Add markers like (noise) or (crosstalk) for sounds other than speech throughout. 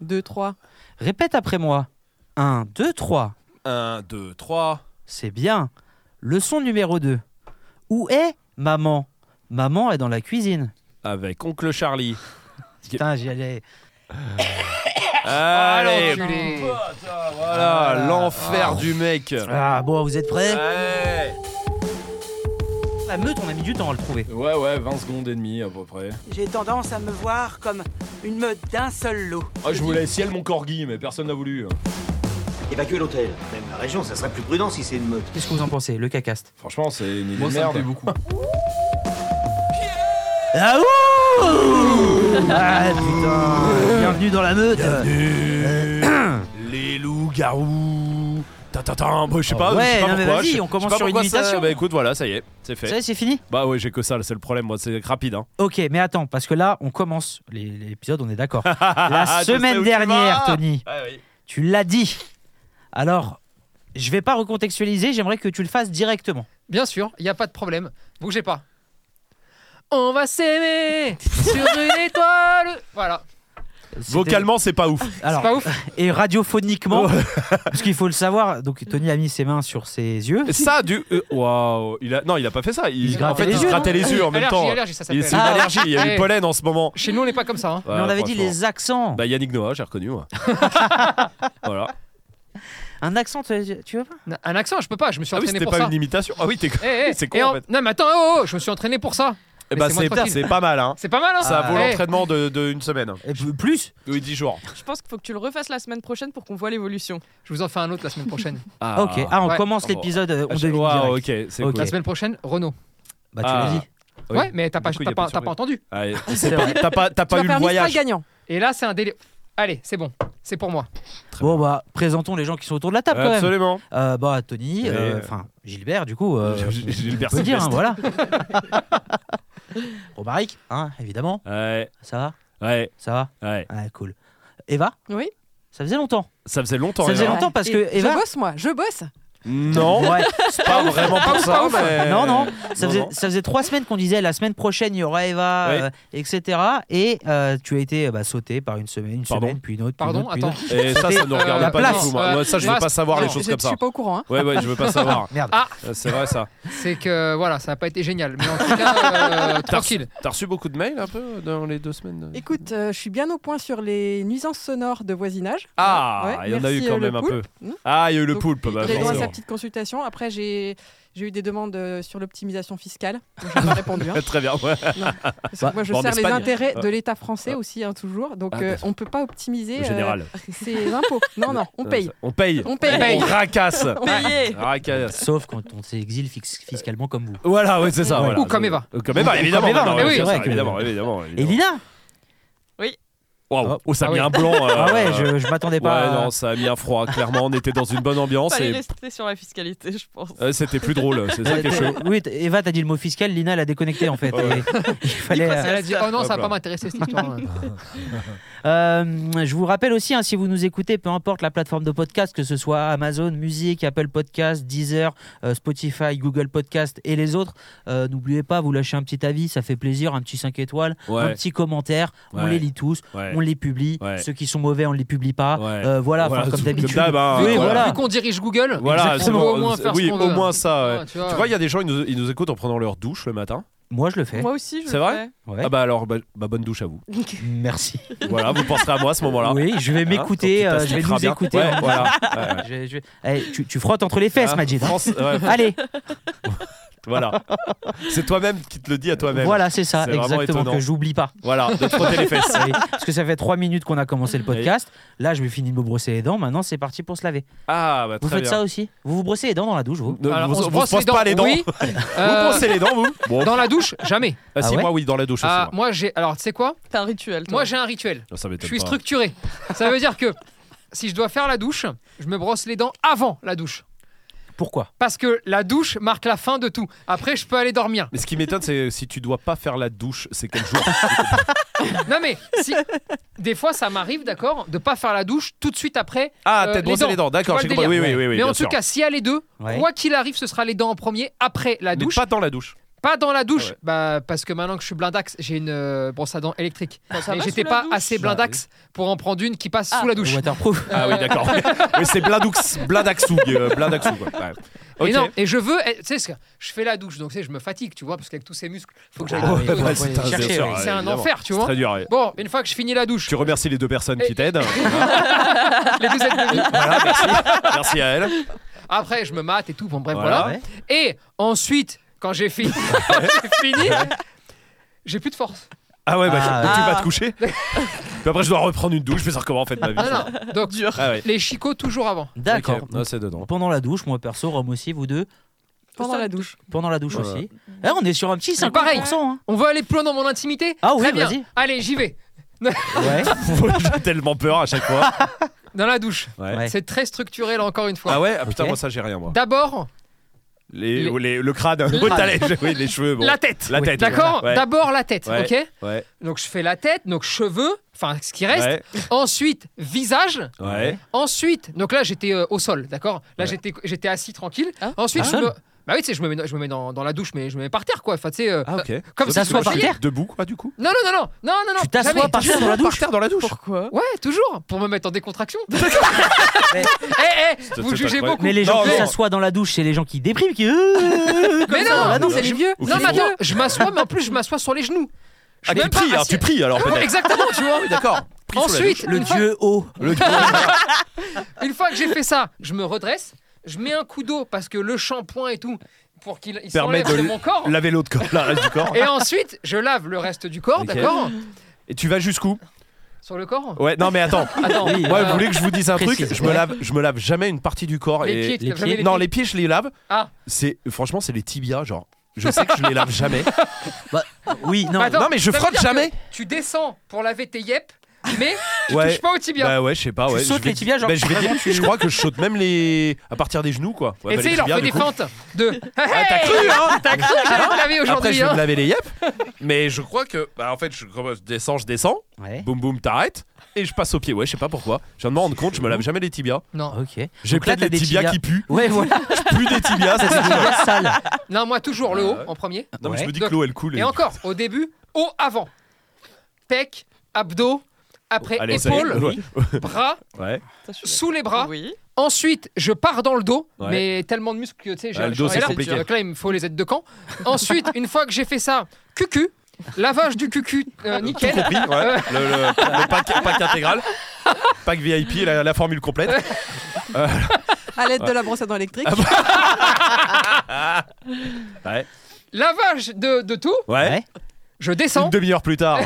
2, 3. Répète après moi. 1, 2, 3. 1, 2, 3. C'est bien. Leçon numéro 2. Où est maman Maman est dans la cuisine. Avec Oncle (laughs) Charlie. Putain, j'y allais. Allez, l'enculé. putain, Ah, voilà, l'enfer du mec. Ah bon, vous êtes prêts Ouais. La meute, on a mis du temps à le trouver. Ouais, ouais, 20 secondes et demie à peu près. J'ai tendance à me voir comme une meute d'un seul lot. Ah, je voulais ciel mon corgi, mais personne n'a voulu. hein. Évacuer l'hôtel. Même la région, ça serait plus prudent si c'est une meute. Qu'est-ce que vous en pensez Le cacaste. Franchement, c'est une idée Moi, de ça me merde. plaît beaucoup. Ah ouh Ah putain Bienvenue dans la meute (coughs) Les loups-garous. Ta, ta, ta, bah, je sais pas, Ouais, je sais pas non, mais pourquoi, vas-y, je sais- on je sais commence pas sur une pourquoi ça- imitation. Bah écoute, voilà, ça y est, c'est fait. Ça y est, c'est fini Bah ouais, j'ai que ça, c'est le problème, moi, c'est rapide. Hein. Ok, mais attends, parce que là, on commence les- l'épisode, on (laughs) est d'accord. Ah, La je sais où semaine tu dernière, vas. Tony, Ah oui. tu l'as dit. Alors, je vais pas recontextualiser, j'aimerais que tu le fasses directement. Bien sûr, il n'y a pas de problème. Bougez pas. On va (laughs) s'aimer sur une étoile. Voilà, C'était- Vocalement, c'est pas ouf. c'est Alors, pas ouf. et radiophoniquement, (laughs) parce qu'il faut le savoir, donc Tony a mis ses mains sur ses yeux. Ça, du. euh, Waouh. Il a... Non, il a pas fait ça. Il Il... se en grattait fait, les il se yeux, grattait les yeux en même Allergie, temps. allergie, ça Il- s'appelle. C'est une allergie, il y a Ouais. du pollen en ce moment. Chez nous, on n'est pas comme ça. hein. mais on Ouais, avait dit franchement. les accents. Bah Yannick Noah, j'ai reconnu moi. voilà. Ah Un accent, tu tu veux pas Un accent, je peux pas. Je me suis Ah oui, entraîné c'était pour pas ça. une imitation. Ah oui, t'es. Eh, (laughs) eh, C'est con, et en fait. Non, mais attends, oh, oh, je me suis entraîné pour ça. Eh bah Laissez-moi c'est tranquille. c'est pas mal hein. C'est pas mal, hein Ça vaut Eh, l'entraînement de, de une semaine. Et p- Plus Oui, 10 jours. Je pense qu'il faut que tu le refasses la semaine prochaine pour qu'on voit l'évolution. Je vous en fais un autre la (laughs) semaine prochaine. Ah, Ok, ah, on ouais. commence Oh. l'épisode, euh, Ah, on devine waouh, direct. ok, c'est Ok. cool. La semaine prochaine, Renault. Bah, tu Ah. l'as dit. Oui. Ouais, mais t'as pas, Du coup, t'as y a pas, plus de t'as pas surprise. entendu. Ah, et C'est c'est pas- vrai. T'as pas, t'as tu pas vas eu le faire Mistral voyage. gagnant. Et là, c'est un délire. Allez, c'est bon. C'est pour moi. Bon, bah, présentons les gens qui sont autour de la table quand même. Absolument. Euh, bah Tony, Et, euh, euh, enfin Gilbert du coup, euh, (laughs) Gilbert on peut dire, hein, Sylvestre. (laughs) voilà. Romaric, hein, évidemment, Ouais, ça va, ouais, ça va, ouais. ouais, Ah, cool. Eva Oui. Ça faisait longtemps. Ça faisait longtemps. Ça faisait Eva. longtemps parce que Et Eva- Je bosse, moi, je bosse. Non, (laughs) Ouais. Ah, c'est pas vraiment pour ça. mais- Non, non, ça faisait, non. ça faisait trois semaines qu'on disait la semaine prochaine il y aura Eva, Ouais. euh, etc. Et euh, tu as été euh, bah, sauté par une semaine, une Pardon. semaine, puis une autre. puis une Pardon, autre, puis une attends. autre. Et ça, ça nous regarde la pas du place. tout. Moi, Moi, ça, je veux Place. pas savoir les Non, choses je comme ça. suis pas au courant. hein. Ouais, ouais, je veux pas savoir. Merde. Ah. Euh, C'est vrai ça. C'est que voilà, ça n'a pas été génial. Mais en tout (laughs) cas, euh, T'as reçu- tranquille. T'as reçu beaucoup de mails un peu dans les deux semaines Écoute, euh, je suis bien au point sur les nuisances sonores de voisinage. Ah, Ouais, il y en a merci, eu euh, quand le même un peu. poulpe. Hmm. Ah, il y a eu le Donc, poulpe. bah, il a droit à sa forcément. petite consultation. Après, j'ai j'ai eu des demandes euh, sur l'optimisation fiscale. Donc, J'ai pas répondu. hein. Très bien. ouais. Parce que Bah, moi, je bon, en sers les Espagne. intérêts de Ouais. l'État français aussi, hein, toujours. Donc, Ah, euh, d'accord. on peut pas optimiser Le général. euh, ses impôts. Non, non, (laughs) on paye. On paye. On paye. On racasse. On paye. Racasse. Sauf quand on s'exile fix- fiscalement comme vous. Voilà, oui, c'est ça. Ou voilà. comme Eva. Ou Comme Eva, évidemment. Eva, Non, mais oui, c'est c'est ça, vrai que- évidemment, évidemment, Et évidemment. Lina Waouh. Oh, ça a Ah mis oui. un blanc. euh, Ah ouais, je, je m'attendais pas. ouais, à- non, ça a mis un froid. Clairement, on était dans une bonne ambiance Fallait et rester sur la fiscalité, je pense. euh, c'était plus drôle. C'est ça qui est chaud. Oui, t- Eva, t'as dit le mot fiscal, Lina l'a déconnecté en fait. Ouais. Et il fallait, Elle a dit Oh non, ça Hop va là. pas m'intéresser cette histoire. hein. Euh, je vous rappelle aussi, hein, si vous nous écoutez, peu importe la plateforme de podcast, que ce soit Amazon Music, Apple Podcast, Deezer, euh, Spotify, Google Podcast et les autres, euh, n'oubliez pas, vous lâchez un petit avis, ça fait plaisir, un petit 5 étoiles, un Ouais, petit commentaire, on Ouais. les lit tous, ouais. on les publie, Ouais. ceux qui sont mauvais, on les publie pas. Ouais. Euh, voilà, enfin, Voilà, comme tout- d'habitude. d'hab, hein, Oui, Vu qu'on- voilà. Vu qu'on dirige Google, Voilà, on peut au c'est- moins faire oui, ce qu'on veut. au moins ça. ouais. Ah, tu vois, Tu vois, il y a des gens, ils nous, ils nous écoutent en prenant leur douche le matin. Moi, je le fais. Moi aussi, je C'est le vrai Ouais. Ah bah alors, bah, bah, bonne douche à vous. Merci. voilà, vous penserez à moi à ce moment-là. Oui, je vais Hein, m'écouter, quand tu euh, je vais t'assisteras nous bien. écouter. Ouais, (laughs) voilà. Ouais, ouais. Je vais- je vais- Eh, tu, tu frottes entre les fesses, Ah, Majid. hein. France- ouais, Allez, voilà. C'est toi-même qui te le dis à toi-même. voilà, c'est ça, C'est vraiment exactement, étonnant. que j'oublie pas. Voilà, de te frotter les fesses. Oui, parce que (laughs) ça fait 3 minutes qu'on a commencé le podcast. Là, je vais finir de me brosser les dents. Maintenant, c'est parti pour se laver. Ah, bah, Vous très faites bien. ça aussi Vous vous brossez les dents dans la douche, vous Ne- Alors, vous on se vous brosse brossez pas les dents. Oui. (laughs) Euh, Vous brossez les dents, vous Bon, Dans la douche, jamais. ah, si, Ah ouais moi, oui, dans la douche aussi. Ah, moi. moi, j'ai. Alors, tu sais quoi fais. T'as un rituel. toi. Moi, j'ai un rituel. Ah, Ça Je m'étonne suis pas. structuré. Ça veut dire que si je dois faire la douche, je me brosse les dents avant la douche. Pourquoi Parce que la douche marque la fin de tout. Après, je peux aller dormir. Mais ce qui m'étonne, c'est si tu dois pas faire la douche, c'est quel jour Euh, Non, mais si... des fois, ça m'arrive, d'accord, de pas faire la douche tout de suite après. Ah, t'as Euh, les brossé les dents. dents, d'accord, j'ai Tu vois compris. le Oui, délire oui, oui, oui. mais en bien tout sûr. cas, s'il y a les deux, Ouais. quoi qu'il arrive, ce sera les dents en premier après la Mais douche. pas dans la douche. Pas dans la douche, Ah ouais. bah, parce que maintenant que je suis blindax, j'ai une euh, brosse à dents électrique. Bah, ça Et va j'étais sous la pas douche. assez blindax pour en prendre une qui passe Ah. sous la douche. Waterproof. (laughs) Ah oui, d'accord. oui, c'est Blindoux, Blindaxou, euh, Blindaxou, quoi. Ouais. Et Ok. non, et je veux, eh, tu sais, ce que- je fais la douche, donc tu sais, je me fatigue, tu vois, parce qu'avec tous ces muscles, faut que j'aille. Ah ouais, Ouais, ouais, ouais, c'est un- chercher, bien sûr, ouais. ouais, C'est un évidemment. enfer, tu C'est vois. Très dur. ouais. Bon, une fois que je finis (laughs) la douche, (laughs) Tu remercies les deux personnes qui Et- t'aident. les deux êtres de vie, Voilà, merci. Merci à elle. après je me mate et tout, bon bref, Voilà. voilà. Ouais. Et ensuite, quand j'ai fini, quand (laughs) j'ai fini, j'ai plus de force. Ah ouais, bah, Ah. donc tu Ah. vas te coucher. Puis après, je dois reprendre une douche. Je vais savoir comment en fait ma vie. Ah Non, non, donc Dur. Ah ouais. les chicots toujours avant. D'accord. Ok. Non, c'est dedans. (laughs) Pendant la douche, moi perso, Rome aussi, vous deux. (laughs) Pendant la douche. Pendant la douche Voilà. aussi. Ah, on est sur un petit 50%. pareil. hein. On veut aller plus loin dans mon intimité Ah oui, Très bien. vas-y. Allez, j'y vais. (laughs) Ouais. J'ai tellement peur à chaque fois. Dans la douche. Ouais. Ouais. C'est très structuré là encore une fois. Ah ouais, ah, putain, Ok. moi ça j'ai rien moi. D'abord, Les, Les- ou les- le crâne, Le Oh, t'as crâne. les- (laughs) oui, les cheveux, bon. la tête. La tête. D'accord Ouais. D'abord la tête, Ouais. ok Ouais. Donc je fais la tête, donc cheveux, enfin ce qui reste. Ouais. Ensuite, visage. Ouais. Ensuite, donc là j'étais euh, au sol, d'accord Là Ouais. j'étais j'étais assis tranquille. Ah, Ensuite, au je sol me... Bah oui, tu sais, je me mets, dans- je me mets dans, dans la douche, mais je me mets par terre, quoi. Enfin, tu sais, euh, Ah ok. comme Donc, ça, parce que soit moi, par je suis terre. Debout quoi du coup Non, non, non, non, non, non, non. Tu t'assois jamais. par terre dans la douche. Par terre dans la douche. Pourquoi Ouais, toujours, pour me mettre en décontraction. (laughs) Eh, Mais- eh, C'est- vous c'est jugez incroyable. beaucoup. (laughs) Mais les gens Non, qui non. s'assoient dans la douche, c'est les gens qui dépriment, qui. Mais non, bah non, c'est les vieux. Ou Non, qui mais font- attends, je m'assois, mais en plus, je m'assois sur les genoux. Je suis Ah, tu même pas pries, hein, (laughs) assis- tu pries alors peut-être. Exactement, tu vois. D'accord. Prie sous la Ensuite, Le une (laughs) fois- dieu haut. (laughs) Le dieu. Une fois que j'ai fait ça, je me redresse, je mets un coup d'eau parce que le shampoing et tout, pour qu'il il Permet s'enlève de de l- mon corps. Laver l'autre corps, la reste du corps. Et ensuite, je lave le reste du corps, Ok. d'accord Et tu vas jusqu'où Sur le corps Ouais, non mais attends. (laughs) Attends, Oui, Moi, euh, vous voulez que je vous dise un Précise. truc Je me Ouais. lave, je me lave jamais une partie du corps les et pieds, tu les laves jamais pieds- les non, les pieds, je les lave. Ah. C'est franchement, c'est les tibias, genre. Je sais que je les lave (laughs) jamais. Oui, non. Attends, non, mais je ça veut frotte dire que jamais. Tu descends pour laver tes yep, mais tu Ouais. touches pas au tibia. Bah ouais, je sais pas. Tu Ouais. sautes je vais- les tibias, genre, bah, je, vais vraiment, dire- je crois que je saute même les à partir des genoux, quoi. Ouais, et bah, tu sais, les il tibias, leur fait du des coup. feintes de. (laughs) Ah, t'as cru, hein T'as cru que j'allais te laver Après, aujourd'hui, je vais me hein laver les yep. Mais je crois que, bah, en fait, je, comme je descends, je descends. Ouais. Boum, boum, t'arrêtes. Et je passe au pied. Ouais, je sais pas pourquoi. Je viens de me rendre compte, je me lave jamais les tibias. Non. Ok. J'ai Donc là, peut-être t'as les des tibias, tibias. qui puent. (laughs) Ouais, voilà. Plus des tibias, ça c'est sûr. C'est sale. non, moi toujours le haut Ouais. en premier. Non, mais je me dis que Donc- l'eau elle coule. Et encore, au début, haut avant. Pec, abdos, après Allez, ça y est. épaules, Ouais. bras, Ouais. Putain, je suis sous les là. bras. Oui. Ensuite, je pars dans le dos, Ouais. mais tellement de muscles que tu sais, j'ai Ah, le je dos, suis c'est là. compliqué. Donc là, il me faut les aides de camp. Ensuite, une fois que j'ai fait ça, cucu, lavage du cucu, euh, Tout nickel. compris, ouais. Euh. Le, le- le pack, pack intégral. Pack VIP, la, la formule complète. À l'aide de la brosse à dents électrique. Ah, bah, Ouais. Lavage de, de tout, Ouais. Ouais. je Une descends, demi-heure plus (laughs) tard.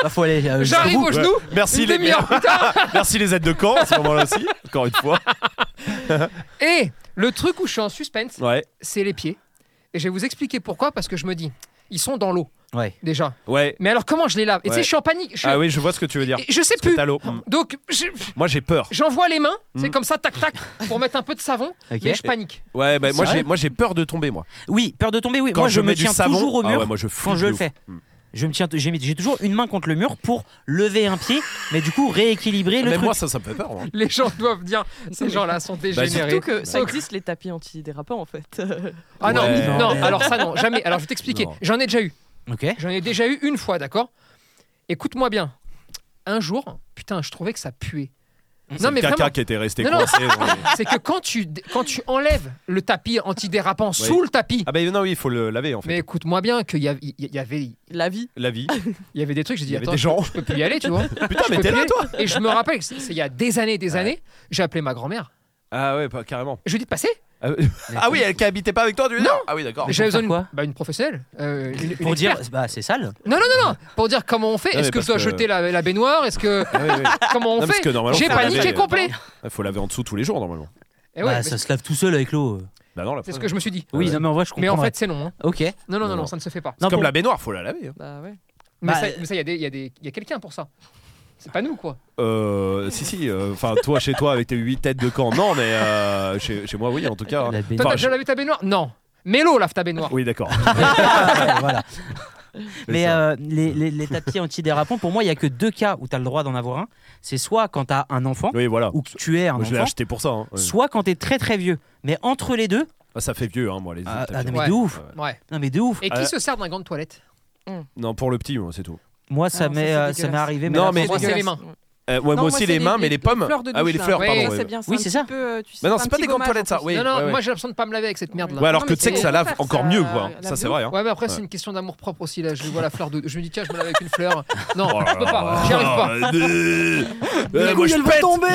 Bah, faut aller. euh, jusqu'au j'arrive bout. aux genoux, Merci une les, demi-heure plus tard, merci les aides de camp à ce moment-là aussi. Encore une fois. et le truc où je suis en suspense, Ouais. c'est les pieds. Et je vais vous expliquer pourquoi, parce que je me dis, ils sont dans l'eau, Ouais. déjà. Ouais. Mais alors comment je les lave Et tu sais, Ouais. je suis en panique, je, Ah oui, je vois ce que tu veux dire. et Oh. je sais Parce que plus. t'as l'eau. Mm. Donc, je- Moi j'ai peur. j'envoie les mains, c'est Mm. comme ça, tac, tac, pour mettre un peu (laughs) de savon, Ok. mais je panique. Ouais, bah, moi C'est j'ai vrai moi j'ai peur de tomber moi. Oui, peur de tomber, oui. Quand moi, je, mets me du tiens savon, toujours au ah mur ouais, moi je flippe quand je de le ouf. fais. Mm. Je me tiens, j'ai mis- j'ai toujours une main contre le mur pour lever un pied, mais du coup rééquilibrer le Même Ah, truc. moi ça ça me fait peur. moi. Les gens (laughs) doivent dire, ces gens-là sont dégénérés. Bah, Surtout Bah, que ça Donc- existe les tapis antidérapants en (laughs) fait. Ah non, Ouais. non, Non. alors ça non, jamais. Alors je vais t'expliquer. Non. J'en ai déjà eu. Ok. J'en ai déjà eu une fois, d'accord Écoute-moi bien. Un jour, putain, je trouvais que ça puait. C'est Non le mais caca vraiment, qui était resté Non, non. coincé. dans (laughs) les- c'est que quand tu quand tu enlèves le tapis antidérapant sous le tapis. Ah bah non oui, il faut le laver en fait. Mais écoute-moi bien qu'il y, av- il y avait il La vie. La vie. y avait des trucs, j'ai Il dit y avait attends, des gens. je peux plus y aller, tu vois. Putain, Je mais peux t'es plus là y toi. aller. Et je me rappelle, c'est c'est il y a des années, des Ouais. années, j'ai appelé ma grand-mère. Ah ouais, pas- carrément. Je lui ai dit de passer. Ah oui, (laughs) ah oui, elle qui habitait pas avec toi, tu veux dire Ah oui, d'accord. J'avais besoin faire d'une quoi bah, une professionnelle. euh, une- une Pour dire, experte. bah c'est sale. Non non non non. Pour dire comment on fait. Non, mais Est-ce que je parce dois que- jeter la, la baignoire Est-ce que Ah oui, oui. comment (laughs) on Non, parce fait que normalement, J'ai faut paniqué laver, euh, complet. Il faut laver en dessous tous les jours normalement. Eh ouais, Bah, mais ça se lave tout seul avec l'eau. Bah non, la c'est ce preuve. que je me suis dit. Euh, Oui, ouais. non mais en vrai je comprends. Mais en fait, c'est non. hein. ok. Non, non, non, Non, non, non. ça ne se fait pas. Non, Comme pour- (laughs) la baignoire, faut la laver. hein. Bah ouais. Mais Bah, ça, euh, mais ça, il y a, des- il y a, des- il y a quelqu'un pour ça. C'est pas nous, quoi. Euh, si, si. euh, Enfin, toi chez toi avec tes huit têtes de camp, non, mais euh, chez, chez moi, oui, en tout cas. La hein. baignoire. Toi, Enfin, t'as déjà je- lavé ta baignoire Non. Mélo lave ta baignoire. Oui, (laughs) d'accord. voilà. Mais euh, les, les, les tapis (laughs) antidérapants, pour moi, il n'y a que deux cas où tu as le droit d'en avoir un. C'est soit quand tu as un enfant, Oui, voilà. ou que tu es un Moi, je l'ai enfant, acheté pour ça. hein. Ouais. soit quand tu es très très vieux. Mais entre les deux, Ah, ça fait vieux, hein, moi, les Ah, étapes, ah, non, genre. mais de Ouais. ouf. Ouais. Non, mais de ouf. Et qui Euh, se sert d'un gant de toilette Non, pour le petit, moi, c'est tout. Moi, ça non, ça, m'est c'est euh, ça m'est dégueulasse. arrivé. Non, là, mais- pour moi, Dégueulasse. les mains. Euh, ouais, moi aussi, les mains, mais les pommes. Fleurs de ah oui, les douche, là. fleurs, Oui, pardon. ça, Ça, ouais. c'est bien. Oui, un c'est petit ça. peu, euh, tu sais, Mais Bah non, un c'est pas petit des gants de gommage, toilette, en ça. fait. Oui, non, non, ouais, ouais. moi j'ai l'impression de pas me laver avec cette merde là. Ouais, alors Non, que mais tu sais c'est- que ça lave au contraire, encore ça- mieux, quoi. la Ça, c'est bio- vrai. hein. Ouais, mais après, c'est une question d'amour propre aussi. Là, je vois la fleur de. Je me dis, tiens, je me lave avec (laughs) une fleur. Non, Oh là je peux là pas, hein, là j'y arrive pas. là. Euh, Les moi, couilles, je elles vont pète. tomber.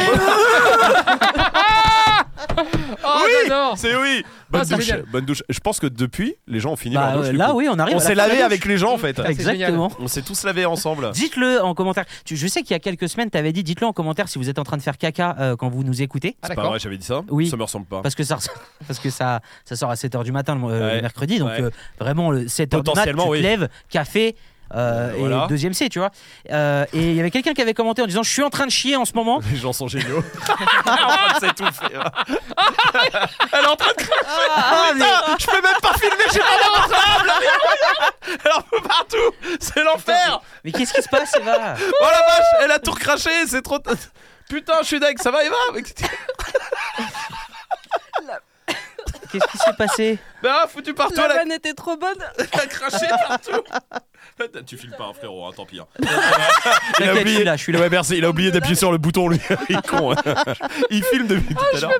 Oh, Oui j'adore C'est oui. Bonne Ah, c'est douche. génial. Bonne douche. Je pense que depuis, les gens ont fini Bah, leur douche. euh, du là, coup. oui, on arrive. hein, On à la s'est fin de la lavé douche. avec les gens, en fait. Ah, c'est génial. Exactement. On s'est tous lavés ensemble. Dites-le en commentaire. Tu- Je sais qu'il y a quelques semaines, tu avais dit dites-le en commentaire si vous êtes en train de faire caca euh, quand vous nous écoutez. Ah, C'est pas d'accord. vrai, Bah j'avais dit ça Oui. Ça me ressemble pas. Parce que ça, res- (laughs) parce que ça, ça sort à 7h du matin le, euh, le Ouais. mercredi. Donc Ouais. euh, vraiment, le 7h du matin, tu Potentiellement, te oui. lèves, café. euh, Euh, et voilà. deuxième C, tu vois. Euh, et il y avait quelqu'un qui avait commenté en disant Je suis en train de chier en ce moment. Les gens sont géniaux. (laughs) (laughs) Elle est en train de s'étouffer. là. Elle est en train de cracher. Ah, Ah, Putain, Je peux même pas filmer, j'ai pas de portable. Elle en peut partout. C'est l'enfer. Mais qu'est-ce qui se passe, Eva Oh la vache, elle a tout recraché, c'est trop. (laughs) Putain, je suis dingue, ça va Eva (laughs) Qu'est-ce qui s'est passé Bah, foutu partout, La elle a, vanne était trop bonne. elle a craché partout. (laughs) Tu filmes pas, un frérot, hein, tant (laughs) pis. hein. Il a T'inquiète, je suis oublié. là, je suis là. Ouais, merci, il a oublié d'appuyer sur le bouton, lui. (laughs) Il est con. hein. Ah, Il filme depuis tout à l'heure.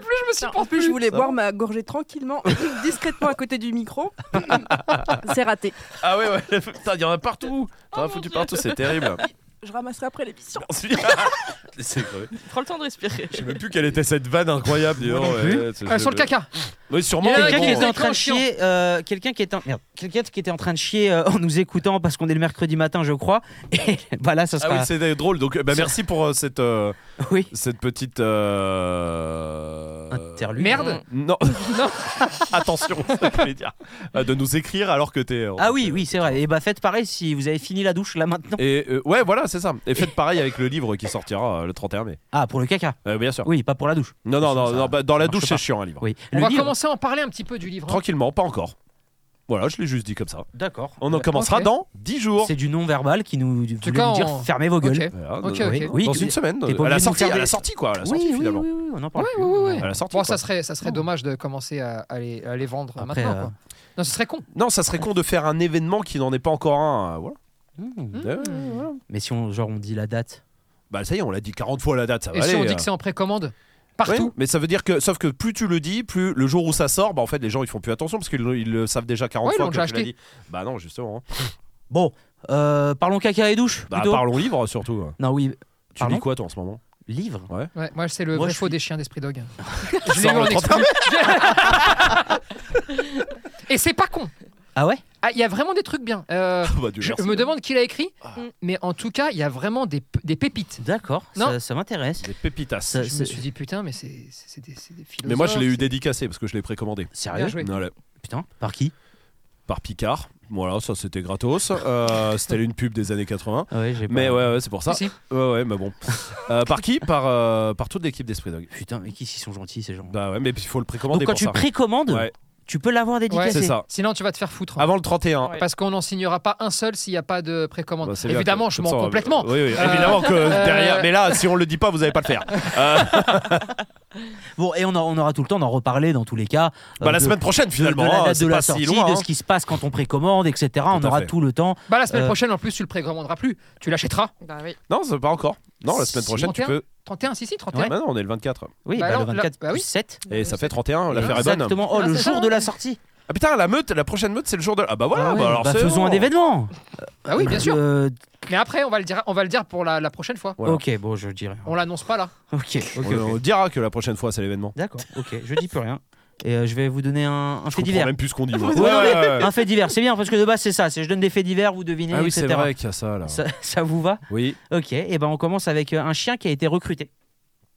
En plus, je voulais boire ma gorgée tranquillement, (laughs) discrètement à côté du micro. (laughs) C'est raté. Ah ouais, ouais. Putain, il y en a partout. T'en as foutu partout, c'est (laughs) terrible. Je ramasserai après l'émission. Merci. (laughs) C'est crevé. Prends le temps de respirer. Je sais même plus quelle était cette vanne incroyable. dis donc, non plus. ouais, c'est- Euh, Sur le caca Oui, sûrement. Il y en a mais Quelqu'un bon, qui était ouais. en train de chier, euh, quelqu'un qui était en, merde, quelqu'un qui était en train de chier euh, en nous écoutant parce qu'on est le mercredi matin, je crois. (laughs) Et voilà, ça Ah sera. oui, c'est drôle. Donc, bah, merci pour euh, cette, euh, oui. cette petite. euh, Interlude. Merde Mm. Non. (laughs) Attention, ça voulait dire. Euh, De nous écrire alors que t'es. euh, Ah oui, oui, c'est vrai. Et bah faites pareil si vous avez fini la douche là maintenant. Et euh, ouais, voilà, c'est ça. Et faites pareil avec le livre qui sortira euh, le 31 mai. Ah, pour le caca. Euh, bien sûr. Oui, pas pour la douche. Non, non, non, Ça- non, bah, dans la marche douche, pas. c'est chiant un livre. Oui. On Le va livre. commencer à en parler un petit peu du livre. hein. Tranquillement, pas encore. Voilà, je l'ai juste dit comme ça. D'accord. On en commencera ok. dans 10 jours. C'est du non-verbal qui nous voulait cas, nous dire on- fermez vos gueules. Ok. Voilà, Ok, dans- ok. Oui, Dans que- une semaine. t'es pas À obligé de la, nous sortie, faire à des- la sortie, quoi. À la Oui, sortie, oui, oui, finalement. oui, on en parle. plus. oui, oui. À la sortie, Bon, quoi. ça serait, ça serait dommage de commencer à, à les, à les vendre Après, maintenant. euh, quoi. Non, ce serait con. Non, ça serait con de faire un événement qui n'en est pas encore un. euh, Voilà. Mmh. Hmm. Euh, Mais si on, genre, on dit la date. Bah ça y est, on l'a dit 40 fois la date, ça va Et aller. si on euh. dit que c'est en précommande Ouais, Partout mais ça veut dire que, sauf que plus tu le dis, plus le jour où ça sort, bah en fait les gens ils font plus attention parce qu'ils le- ils le savent déjà 40 Ouais, ils fois l'ont que déjà tu l'as acheté. dit. Bah non, justement. hein. Bon, euh, parlons caca et douche. Bah plutôt. parlons livre surtout. hein. Non, oui. Tu Pardon lis quoi toi en ce moment Livre. Ouais, Moi, c'est le Moi, vrai je faux suis- des chiens d'esprit dog. Ça Je l'ai sort eu en le 31 exclu. Et c'est pas con. Ah ouais Ah, Il y a vraiment des trucs bien. Euh, Bah, Dieu je merci. Ah. me demande qui l'a écrit, mais en tout cas, il y a vraiment des, p- des pépites. D'accord. Non. Ça, ça m'intéresse. Des pépitas. Ça- Je Euh, c'est- me suis dit, putain, mais c'est c'est- c'est des, c'est des philosophes. Mais moi je l'ai eu dédicacé parce que je l'ai précommandé. Sérieux Bien joué. Oui. Voilà. Putain, par qui Par Picard. Voilà, ça c'était (laughs) gratos. Euh, c'était une pub des années 80. Ah Ouais, j'ai pas- Mais ouais, ouais c'est pour ça. Si, si. Ouais, ouais, mais bon. (laughs) Euh, par qui par, euh, par toute l'équipe d'Esprit Dog. Putain, mais qui s'y sont gentils ces gens Bah ouais, mais il faut le Donc précommander quand pour tu ça. précommandes, Ouais, tu peux l'avoir Ouais, dédicacé. c'est ça. Sinon, tu vas te faire foutre. Avant le 31. Ouais. Parce qu'on n'en signera pas un seul s'il n'y a pas de précommande. Bah, c'est bien, Évidemment, comme- je comme mens ça, on- complètement. Oui, oui, Euh, évidemment que euh, derrière. Mais là, si on le dit pas, vous allez pas le (laughs) faire. Euh, Bon, et on, a- on aura tout le temps d'en reparler dans tous les cas. bah, euh, la de- semaine prochaine, de- finalement. de la hein, date c'est de pas la si sortie, loin. de hein. ce qui se passe quand on précommande, etc. on à aura fait. tout le temps. Bah, la semaine Euh, prochaine, en plus, tu le précommanderas plus. Tu l'achèteras. Bah oui. Non, c'est pas encore. Non, la semaine Si, prochaine, tu 31. peux. 31, si, si, 31. Bah non, on est le 24. Oui, Bah bah, alors, le là- 24 bah oui. plus 7. Et ça fait 31, l'affaire est bonne. Exactement. Oh, Ah, le c'est jour ça, de ouais. la sortie. Ah putain, la meute, la prochaine meute, c'est le jour de. Ah bah voilà, Ah ouais, bah alors bah, c'est faisons bon. un événement. Ah oui, bien sûr. Euh, Mais après, on va le dire, on va le dire pour la, la prochaine fois. Voilà. Ok, bon, je dirai. On l'annonce pas là. Ok, ok, On, ok. on dira que la prochaine fois, c'est l'événement. D'accord, ok, je dis plus rien. Et euh, je vais vous donner un, un Je fait comprends divers. même plus ce (laughs) qu'on dit. moi. Ouais, non, mais Un fait divers, c'est bien parce que de base c'est ça, c'est je donne des faits divers, vous devinez, Ah oui, etc. c'est vrai qu'il y a ça là. Ça, ça vous va Oui, Ok, et ben on commence avec euh, un chien qui a été recruté.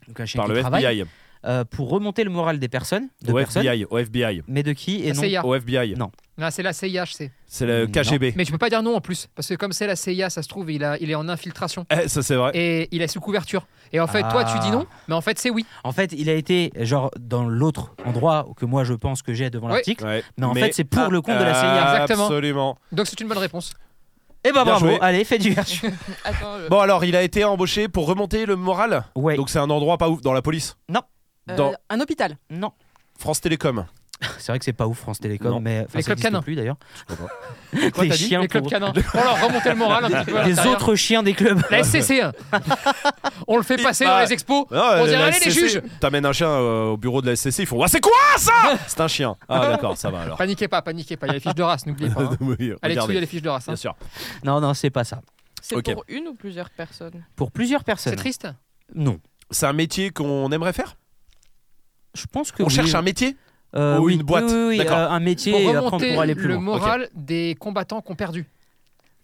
Donc un chien par qui le travaille FBI. euh, pour remonter le moral des personnes, de Au personnes, FBI. Au FBI. mais de qui et La non. CIA. Au FBI. Non. Non, c'est la CIA, je sais. C'est le Non. KGB. Mais tu peux pas dire non en plus, parce que comme c'est la CIA, ça se trouve, il, a, il est en infiltration Eh, ça c'est vrai. et il est sous couverture. Et en fait, toi, tu dis non, mais en fait, c'est oui. En fait, il a été genre dans l'autre endroit que moi je pense que j'ai devant Oui. l'article. Ouais. Mais en fait, c'est pour le compte de la CIA. Exactement. Absolument. Donc c'est une bonne réponse. Et ben Bien bravo, joué. allez, fait divers. (laughs) Attends, je- Bon alors il a été embauché pour remonter le moral. Ouais, Donc c'est un endroit pas ouf dans la police. Non. Euh, Dans Un hôpital. non, France Télécom. C'est vrai que c'est pas ouf France Télécom, Non. mais enfin, Les ça clubs existe canins. plus d'ailleurs. Quoi, les t'as dit chiens Les clubs pour- canins. Pour leur remonter le moral un petit peu. à les l'intérieur. autres chiens des (laughs) clubs. La SCC1. hein. On le fait passer Bah, dans les expos. Non, On euh, dirait, la allez les SCC, juges T'amènes un chien euh, au bureau de la SCC, ils font Ah, c'est quoi (laughs) ça C'est un chien. Ah, d'accord, ça va alors. Paniquez pas, paniquez pas. Il y a les fiches de race, n'oubliez (laughs) (laughs) pas. hein. Oui, Allez, dessus, il y a regardez. les fiches de race. hein. Bien sûr. Non, non, c'est pas ça. C'est Ok. pour une ou plusieurs personnes Pour plusieurs personnes. C'est triste. Non. C'est un métier qu'on aimerait faire Je pense que On oui. cherche un métier Euh, ou oui, une boîte. oui, oui, oui, D'accord. euh, un métier Pour et après on remonter pourra aller plus le loin. moral des combattants qui ont perdu.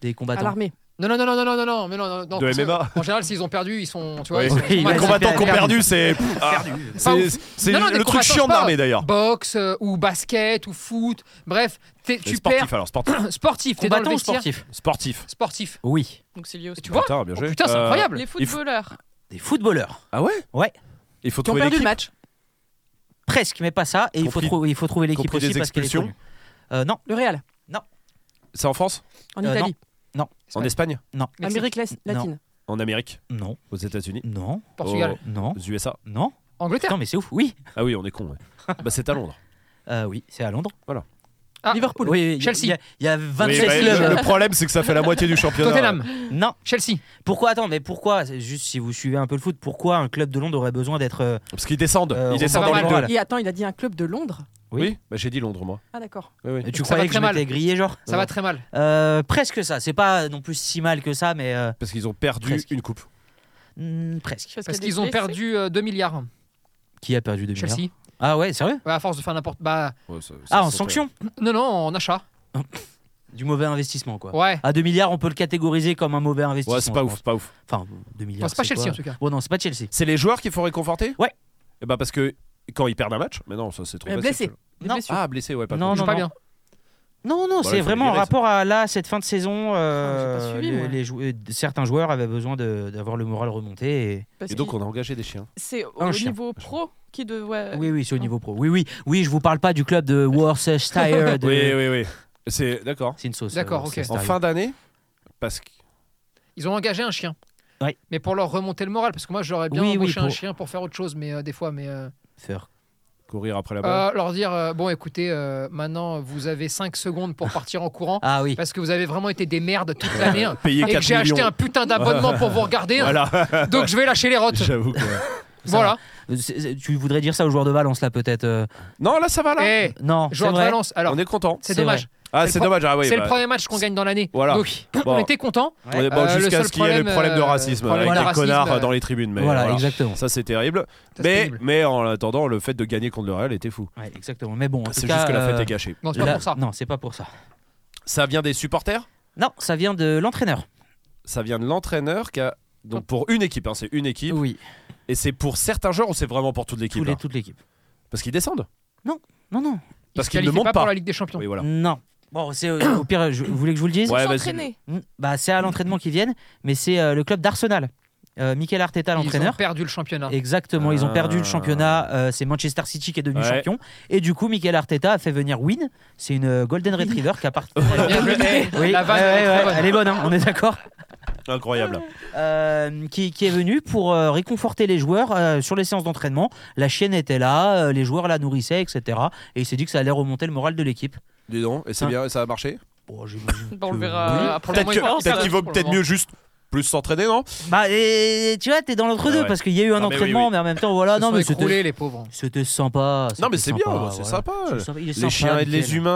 Des à combattants. l'armée. Non, non, non, non, non, non, non, non, mais non, non, non, De parce que, MMA. (laughs) En général, s'ils ont perdu, ils sont. Tu vois, Oui. ils sont- Oui, ils sont il mal- Les a- combattants qui ont perdu. perdu, (laughs) c'est. Ah, Pas c'est- ouf. C'est Non, non, des le truc combattants, chiant c'est pas- d'armée d'ailleurs. Boxe euh, ou basket ou foot. Bref, t'es- Et tu sportif perds. (clears throat) alors, sportif. Sportif, t'es dans le Combattant ou vestiaire. sportif sportif. Sportif. Oui. Donc c'est lié au Et tu sport. vois Putain, bien Oh, joué. Putain, c'est Euh, incroyable. Les il faut- footballeurs. Des footballeurs. Ah ouais Ouais. Il faut Qui ont trouver perdu le l'équipe. match. Presque, mais pas ça. Et il faut, Compris- trouver- il faut trouver l'équipe compris aussi des parce qu'elle est expulsions connue. Euh, non, Le Real. C'est en France En Euh, non. Italie. En Espagne non, Mexique. Amérique lat- latine. En Amérique non, Aux États-Unis non, Portugal. non, Aux USA non. Angleterre. Putain, mais c'est ouf. Oui. Ah oui, on est con. (laughs) Ouais. bah, c'est à Londres. Euh, oui, c'est à Londres. Ah, Liverpool. Oui, oui, il y a- Chelsea. Il y a- il y, a 27 Oui, bah, clubs. le, le problème, c'est que ça fait la moitié du championnat. Tottenham. Non. Chelsea. Pourquoi Attends, mais pourquoi C'est Juste si vous suivez un peu le foot, pourquoi un club de Londres aurait besoin d'être euh, Parce qu'ils descendent. Euh, Ils on descendent s'en dans va les mal. deux. Voilà. Et attends, il a dit un club de Londres. Oui, bah, j'ai dit Londres, moi. Ah d'accord. Oui, oui. Mais tu Ça va croyais que très je mal. m'étais grillé, genre Ça va très mal. Euh, Presque ça. C'est pas non plus si mal que ça, mais euh, Parce qu'ils ont perdu Presque. une coupe. hmm, presque. Parce qu'ils ont perdu euh, 2 milliards. Qui a perdu 2 milliards Chelsea. Ah ouais, sérieux Ouais, à force de faire n'importe. Bah, Ouais, ça- ça Ah, en sent- sanction non, non, en achat. Du mauvais investissement, quoi. Ouais. À 2 milliards, on peut le catégoriser comme un mauvais investissement. Ouais, c'est pas je ouf, pense. c'est pas ouf. Enfin, 2 milliards. Enfin, c'est pas Chelsea, quoi en tout cas. Bon, non, c'est pas Chelsea. C'est les joueurs qu'il faut réconforter Ouais. Et bah parce que quand ils perdent un match, mais non, ça c'est trop Euh, blessé. facile. Non. Ah, blessé, ouais, pas Non, Je suis cool. pas bien. Non, non, Bah, c'est il faut vraiment en libérer, ça. rapport à là, cette fin de saison, euh, Ah, j'ai pas suivi, les- moi. les jou- euh, certains joueurs avaient besoin de- d'avoir le moral remonté. et- Parce Et donc qu'il- on a engagé des chiens. c'est au un chien. niveau pro qui Euh, devrait. Oui, oui, c'est au niveau pro. Oui, oui, oui, je vous parle pas du club de (laughs) Worcestershire. de- Oui, oui, oui. C'est d'accord. C'est une sauce. D'accord, euh, ok. Worcestershire. En fin d'année, parce que Ils ont engagé un chien. Ouais. Mais pour leur remonter le moral, parce que moi j'aurais bien Oui, oui, embauché un pour- chien pour faire autre chose, mais euh, des fois, mais euh, Faire. courir après Ah la balle. euh, leur dire euh, bon, écoutez, euh, maintenant vous avez 5 secondes pour partir en courant, Ah oui. parce que vous avez vraiment été des merdes toute (laughs) l'année hein, Payer et que 4 j'ai millions. acheté un putain d'abonnement pour vous regarder, hein, Voilà, donc je vais lâcher les (laughs) rottes. j'avoue que. Voilà. C'est- c'est- Tu voudrais dire ça aux joueurs de Valence là peut-être euh, Non, là ça va là. Eh, Non, c'est joueur de vrai. Valence. Alors, on est content. c'est c'est dommage. Ah, c'est c'est le pro- dommage. Ah oui. c'est le bah, premier match qu'on gagne dans l'année. Voilà. Donc, Bon. on était content. On est bon Euh, le jusqu'à seul ce qu'il y ait le problème, problème de euh, racisme problème avec de les racisme, connards euh, dans les tribunes. Mais Voilà, voilà. exactement. Ça c'est terrible. Ça, c'est mais, terrible. mais en attendant, le fait de gagner contre le Real était fou. Ouais, exactement. Mais bon, en tout C'est cas, juste que la fête euh, est gâchée. Non, c'est pas là- pour ça. Non, c'est pas pour ça. Ça vient des supporters Non, ça vient de l'entraîneur. Ça vient de l'entraîneur qui a. Donc pour une équipe, hein, c'est une équipe. Oui, Et c'est pour certains joueurs ou c'est vraiment pour toute tous l'équipe les- là toute l'équipe. Parce qu'ils descendent. Non, non. Ils parce se qu'ils ne qualifient montent pas pas. pour la Ligue des Champions. Oui, voilà. Non. Bon, c'est euh, au pire, je, vous voulez que je vous le dise Ouais, Ils vas-y. euh, s'entraîner. Mm, Bah, c'est à l'entraînement qu'ils viennent, mais c'est euh, le club d'Arsenal. Euh, Michael Arteta, Ils ont l'entraîneur. perdu le championnat. Exactement, ils ont perdu le Ah. championnat. euh, c'est Manchester City qui est devenu Ouais. champion. Et du coup, Michael Arteta a fait venir Win. C'est une euh, Golden Retriever qui a (laughs) parti. Bien joué. (laughs) Oui, La vanne ouais, est ouais, très bonne. elle est bonne, hein, on est d'accord. Incroyable. Euh, qui, qui est venu pour euh, réconforter les joueurs euh, sur les séances d'entraînement. La chienne était là, euh, les joueurs la nourrissaient, etc. Et il s'est dit que ça allait remonter le moral de l'équipe. Dis donc, et c'est Hein. bien, et ça a marché Bon, j'imagine Bon, on que le verra euh, oui. après Peut-être le moment, que- ils vont peut-être qu'il faire vaut ça. peut-être mieux juste plus s'entraîner, non Bah, et, tu vois, t'es dans l'entre-deux Ah ouais. parce qu'il y a eu un Non, mais oui, entraînement, mais, oui. en même temps, voilà, Ils se Ah non, sont mais c'était, écroulés, les pauvres. c'était sympa. Non, mais c'était c'est bien, sympa, c'est voilà. sympa. C'est sympa, il est Les sympa, chiens et les Mickaël. humains,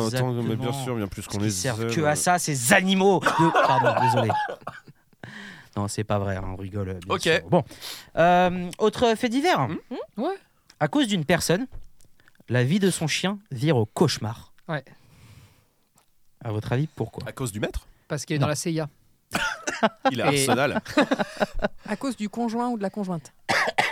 euh, tant- mais bien Exactement. sûr, bien plus qu'on Parce les qu'ils servent aime. que à ça, ces animaux. de- Pardon, désolé. (laughs) Non, c'est pas vrai, hein, on rigole. euh, bien Ok. sûr. Bon. Euh, autre fait divers. Mhm. Hmm Ouais. À cause d'une personne, la vie de son chien vire au cauchemar. Ouais. À votre avis, pourquoi euh, À cause du maître Parce qu'il est Non. dans la CIA. Il (laughs) est Et- Arsenal. À cause du conjoint ou de la conjointe.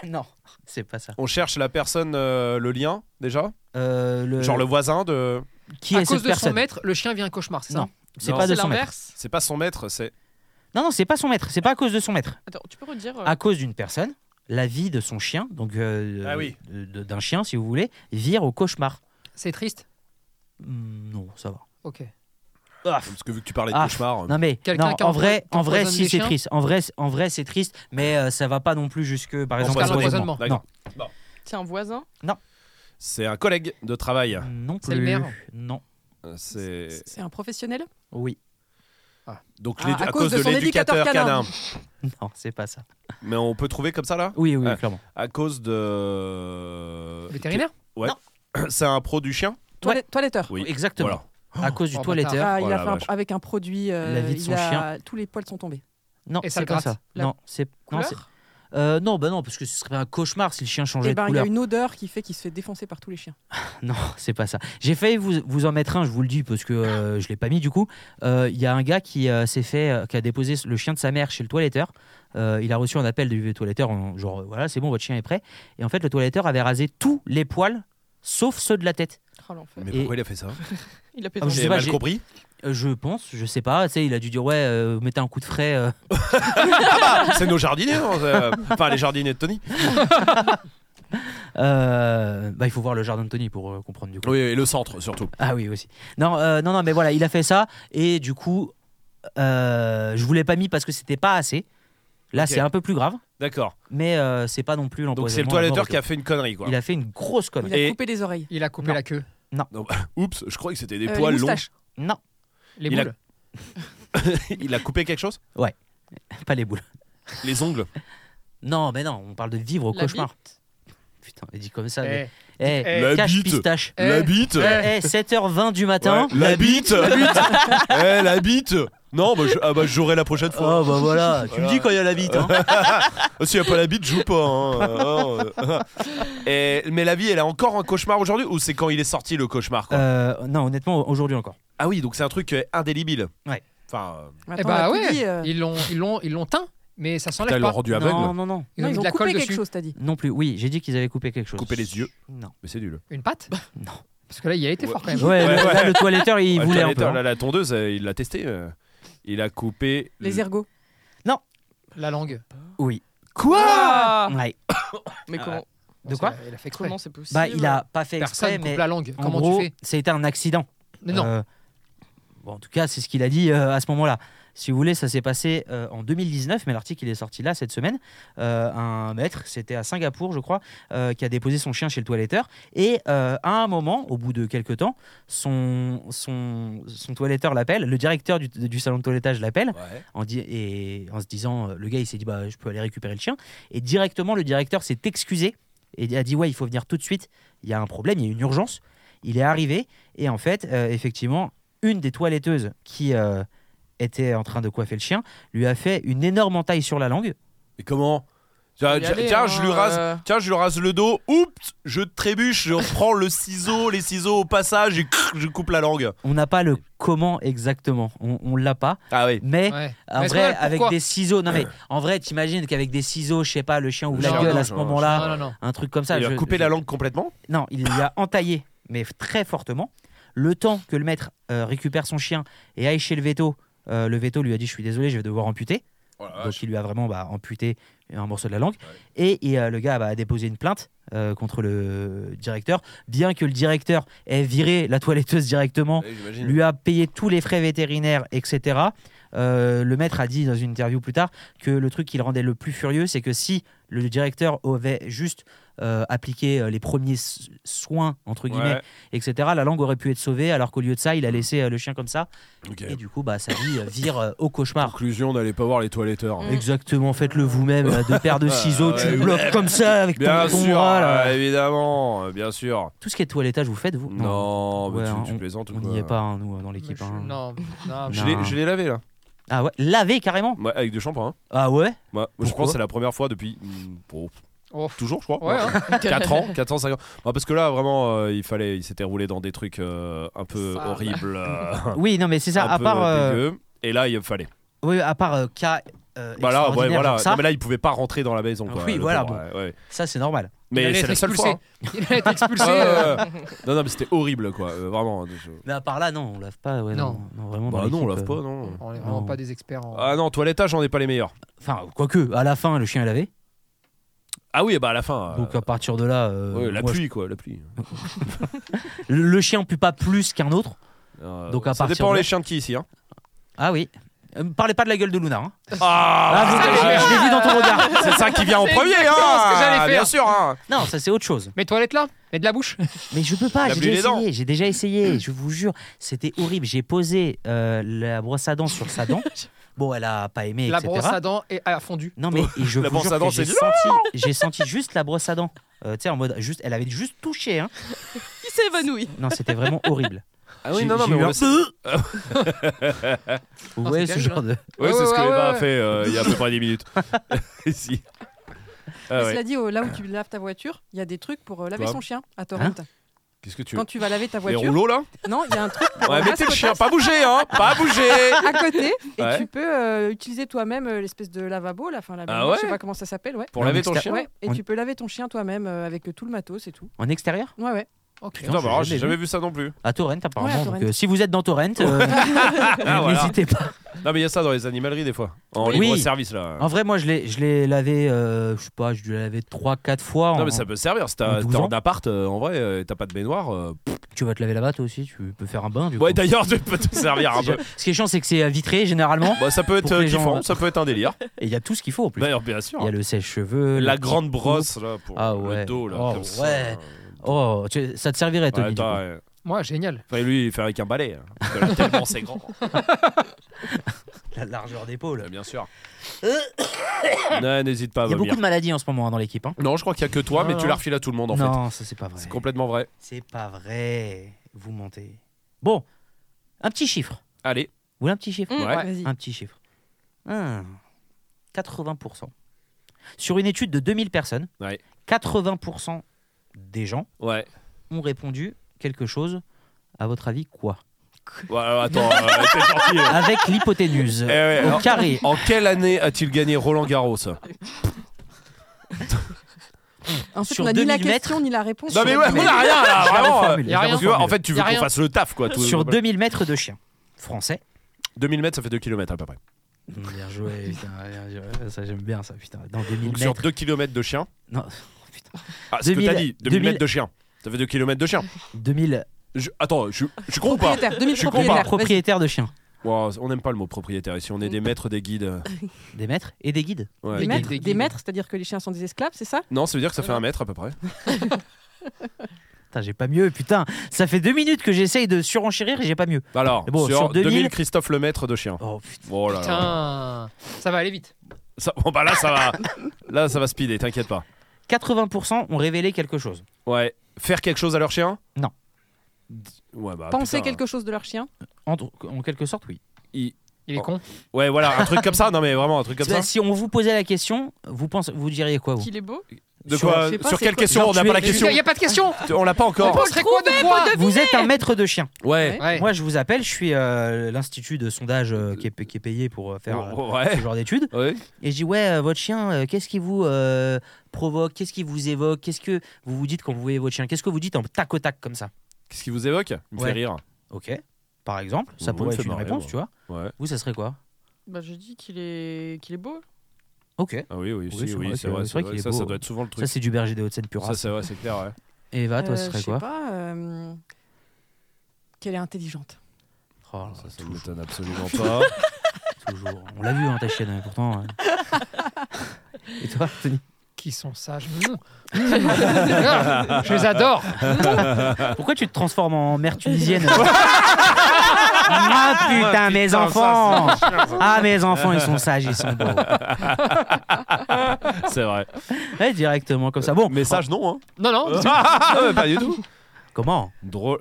Non, c'est pas ça. On cherche la personne, euh, le lien, déjà Euh, le- Genre le voisin de. Qui à est cause cette de personne son maître, le chien vient un cauchemar, c'est ça Non. C'est Non. pas de C'est son maître. l'inverse. C'est pas son maître, c'est. Non, non, c'est pas son maître. C'est pas à cause de son maître. Attends, tu peux redire euh, à cause d'une personne, la vie de son chien, donc euh, Ah oui. de- de- d'un chien si vous voulez, vire au cauchemar. C'est triste Hmm, Non, ça va. Ok. Ah, Parce que vu que tu parlais de Ah. cauchemar. Non mais Quelqu'un non, qui en empoisonne- vrai, qui en vrai, empoisonne si les c'est chiens triste. En vrai, c'est- en vrai, c'est triste, mais euh, ça va pas non plus jusque par exemple Empoisonnement. l'empoisonnement. D'accord. Non, C'est un voisin. C'est un collègue de travail. Non plus. C'est le maire Non. Euh, C'est C'est un professionnel Oui. donc Ah, l'édu- à à cause cause de de son l'éducateur éducateur canin. (laughs) Non, c'est pas ça. Mais on peut trouver comme ça là Oui, oui, Ah. clairement. À cause de Vétérinaire (coughs) C'est un pro du chien. Toilette- Toiletteur. Oui. Exactement. Voilà. À cause du oh, toiletteur. Ah, Oh il la a fait un- vache. avec un produit. euh, La vie de il son a- chien. Tous les poils sont tombés. Non, Et ça c'est le pas gratte, ça. la Non, c'est non, c'est- Couleur euh, non, bah non, parce que ce serait un cauchemar si le chien changeait Eh ben, de il y a couleur. une odeur qui fait qu'il se fait défoncer par tous les chiens. Non, (laughs) c'est pas ça. J'ai failli vous, vous en mettre un, je vous le dis, parce que euh, je l'ai pas mis du coup. Euh, Il y a un gars qui euh, s'est fait, euh, qui a déposé le chien de sa mère chez le toiletteur. Euh, il a reçu un appel du toiletteur, en- genre voilà, c'est bon, votre chien est prêt. Et en fait, le toiletteur avait rasé tous les poils, sauf ceux de la tête. Oh, l'enfer. Mais Et- pourquoi il a fait ça Il a Ah, pété. je sais J'ai pas, mal (laughs) j'ai- compris. Euh, je pense, je sais pas, tu sais, il a dû dire ouais, euh, mettez un coup de frais. euh. Ah bah, c'est nos jardiniers. hein, euh, Enfin, les jardiniers de Tony. Euh, bah, il faut voir le jardin de Tony pour euh, comprendre du coup. Oui, et le centre surtout. Ah oui aussi. Non, euh, non, non, mais voilà, il a fait ça et du coup, euh, je vous l'ai pas mis parce que c'était pas assez. Là, Ok. c'est un peu plus grave, D'accord. mais euh, c'est pas non plus l'empoisonnement. Donc c'est le à la toiletteur mort, qui a fait une connerie quoi. Il a fait une grosse Il connerie. a Et- coupé les oreilles. Il a coupé Non. la queue. Oups, je croyais que c'était des Euh, les poils longs. moustaches. Non, (laughs) Les Il a- boules. (laughs) il a coupé quelque chose pas les boules. Les ongles. Non, mais non, on parle de vivre au La cauchemar. Putain, il dit comme ça. Eh, Mais... Eh, eh, La cache bite. pistache. Euh, Eh, La bite. eh, Eh, 7h20 du matin. Ouais, La bite. (laughs) Eh, la bite. Non, bah, je- ah bah, j'aurai la prochaine fois. Oh bah (laughs) voilà, tu me dis quand il y a la bite. hein. Ah, (laughs) S'il n'y a pas la bite, je joue pas. hein. Euh, euh, euh. (laughs) Et- mais la vie, elle a encore un cauchemar aujourd'hui ou c'est quand il est sorti le cauchemar quoi Euh, non, honnêtement, aujourd'hui encore. Ah oui, donc c'est un truc euh, indélébile. Ouais. Ah, Enfin, euh, Eh Attends, on a bah tout ouais, dit, euh. ils l'ont, ils l'ont, ils l'ont teint, mais ça t'as s'enlève le pas. rendu aveugle. Non, non, non. Ils ont Non, mis ils de ont la coupé colle quelque dessus. chose, t'as dit. Non plus. Oui, j'ai dit qu'ils avaient coupé quelque chose. Couper les yeux. Non. Mais c'est nul. Une patte (laughs) Non. Parce que là, il a été fort quand Ouais, même. le- ouais. là, le toiletteur, il Ouais, voulait un peu. Terminator, hein. là, la tondeuse, euh, il l'a testé. euh, Il a coupé. Les ergots. La langue. Quoi Ouais. Ah Mais comment, De quoi Il a fait exprès. comment c'est possible Bah, il a pas fait Personne exprès, coupe mais la langue. en Comment gros, tu fais c'était un accident. Mais Non, Euh, bon, en tout cas, c'est ce qu'il a dit euh, à ce moment-là. Si vous voulez, ça s'est passé euh, en 2019, mais l'article il est sorti là cette semaine. Euh, un maître, c'était à Singapour, je crois, euh, qui a déposé son chien chez le toiletteur. Et euh, à un moment, au bout de quelques temps, son, son, son toiletteur l'appelle, le directeur du, du salon de toilettage l'appelle, Ouais. en, di- et en se disant, euh, le gars, il s'est dit, bah, je peux aller récupérer le chien. Et directement, le directeur s'est excusé et a dit, ouais, il faut venir tout de suite. Il y a un problème, il y a une urgence. Il est arrivé et en fait, euh, effectivement, une des toiletteuses qui euh, était en train de coiffer le chien lui a fait une énorme entaille sur la langue. Mais comment Tiens, Faut y tiens, aller, tiens, hein, je Euh, lui rase. euh, Tiens, je lui rase le dos. Oups, je trébuche. Je prends le ciseau, les ciseaux au passage et (laughs) crrr, je coupe la langue. On n'a pas le comment exactement, on, on l'a pas, Ah oui. mais ouais. en Mais est-ce qu'on a vrai, le avec pourquoi des ciseaux, non mais en vrai, t'imagines qu'avec des ciseaux, je sais pas, le chien ouvre Non, la gueule non, à ce non, moment-là, Non, non, non. un truc comme ça. il a je- coupé je- la langue complètement. Non, il lui a entaillé, mais f- très fortement. Le temps que le maître euh, récupère son chien et aille chez le veto, euh, le veto lui a dit Je suis désolé, je vais devoir amputer. Oh Ah, Donc il lui a vraiment bah, amputé un morceau de la langue. Et, et, euh, le gars bah, a déposé une plainte euh, contre le directeur, bien que le directeur ait viré la toiletteuse directement, Ouais, j'imagine. lui a payé tous les frais vétérinaires, etc. Euh, le maître a dit dans une interview plus tard que le truc qui le rendait le plus furieux, c'est que si le directeur avait juste euh, appliqué euh, les premiers so- soins, entre guillemets, Ouais. Mm. etc., la langue aurait pu être sauvée, alors qu'au lieu de ça, il a laissé euh, le chien comme ça. Ok. Et du coup, bah, sa vie euh, vire euh, au cauchemar. Conclusion, n'allez pas voir les toiletteurs. Mmh. Mm. Exactement, faites-le vous-même. là, (laughs) Deux paires de ciseaux, tu ouais, le ouais. bloques comme ça avec Bien ton, ton sûr, bras, là. euh, évidemment, euh, bien sûr. Tout ce qui est toilettage, vous faites vous Non, mais Ouais, hein, tu, tu plaisantes ou On quoi n'y est pas, hein, nous, euh, dans Mais l'équipe. je- hein. Non, (laughs) non. Je l'ai- Non. je l'ai lavé là. Ah ouais, laver carrément Ouais, avec du shampoing. hein. Ah ouais Ouais, moi, je Pourquoi pense que c'est la première fois depuis. hmm, bon, Oh, toujours, je crois. Ouais, hein. (laughs) 4 ans, 4 ans, 5 ans. Non, parce que là, vraiment, euh, il fallait. Il s'était roulé dans des trucs euh, un peu Sale. horribles. (laughs) euh, Oui, non, mais c'est ça, un à peu part, euh, dégueu. Et là, il fallait. oui, à part euh, cas euh, Voilà, Bah ouais, extraordinaire voilà. comme ça, Non, mais là, il pouvait pas rentrer dans la maison. Quoi, Oui, le voilà, pauvre, ouais, ouais. ça (laughs) c'est normal. Ah. il Mais allait c'est être la seule expulsé. fois. Il (laughs) a été expulsé. hein. euh, Ouais, ouais, ouais. Non, non, mais c'était horrible, quoi. euh, vraiment. je- Mais à part là, non, on lave pas. ouais, Non. non. non, vraiment. Bah dans non, on lave l'équipe, pas, euh, non. On est vraiment Non. pas des experts en. Ah non, toilettage, on n'est pas les meilleurs. Enfin, quoique, à la fin, le chien est lavé. Ah oui, bah à la fin. euh, Donc à partir de là, euh, ouais, la moi, je- pluie, quoi, la pluie. le, le chien pue pas plus qu'un autre. Euh, Donc, à ça partir dépend de- les chiens de qui ici. Hein. Ah oui, Euh, parlez pas de la gueule de Luna. hein. Ah, Ah, vous- ça, je- j'allais je (laughs) l'ai vu dans ton regard. C'est ça qui vient en C'est premier, hein exactement ce que j'allais Bien faire. sûr, hein Non, ça c'est autre chose. Mes toilettes là Mets de la bouche Mais je peux pas, La j'ai bulle déjà des dents. essayé, j'ai déjà essayé, je vous jure, c'était horrible. J'ai posé euh, la brosse à dents sur sa (laughs) dent. Bon, elle a pas aimé, La etc. brosse à dents est- a fondu. Non (laughs) mais et je La vous brosse jure à que dents, j'ai c'est senti, (laughs) j'ai senti juste la brosse à dents. Euh, tu sais en mode juste, elle avait juste touché. Hein. Il s'évanouit. Non, c'était vraiment (laughs) horrible. Ah J'ai- oui, non, non, j'ai mais eu on un le sait. Vous c'est voyez ce terrible, genre de. Oui, Ouais, c'est ce que ouais, Eva a ouais. fait euh, il y a à peu près 10 (laughs) minutes. Ici. Ah ouais. Cela dit, euh, là où tu laves ta voiture, il y a des trucs pour euh, laver Bah. son chien à Torrent. Qu'est-ce que tu veux Quand tu vas laver ta Les voiture, rouleaux, là non, il y a un truc pour Ouais, euh, mettez le mascotte chien, pas bouger, hein Pas bouger à côté et Ouais. tu peux euh, utiliser toi-même euh, l'espèce de lavabo, là, enfin la Ah je ouais sais pas comment ça s'appelle, ouais. Pour Non, laver mais ton c'est- chien Ouais, et On- tu peux laver ton chien toi-même euh, avec euh, tout le matos et tout. En extérieur Ouais, ouais. Ok. Putain, bah, j'ai alors, j'ai jamais jamais vu ça non plus. À Torrent apparemment. Ouais, à Torrent. Donc, euh, si vous êtes dans Torrent, (laughs) euh, Ah, voilà. n'hésitez pas. Non, mais il y a ça dans les animaleries, des fois. En Oui. Ah libre service, là. En vrai, moi je l'ai, je l'ai lavé, euh, je sais pas, je l'ai lavé 3-4 fois. Non, en- mais ça peut servir. Si t'as- en 12 t'es en ans. appart, euh, en vrai, euh, t'as pas de baignoire. euh, pff. Tu vas te laver là-bas toi aussi, tu peux faire un bain du Ouais, coup. d'ailleurs, tu peux te servir (laughs) un peu. Ce qui est chiant, c'est que c'est (laughs) vitré généralement. Bah, ça peut être Pour euh, les gens, kiffant, euh. ça peut être un (laughs) délire. Et il y a tout ce qu'il faut en plus. D'ailleurs, bien Il y sûr. a le sèche-cheveux, Bah, La le petit grande coup. brosse, là, pour Ah ouais. le dos, là. Oh, comme ça. ouais. Oh, tu- ça te servirait, Tony. Ouais, du attends, coup. ouais. Moi, génial. Fallait lui il fait avec un balai. hein, parce que là, tellement c'est (laughs) grand. La largeur Bah, d'épaule. Bien sûr. Euh. Non, N'hésite pas à Il y a beaucoup vomir. de maladies en ce moment hein, dans l'équipe. hein. Non, je crois qu'il y a que toi, mais Non, tu non. la refiles à tout le monde en fait. non, ça c'est pas vrai. C'est complètement vrai. C'est pas vrai. Vous mentez. Bon, un petit chiffre. Allez, Vous voulez un petit chiffre Mm, Ouais. Vas-y. Un petit chiffre. Hum, 80%. Sur une étude de 2000 personnes, Ouais. 80% des gens ouais. ont répondu quelque chose. À votre avis, quoi Ouais, alors, attends, euh, t'es gentil. (laughs) euh. Avec l'hypoténuse. Eh ouais, Au alors, carré. en quelle année a-t-il gagné Roland Garros En fait, Sur on a ni la 2000 mètres. question ni la réponse. Non mais Sur ouais, la on même- a rien là, Je la vraiment. reformule, euh, je la rien. parce que, en fait, tu Y veux a qu'on rien. fasse le taf quoi. tout- Sur 2000 mètres de chien français. 2000 mètres, ça fait 2 km à peu près. Bien joué, putain, bien joué. Ça, j'aime bien ça, putain. Dans 2000 Donc sur mètres. 2 km de chien. Non, Ah, c'est ce que 2000 t'as dit, 2000 mètres 2000. de chien. Ça fait 2 km de chien. 2000 Je- Attends, je je suis con ou pas Propriétaire, 2000 Je suis con, propriétaires. Vas-y. propriétaires de chiens. Wow, On n'aime pas le mot propriétaire ici, on est des maîtres des guides. (laughs) euh, Des maîtres et des guides. ouais. Des Des maîtres, guides, des des guides. maîtres, c'est-à-dire que les chiens sont des esclaves, c'est ça Non, ça veut dire que ça fait un mètre à peu près. Putain, j'ai pas mieux, putain. Ça fait deux minutes que j'essaye de surenchérir et j'ai pas mieux. Alors, Bon, sur, sur 2000, 2000, Christophe le maître de chien. Oh putain. Oh là là. Putain, ça va aller vite. Ça- bon bah là ça (laughs) va. là ça va speeder, t'inquiète pas. 80% ont révélé quelque chose. Ouais. Faire quelque chose à leur chien Non. D- Ouais, bah, Penser putain. quelque chose de leur chien En, en quelque sorte, oui. Il est Oh. con. Ouais, voilà, un truc comme ça. Non mais vraiment un truc comme ça. Bah, si on vous posait la question, vous, pensez, vous diriez quoi, vous Qu'il est beau De Sur- quoi je sais pas, Sur c'est quelle quoi- question Non, On n'a tu pas es- la Mais question. Ah, putain, Il n'y a pas de question. On l'a pas encore. serait quoi de quoi Vous êtes un maître de chien. Ouais. Ouais. Moi, je vous appelle, je suis euh, l'institut de sondage euh, qui, est, qui est payé pour euh, faire euh, ce Ouais. genre d'études. Ouais. Et je dis, ouais, euh, votre chien, euh, qu'est-ce qui vous euh, provoque Qu'est-ce qui vous évoque Qu'est-ce que vous vous dites quand vous voyez votre chien Qu'est-ce que vous dites en tac au tac comme ça Qu'est-ce qui vous évoque Il me Ouais. fait rire. Ok, par exemple, ça Moi, pourrait il me être fait une marrer, réponse, moi. tu vois. Ouais. Vous, ça serait quoi Bah je dis qu'il est qu'il est beau. Ok. Ah oui, oui, Oui, si, c'est oui, vrai c'est que- vrai. c'est c'est vrai vrai. qu'il est Ça, beau, ça ouais. doit être souvent le Ça, truc. c'est du berger des Hauts-de-Seine pure Ça, race. c'est ouais, c'est clair, ouais. Eva, Ah, toi, Euh, ce je serait sais quoi pas, euh, Qu'elle est intelligente. Oh là là, Ça, ça ne toujours, m'étonne absolument pas. toujours. On l'a vu, hein, ta chienne, hein, pourtant. hein. (laughs) Et toi, Tony Qui sont sages Mmh. Ah, Je les adore. Ah. Pourquoi tu te transformes en mère (laughs) tunisienne Ah putain, mes putain, ça, enfants Ah, mes enfants, ils sont sages, ils sont beaux. (laughs) C'est vrai. Ouais, Eh, directement comme ça. Bon, Message non, hein. Non, non. Ah, pas du tout. comment Drôle.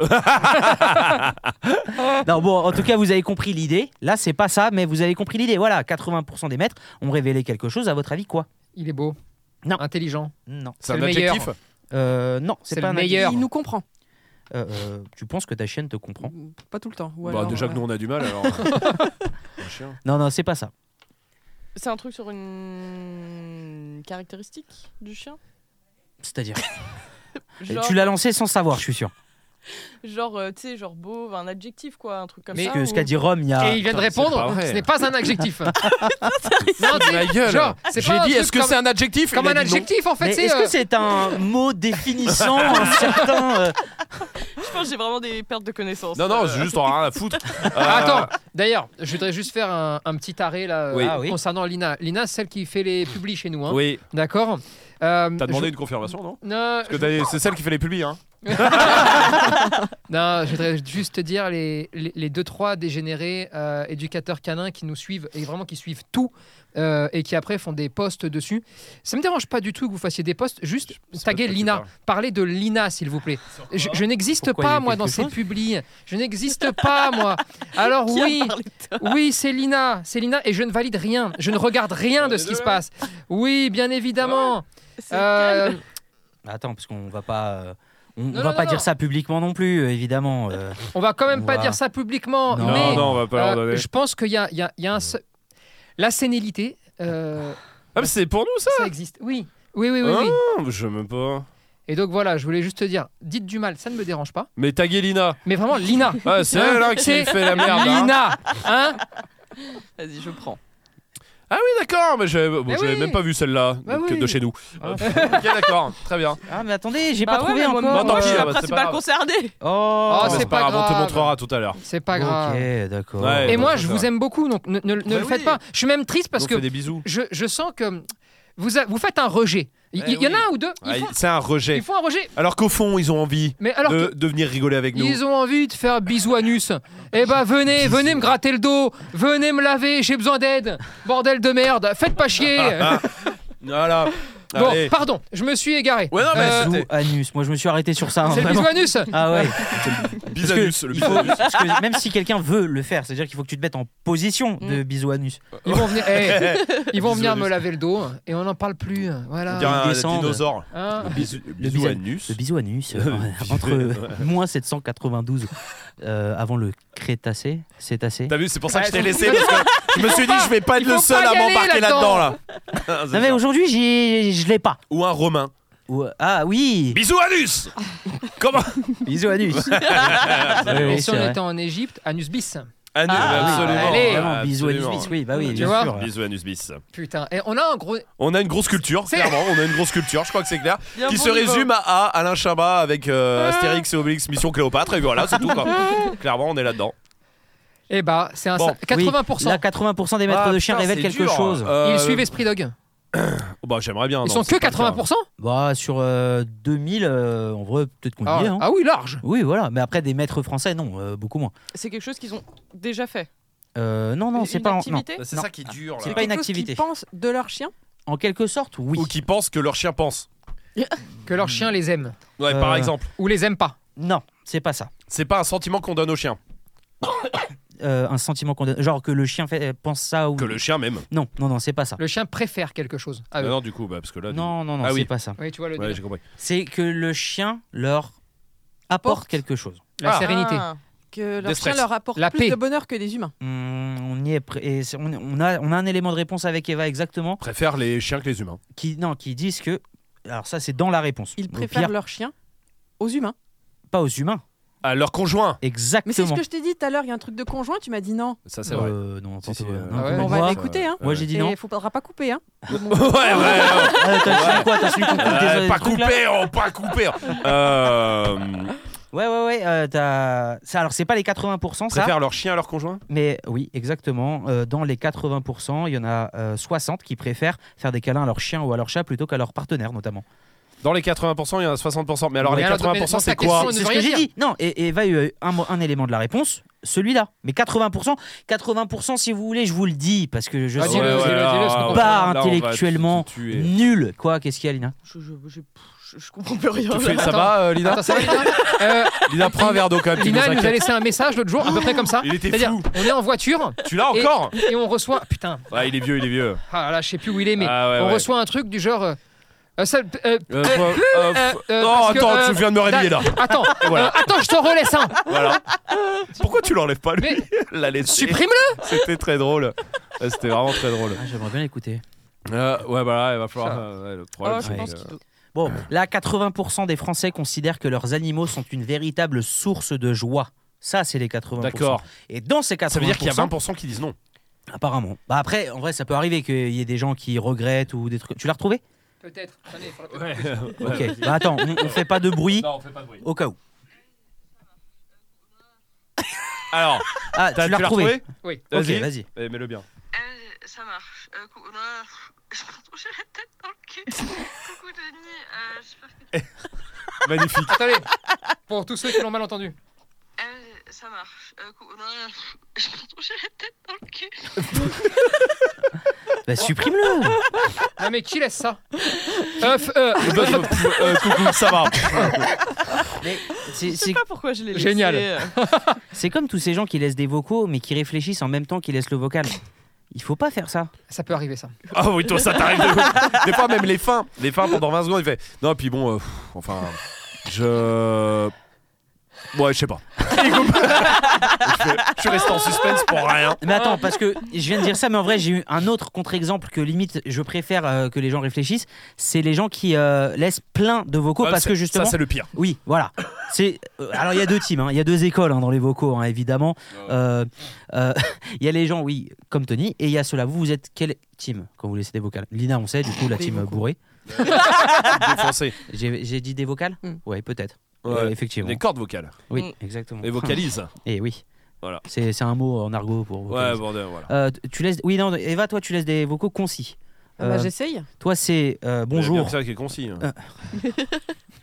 Non, bon, en tout cas, vous avez compris l'idée. Là, c'est pas ça, mais vous avez compris l'idée. Voilà, 80% des maîtres ont révélé quelque chose. À votre avis, quoi Il est beau. Non. Intelligent. Non. C'est C'est un le meilleur. adjectif Euh, non, c'est C'est pas le un meilleur. Il nous comprend. Euh, euh, tu penses que ta chienne te comprend Pas tout le temps. ou Bah, alors, déjà euh, que nous, on a du mal, alors. Un chien. Non, non, c'est pas ça. C'est un truc sur une caractéristique du chien. C'est-à-dire (laughs) Genre, Tu l'as lancé sans savoir, je suis sûr. genre euh, tu sais genre beau, un adjectif quoi, un truc comme Mais- ça. Parce que ce ou- qu'a dit Rome, il y a. Et il vient de Ah, Putain, c'est pas répondre. vrai. Ce n'est pas un (laughs) adjectif. Non, De ma gueule. Genre, c'est J'ai pas un dit, truc est-ce que comme- c'est un adjectif Comme Il a un dit non. adjectif en euh, Mais (laughs) fait. c'est, est-ce euh, (laughs) que c'est un mot définissant un certain euh, Je Franchement, j'ai vraiment des pertes de connaissances. Non, non, c'est juste en rien à foutre. Euh, Ah, Attends, d'ailleurs, je voudrais juste faire un, un petit arrêt là, Oui. euh, Ah oui. concernant Lina. Lina, c'est celle qui fait les publis chez nous. hein. Oui, D'accord Euh, t'as demandé je- une confirmation, non Non, Parce que t'as- c'est celle qui fait les publis, hein Non, je voudrais juste te dire les, les, les deux trois dégénérés euh, éducateurs canins qui nous suivent et vraiment qui suivent tout euh, et qui après font des posts dessus. Ça me dérange pas du tout que vous fassiez des posts. Juste sais pas de taguer quoi tu Lina. parles. Parlez de Lina s'il vous plaît. Je, je n'existe Pourquoi il y a pas moi quelque dans ces chose publis. Je n'existe pas (laughs) moi. Alors (laughs) Qui a oui. parlé de toi Oui, c'est Lina, c'est Lina, et je ne valide rien. Je ne regarde rien de les ce qui deux, se là. passe. Oui, bien évidemment. C'est Euh, calme. Bah, Attends, parce qu'on va pas. euh, On Non, on non, va non, pas non. dire ça publiquement non plus, euh, évidemment. euh. on va quand même pas Ouah. dire ça publiquement. Non, mais... Non, non, on va pas leur Euh, donner. je pense qu'il y a, il y a- il y a un seul- La sénilité, (laughs) euh, Ah, mais c'est pour nous, ça ça existe. Oui, oui, oui, oui, oui. Ah, mais Je sais même pas. Et donc voilà, je voulais juste te dire, dites du mal, ça ne me dérange pas. Mais taguer Lina. Mais (laughs) vraiment, Lina. (laughs) Ah, c'est elle hein, qui C'est fait la merde. hein. Lina, hein Vas-y, je prends. Ah oui, d'accord, mais j'avais bon, Mais j'avais Eh oui. même pas vu celle-là Bah donc, oui. de chez nous. Ah. (laughs) Oh, ok, d'accord, très bien. Ah, mais attendez, j'ai pas Bah ouais, trouvé mais moi- encore. Bah, tant moi, pis, je suis ah la bah, c'est pas principale grave. concernée. Oh, Ah, Mais c'est pas grave, on te grave. montrera tout à l'heure. C'est pas grave. Ok, d'accord. Ouais. Et moi, c'est je ça. vous aime beaucoup, donc ne, ne- ne Bah le faites oui. pas. Je suis même triste parce On que fait des bisous. je, je sens que vous, a- vous faites un rejet. Il Eh il y, en oui. a un ou deux, ils, Ah, font, C'est un ils rejet. font un rejet. Alors qu'au fond, ils ont envie Mais alors de, que- de venir rigoler avec nous. Ils ont envie de faire bisous anus. Eh ben venez, venez me gratter le dos, venez me laver, j'ai besoin d'aide. Bordel de merde, faites (laughs) pas chier. Voilà. (laughs) Bon, Ah, Allez. pardon, je me suis égaré. Ouais, non, mais Euh, Bisous, c'était- anus. Moi, je me suis arrêté sur ça. hein, c'est le vraiment. bisou anus. Ah ouais. Parce que Bisanus, le il faut- bisanus. parce que même si quelqu'un veut le faire, c'est-à-dire qu'il faut que tu te mettes en position Mm. de bisou anus. Ils vont venir, (laughs) eh, ils vont Bisou venir me anus. laver le dos et on n'en parle plus. Voilà. On dirait un descendent. dinosaure. Hein Bisou, bisan- anus. Le bisou (laughs) anus, euh, entre euh, moins 792 euh, avant le Crétacé, Cétacé. T'as vu, c'est pour ça que je t'ai Ouais, laissé. parce que je me suis dit, je vais pas être Il faut le seul pas à y aller m'embarquer là-dedans. là-dedans. (laughs) Là C'est Non mais ça. aujourd'hui, j'ai- je l'ai pas. Ou un Romain. Ou- ah oui Bisous anus Comment (laughs) Bisou anus et si on était en Égypte, anus bis. Anus, Ah, absolument. allez. absolument. Bisou anus bis, oui, bah oui, Tu bien vois sûr. Bisous anus bis. Putain. Et on a un gros. On a une grosse culture, C'est- clairement. On a une grosse culture, je crois que c'est clair. Il y a un Qui bon se niveau. résume à, à Alain Chabat avec euh, Ah. Astérix et Obélix Mission Cléopâtre. Et voilà, c'est tout. (laughs) quoi. clairement, on est là-dedans. Eh bah, c'est un. Bon, sa- 80%. Oui, là, 80% des maîtres Ah, de chiens putain, révèlent c'est quelque dur. chose. Euh, hein. Ils suivent Esprit Dog. Bah, j'aimerais bien. Ils non, sont c'est que pas le cas. 80%. Bah, sur euh, 2000, euh, en vrai, peut-être qu'on Ah, y est. hein. ah oui, large. Oui, voilà. Mais après, des maîtres français, non, euh, beaucoup moins. C'est quelque chose qu'ils ont déjà fait. Euh, non, non, Une- c'est une pas. en- non. activité Bah, C'est Non. ça qui dure. C'est là. pas une Quelque chose qu'ils activité. pensent de leur chien En quelque sorte, oui. Ou qui pensent que leur chien pense. Que Mm. leurs chiens les aiment. Ouais, par Euh. exemple. Ou les aiment pas. Non, c'est pas ça. C'est pas un sentiment qu'on donne au chien. Euh, un sentiment qu'on donne. Genre que le chien fait, pense ça ou. Que le chien même. Non, non, non, c'est pas ça. Le chien préfère quelque chose. à Ah, eux. non, du coup, bah, parce que là. du- Non, non, non, Ah c'est oui. pas ça. Oui, tu vois le Ouais, délire. j'ai compris. C'est que le chien leur apporte quelque chose. La Ah. sérénité. Ah. que leur chien stress. leur apporte La plus paix. de bonheur que les humains. Hmm, on y est. pr- et c'est- on, on a, on a un élément de réponse avec Eva exactement. Préfère les chiens que les humains. qui non qui disent que alors ça c'est dans la réponse. Au Ils préfèrent pire, leur chien aux humains. pas aux humains. À leur conjoint. Mais c'est ce Exactement. que je t'ai dit tout à l'heure, il y a un truc de conjoint, tu m'as dit non. Ça, c'est vrai. Euh, non, Si, si, n'importe euh, quoi. Non, Ah ouais, non, on va moi, l'écouter, hein. moi, j'ai dit Et non. il faudra pas couper, hein. (laughs) ouais, ouais. Ah, t'as celui quoi T'as celui qu'on coupe des- Euh, des pas trucs, là coupé, oh, pas coupé. (laughs) Euh, Ouais ouais ouais. euh, t'as- ça, alors c'est pas les 80% ça. préfèrent leur chien à leur conjoint Mais oui exactement. euh, dans les 80%, il y en a euh, 60 qui préfèrent faire des câlins à leur chien ou à leur chat plutôt qu'à leur partenaire notamment. Dans les 80%, il y en a 60%. Mais alors, Mais les alors, 80%, mais c'est ta quoi question- ne C'est veut ce que rien j'ai dire. dit. Non, et, et Eva a eu un, mo- un élément de la réponse, celui-là. Mais 80%, 80% si vous voulez, je vous le dis, parce que je Ah, suis dis-le, dis-le, dis-le, parce qu'on pas là, on va intellectuellement te tuer. (laughs) nul. Quoi, qu'est-ce qu'il y a, Lina Je, je, je- je- je comprends plus rien. Tu fais- là. ça va, euh, Lina Attends, ça va, Lina Euh, Lina, prends un verre d'eau quand même. tu Lina nous elle nous a inquiètes. laissé un message l'autre jour, à peu près comme ça. Il était C'est-à-dire, fou. on est en voiture Tu l'as encore et on reçoit. Putain, Ah, il est vieux, il est vieux. ah là, je sais plus où il est, mais Ah, ouais, on ouais. reçoit un truc du genre. euh, euh, ça- euh, Euh, quoi- euh, euh, f- euh, non, parce que, attends, euh, tu viens de me réveiller là. Attends, Et voilà. euh, attends, je t'en relaisse un. Voilà. (laughs) Pourquoi tu l'enlèves pas lui Mais- (laughs) La laisser. Supprime-le. C'était très drôle. Ouais, C'était vraiment très drôle. Ah, J'aimerais bien l'écouter. Euh, ouais, bah là, il va falloir. Ça. euh, ouais, le problème, Oh, je c'est pense que- qu'il doit- Bon, là, 80% des Français considèrent que leurs animaux sont une véritable source de joie. Ça, c'est les 80%. D'accord. Et dans ces 80%, Ça veut dire qu'il y a 20% qui disent non. apparemment. Bah après, en vrai, ça peut arriver qu'il y ait des gens qui regrettent ou des trucs. Tu (laughs) l'as retrouvé Peut-être. Ouais. Ok. Bah attends, on, on fait pas de bruit Non, on fait pas de bruit. au cas où. Alors, Ah, t'as- tu l'as retrouvé. Oui. Ok, Vas-y. vas-y. Eh, Mets-le bien. Euh, ça marche. Euh, cou- là, je pardon, (laughs) j'ai la tête dans le cul. Coucou Denis, euh, je peux- Magnifique. Attendez, pour tous ceux qui l'ont mal entendu. Euh, ça marche. Euh, cou- là, je pardon, (laughs) j'ai la tête dans le cul. (laughs) Bah, supprime-le. Non mais qui laisse ça Euh, f- euh, Euh, coucou, ça va. Mais c'est- Je sais c'est pas pourquoi je l'ai laissé. Génial. euh, c'est comme tous ces gens qui laissent des vocaux, mais qui réfléchissent en même temps qu'ils laissent le vocal. Il faut pas faire ça. Ça peut arriver ça. Ah oui, toi, ça t'arrive. de ouf. Des fois, même les fins. Les fins pendant 20 secondes, il fait. Non, puis bon, euh, pff, enfin. Je. Ouais, je sais pas. Il coupe. (laughs) je, fais, je suis resté en suspense pour rien. Mais attends, parce que je viens de dire ça, mais en vrai, j'ai eu un autre contre-exemple que limite je préfère euh, que les gens réfléchissent. C'est les gens qui euh, laissent plein de vocaux Euh, parce c'est- que justement. Ça, c'est le pire. Oui, voilà. C'est euh, alors il y a deux teams, hein. il y a deux écoles hein, dans les vocaux hein, évidemment. Euh, euh, (laughs) Il y a les gens, oui, comme Tony, et il y a ceux-là. Vous, vous êtes quelle team quand vous laissez des vocales Lina, on sait, du coup la Des team vocaux. bourrée. Ah, Défoncé. J'ai j'ai dit des vocales Mm. Ouais, peut-être. Ouais. Euh, effectivement. Des cordes vocales. Oui, Mm. exactement. Et (laughs) (laughs) vocalises. Et oui. Voilà. C'est c'est un mot en argot pour. Ouais, vocaliser. bon, euh, voilà. Euh, tu laisses. Oui, non, Eva, toi, tu laisses des vocaux concis. Ah bah, Euh, J'essaye. toi, c'est euh, Il y a bonjour. bien ça qui est concis. hein. Euh,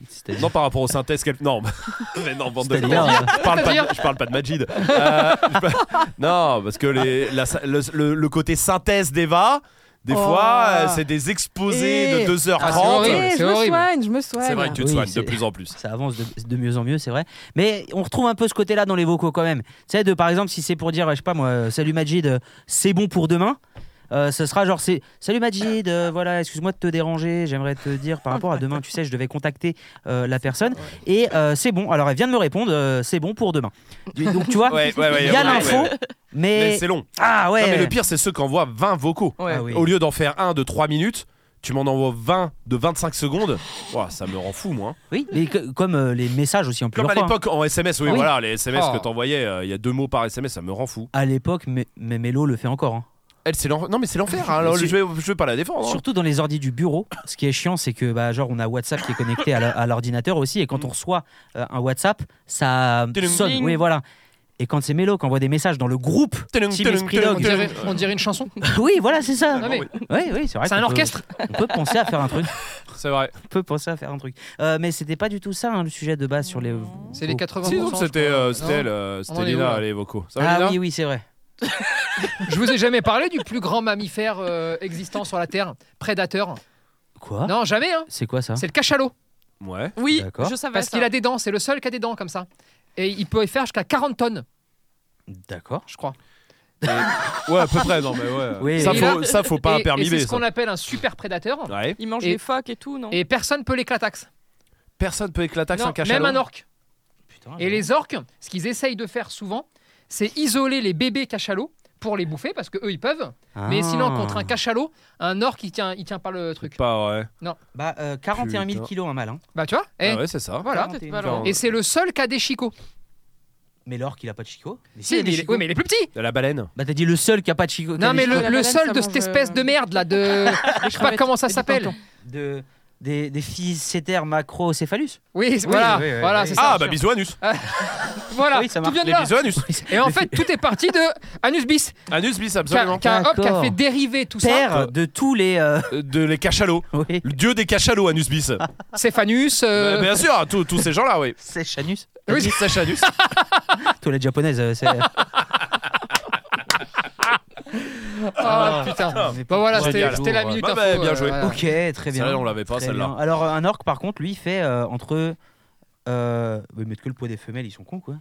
C'est-à-dire- Non, par rapport aux synthèses qu'elle. Non, (laughs) mais non, bande de C'est-à-dire, euh, je parle, pas de, je parle pas de Majid. Euh, je parle- (laughs) non, parce que les- la- le, le- le côté synthèse d'Eva, des Oh. fois, euh, c'est des exposés Eh. de 2h30. Ah, c'est horrible. Eh, c'est je me horrible. soigne, je me soigne. C'est vrai que tu te Oui, soignes de c'est- plus en plus. Ça avance de, de mieux en mieux, c'est vrai. Mais on retrouve un peu ce côté-là dans les vocaux quand même. Tu sais, de par exemple, si c'est pour dire, je sais pas moi, euh, salut Majid, euh, c'est bon pour demain. euh, ce sera genre c'est salut Majid, euh, voilà, excuse-moi de te déranger, j'aimerais te dire par rapport à demain, tu sais, je devais contacter euh, la personne et euh, c'est bon. Alors elle vient de me répondre, euh, c'est bon pour demain. Du- Donc tu vois, Ouais, ouais, ouais, il y a ouais, l'info, ouais. Mais mais, c'est long. ah ouais. Non, mais le pire, c'est ceux qui envoient 20 vocaux. ouais. Ah oui. Au lieu d'en faire un de 3 minutes, tu m'en envoies 20 de 25 secondes. Ouah, ça me rend fou, moi. hein. Oui, mais que- comme euh, les messages aussi en Comme plusieurs à fois. hein. l'époque en SMS, oui, Ah oui. voilà, les SMS Ah. que t'envoyais, euh, il y a deux mots par SMS, ça me rend fou. À l'époque, mais mais Mélo le fait encore. hein. Elle, c'est l'enfer. Non, mais c'est l'enfer. hein. Mais Je, tu- vais, je vais pas la défendre. hein. Surtout dans les ordis du bureau, ce qui est chiant, c'est que bah, genre on a WhatsApp qui est connecté à la- à l'ordinateur aussi, et quand Mm. on reçoit euh, un WhatsApp, ça Tudum. sonne. Ding. Oui, voilà. Et quand c'est Mélo qui envoie des messages dans le (laughs) groupe, Tudum, Team tudum, Esprit tudum, On Dog. dirait, on dirait une chanson. oui, voilà, c'est ça. Non, mais Oui, oui, c'est vrai. c'est qu'on un peut- orchestre. On peut penser à faire un truc. C'est vrai. On peut penser à faire un truc. Euh, mais c'était pas du tout ça hein, le sujet de base sur les. C'est les 80%. Si, donc c'était je crois. euh, c'était Non. elle, euh, c'était On en est où, Lina, là les vocaux. Ça va, Ah Lina oui, oui, c'est vrai. Je vous ai jamais parlé du plus grand mammifère euh, existant sur la Terre, prédateur. Quoi Non, jamais, hein. C'est quoi ça C'est le cachalot. Ouais. Oui, D'accord. je savais Parce ça. qu'il a des dents, c'est le seul qui a des dents comme ça. Et il peut y faire jusqu'à 40 tonnes, D'accord. je crois. ouais, à peu près, non, mais (laughs) ouais. Oui. ça, Et faut, là- ça, faut pas Et- un permis et c'est B. ce qu'on ça. appelle un super prédateur. Ouais. Il mange Et- les phoques et tout, non Et personne peut l'éclataxe. Personne peut éclater Non, un cachalot. Ah, Même un orque. Putain, Et les orques, ce qu'ils essayent de faire souvent, c'est isoler les bébés cachalots pour les bouffer parce que eux ils peuvent. Ah. Mais sinon, contre un cachalot, un orque il tient, il tient pas le truc. Pas ouais. Bah, euh, 41 000 Putain. kilos un mal. Hein. Bah tu vois eh, Ah ouais, c'est ça. Voilà. T'es 41 pas 000. loin. Et c'est le seul qui a des chicots. Mais l'orque, il a pas de chicot. Mais Si, il a mais des il, est, chicots. ouais, mais il est plus petit. De la baleine. Bah t'as dit le seul qui a pas de chicot. Non, mais chicots. le, La le baleine, seul ça de cette mange, espèce de merde (laughs) là, de. Je sais pas crevettes comment ça et du s'appelle. plancton. de des, des physétères macrocéphalus. Oui, c'est- voilà, oui, oui, voilà, oui. c'est ça. Ah. Ah, bah bisous anus. Voilà, oui, ça tout marche. vient de Les là. bisous (laughs) anus. Et en fait, tout est parti de Anus bis, Anus bis qui a, absolument. qui a- hop, qui a D'accord. fait dériver tout ça. Père de tous les. euh, (laughs) Euh, De les cachalots. oui. Le dieu des cachalots, Anus bis. Stéphanus, Bah, Bien sûr, tous tous ces gens-là, oui. C'est Chanus. euh, Oui. Anus, Sacha (laughs) Anus. Toilette japonaise, euh, (laughs) c'est. Ah putain. Bah voilà, c'était Génial. c'était la minute Bah, info. euh, bah, bien joué. voilà. Ok, très bien. Celle-là, on l'avait pas, Très celle-là. bien. Alors un orque, par contre, lui, fait euh, entre. Euh... Oui, mais que le poids des femelles, ils sont cons quoi.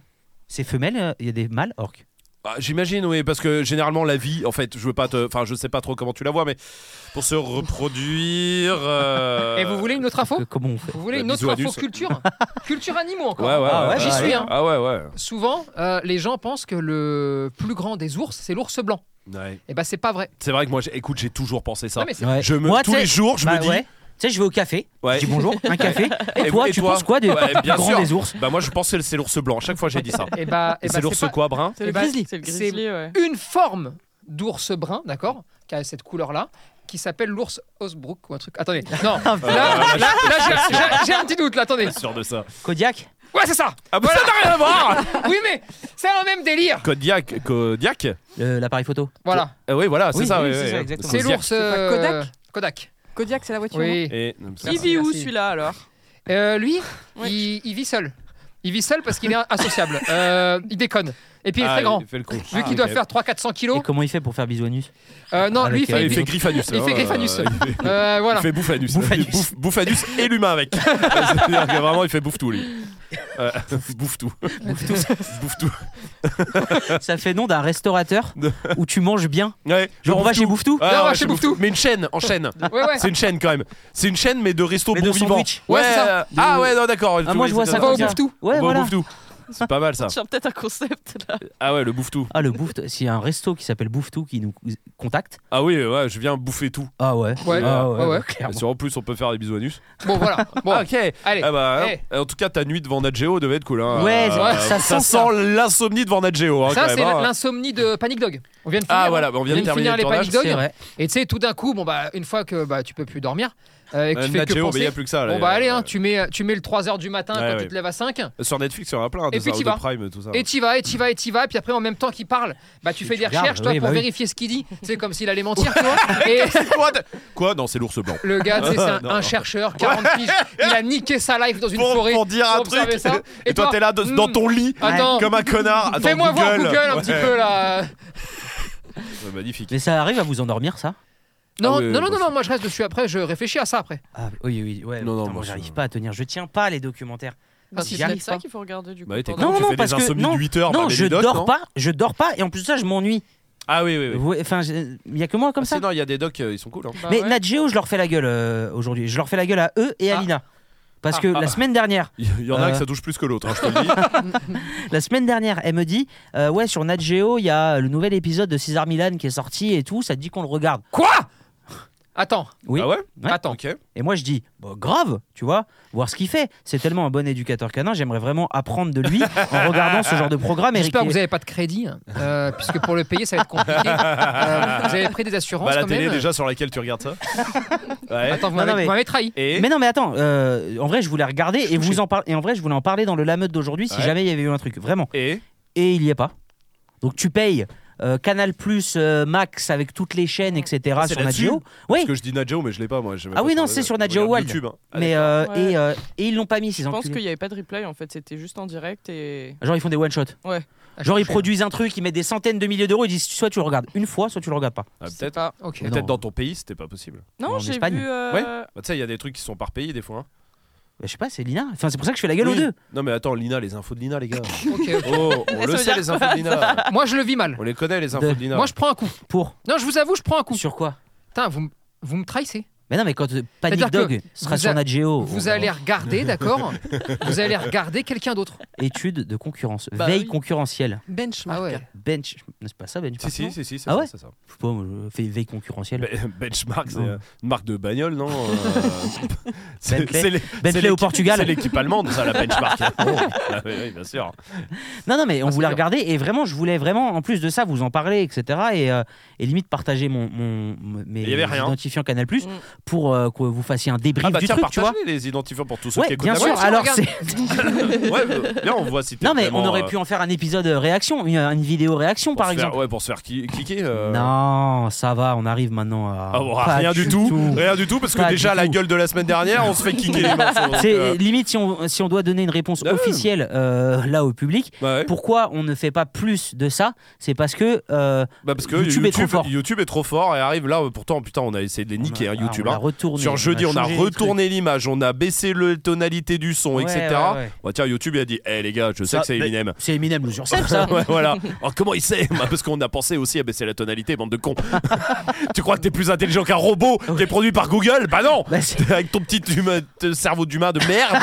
Ces femelles, euh, il y a des mâles orques. Bah, J'imagine, oui, parce que généralement la vie, en fait, je veux pas te, enfin, je sais pas trop comment tu la vois, mais pour se reproduire. euh, Et vous voulez une autre info Que- Comment on fait Vous voulez Bah, une autre bisous à info Dulce. (laughs) culture Culture animaux Ouais, encore. ouais, Ah ouais, J'y suis, hein. Ah ouais, ouais. Souvent, euh, les gens pensent que le plus grand des ours, c'est l'ours blanc. Ouais. Et ben c'est pas vrai. C'est vrai que moi, j'ai- écoute, j'ai toujours pensé ça. Non, mais c'est- Ouais. Je me Moi, tous tu les sais- jours, je bah, me dis. ouais. Tu sais, je vais au café, Ouais. je dis (laughs) bonjour, un café. Et, Et- toi, et tu toi penses quoi des Ouais, (laughs) bien grands sûr. des ours Bah moi, je pense que c'est l'ours blanc. À chaque fois, j'ai dit (laughs) ça. Et bah, Et c'est l'ours pas quoi, (laughs) brun C'est le Eh ben, grizzly. C'est le c'est- grizzly, ouais. une forme d'ours brun, d'accord, qui a cette couleur-là, qui s'appelle l'ours Ah, Ah, bah, Osbrook ou un truc. Attendez, non. Là, là, là, j'ai- j'ai- j'ai un petit doute. Là, attendez. Euh, Sûr de ça. Kodiak Ouais, c'est ça. Ah bah ça n'a rien à voir Oui, mais c'est le même délire. Kodiak, Kodiak Euh, L'appareil photo. Voilà. Euh, Oui, voilà, c'est Oui, ça. oui, ouais, c'est ouais, ça, ouais. exactement. C'est Kodiak. lourd ce. Kodak Kodak. Kodiak, c'est la voiture. hein. Oui. Et- Il vit où Merci. celui-là alors Euh, lui, Ouais. il, il vit seul. Il vit seul parce qu'il est (laughs) associable. Euh, il déconne. Et puis il est Ah, très grand. Il fait le con. Vu qu'il doit faire 300-400 kilos. Et comment il fait pour faire bisouanus Euh, non, lui, il Avec, fait. Ah, il fait il- griffanus. il fait hein, griffanus. euh, (laughs) il fait- euh, voilà. Il fait bouffanus. Bouffanus. Il bouffe- bouffanus et l'humain (laughs) avec. C'est-à-dire que vraiment, il fait bouffe tout, lui. Euh, bouffe tout. Bouffe tout. (laughs) bouffe tout. Ça fait nom d'un restaurateur où tu manges bien. Ouais, Genre on va chez Bouffe-Tout Ah, Non, on va ouais, chez Bouffe-Tout. Mais une chaîne, en chaîne. Ouais, ouais. C'est une chaîne quand même. C'est une chaîne, mais de resto Mais bon de vivant. sandwich. Ouais, c'est ça. euh, Ah ouais, non, d'accord. Ah, moi je vois ça On va comme au ça. Bouffe-Tout. Ah. Ouais, voilà. bouffe tout. C'est pas mal (laughs) ça. J'ai peut-être un concept là. Ah ouais, le bouffe tout. Ah le bouffe, s'il y a un resto qui s'appelle Bouffe tout qui nous contacte. Ah oui, ouais, je viens bouffer tout. Ah ouais. Ouais, Ah ouais, ouais. Et clairement. sur- en plus, on peut faire des bisous anus. Bon, voilà. Bon, Ah, ok. allez. Ah bah, Eh. hein. En tout cas, ta nuit devant Nat Geo devait être cool. Hein. Ouais, Euh, ça- ça sent ça. l'insomnie devant Nat Geo. hein, ça, quand c'est même, hein. l'insomnie de Panic Dog. On vient de finir. Ah voilà, bah, on vient de Vient de terminer finir le les tournage. paniques C'est vrai. Et tu sais, tout d'un coup, bon, bah, une fois que bah, tu peux plus dormir euh, et que Euh, tu fais Nat que Geo, mais il n'y penser. a plus que ça. là. Bon, bah, allez, hein, Euh, tu, mets, tu mets le 3h du matin Ouais, quand ouais. tu te lèves à 5. Sur Netflix, il y en a plein. Et de puis ça, t'y de vas. Prime, tout ça. Et t'y vas, et t'y vas, et t'y vas, et puis après en même temps qu'il parle, bah tu Et fais tu des regardes, recherches toi oui, pour bah oui. vérifier ce (laughs) qu'il dit. C'est comme s'il allait mentir, tu vois. Et Quoi de- Quoi Non, c'est l'ours blanc. le gars, tu sais, c'est un, Non. un chercheur, 40 piges, il a niqué sa life dans une Pour, forêt. pour dire pour un observer truc. ça. Et, Et toi, toi, t'es là de- hmm. dans ton lit, Attends, comme un connard. Attends, fais-moi voir Google un petit Ouais. Ah peu là. Ouais, magnifique. Mais ça arrive à vous endormir ça Non, oui, oui, non, non, bon, non, non, moi je reste dessus après, je réfléchis à ça après. Ah oui oui ouais. Non, non, putain, moi, moi ça- j'arrive pas à tenir, je tiens pas les documentaires. Bah, si C'est j'y arrive peut-être ça pas. qu'il faut regarder du coup. Bah, t'es pendant- con, Non, tu non, fais parce des que- insomnies non, de 8 heures. non, malgré je les docs, dors non pas, je dors pas et en plus de ça je m'ennuie. Ah oui, oui, oui. Ouais, Enfin, je- il y a que moi comme Ah, ça. Sinon, il y a des docs, euh, ils sont cool. hein. Bah Mais ouais. Nat Geo, je leur fais la gueule euh, aujourd'hui. Je leur fais la gueule à eux et à Ah. Lina. Parce Ah. que Ah. la semaine dernière, Il y en a Euh. que ça touche plus que l'autre, hein, je te le dis. la semaine dernière, elle me dit euh, ouais sur Nat Geo, il y a le nouvel épisode de César Milan qui est sorti et tout. Ça te dit qu'on le regarde. Quoi Attends, Oui. Ah ouais Ouais. attends. Ok. Et moi je dis bah, grave, tu vois, voir ce qu'il fait. C'est tellement un bon éducateur canin. J'aimerais vraiment apprendre de lui en regardant ce genre de programme. Eric. Ah, J'espère que vous n'avez pas de crédit, hein, euh, puisque pour le payer, ça va être compliqué. Euh, vous avez pris des assurances Bah, la quand télé même. déjà sur laquelle tu (laughs) regardes ça. Ouais. Attends, vous Non, non, m'avez mais- vous m'avez trahi. Et Mais non, mais attends. euh, en vrai, je voulais regarder et touché. vous en parler. Et en vrai, je voulais en parler dans le Lameute d'aujourd'hui si Ouais. jamais il y avait eu un truc vraiment. et et il n'y est pas. Donc tu payes euh, Canal Plus, euh, Max avec toutes les chaînes, etc. Ah, c'est sur Nat là-dessus Geo. Oui, parce que je dis Nat Geo, mais je l'ai pas moi. j'ai même Ah pas oui, sur- non, c'est sur je Nat regarde Geo One. YouTube. hein. Allez. mais euh, Ouais. et, euh, et ils l'ont pas mis ces Je pense qu'il enculés. n'y avait pas de replay en fait, c'était juste en direct et. Ah, Genre ils font des one shot. Genre ils produisent un truc, ils mettent des centaines de milliers d'euros, ils disent soit tu le regardes une fois, soit tu le regardes pas. Bah, Ah, je sais peut-être pas. Ok. Non. peut-être dans ton pays, c'était pas possible. En Non, j'ai Espagne. vu. euh, Bah, tu sais, il y a des trucs qui sont par pays des fois. hein. Bah, je sais pas, c'est Lina. Enfin c'est pour ça que je fais la gueule Oui. aux deux. Non, mais attends, Lina, les infos de Lina, (laughs) les gars. Ok, ok. Oh, on Ça le veut sait, dire les quoi, infos de Lina. Moi, je le vis mal. On les connaît, les infos De- de Lina. Moi, je prends un coup. Pour Non, je vous avoue, je prends un coup. sur quoi Putain, vous, m- vous me trahissez. Mais non, mais quand euh, Panic C'est-à-dire que Dog sera vous sur a- Nat Oh, Geo, Vous on- allez regarder, d'accord Vous allez regarder quelqu'un d'autre. étude de concurrence, Bah veille oui. concurrentielle, Ah Benchmark. ouais. bench, c'est pas ça benchmark Si, si, Bah, non si, si, c'est Ah ça, ouais Oh. c'est ça. Je sais pas, moi, je fais veille concurrentielle. Be- Benchmark, c'est Non. euh, une marque de bagnole, non (laughs) Euh, c'est- Bentley. c'est les- c'est Bentley au l'équipe- Portugal. C'est l'équipe allemande, ça, la (laughs) Benchmark. Ah oui, oui, bien sûr. Non, non, mais on Ah, c'est voulait dur. regarder et vraiment, je voulais vraiment, en plus de ça, vous en parler, etc. Et, euh, et limite partager mon, mon- mes Il y avait rien. identifiants Canal Mm. pour euh, que vous fassiez un débrief Ah bah du tiens, truc, tu vois. partagez les identifiants pour tous ceux qui Ouais, écoutent bien la sûr. voix, si on Alors, regarde. (laughs) c'est. ouais, euh, bien, on voit si t'es Non, mais vraiment, on aurait euh, pu en faire un épisode euh, réaction, une, une vidéo réaction, pour par se faire- exemple. ouais, pour se faire qui- cliquer. euh. Non, ça va, on arrive maintenant à. Ah bon, Pas rien du tout. Rien du tout, parce que Pas déjà, du la tout. gueule de la semaine dernière, on se fait (laughs) kicker les morceaux. donc, C'est euh, limite si on, si on doit donner une réponse Ah oui. officielle euh, là au public. bah ouais. Pourquoi on ne fait pas plus de ça C'est parce que euh, Bah, parce que YouTube YouTube, est trop fort. YouTube est trop fort et arrive là. euh, Pourtant, putain, on a essayé de les niquer, on a- hein, ah, YouTube. on l'a hein. retourné, Sur jeudi, on a changé les trucs. retourné l'image, on a baissé le tonalité du son, Ouais, etc. ouais, ouais. Bah, tiens, YouTube il a dit, hé les gars, je sais Ça, que c'est mais- Eminem. C'est Eminem Lose Yourself, (laughs) ça. (laughs) Ouais, voilà. Oh, comment il sait Bah, Parce qu'on a pensé aussi à baisser la tonalité, bande de (laughs) cons. tu crois que t'es plus intelligent qu'un robot qui est produit par Google Bah non Bah, c'est- (laughs) Avec ton petit humain- te- cerveau d'humain de (laughs) merde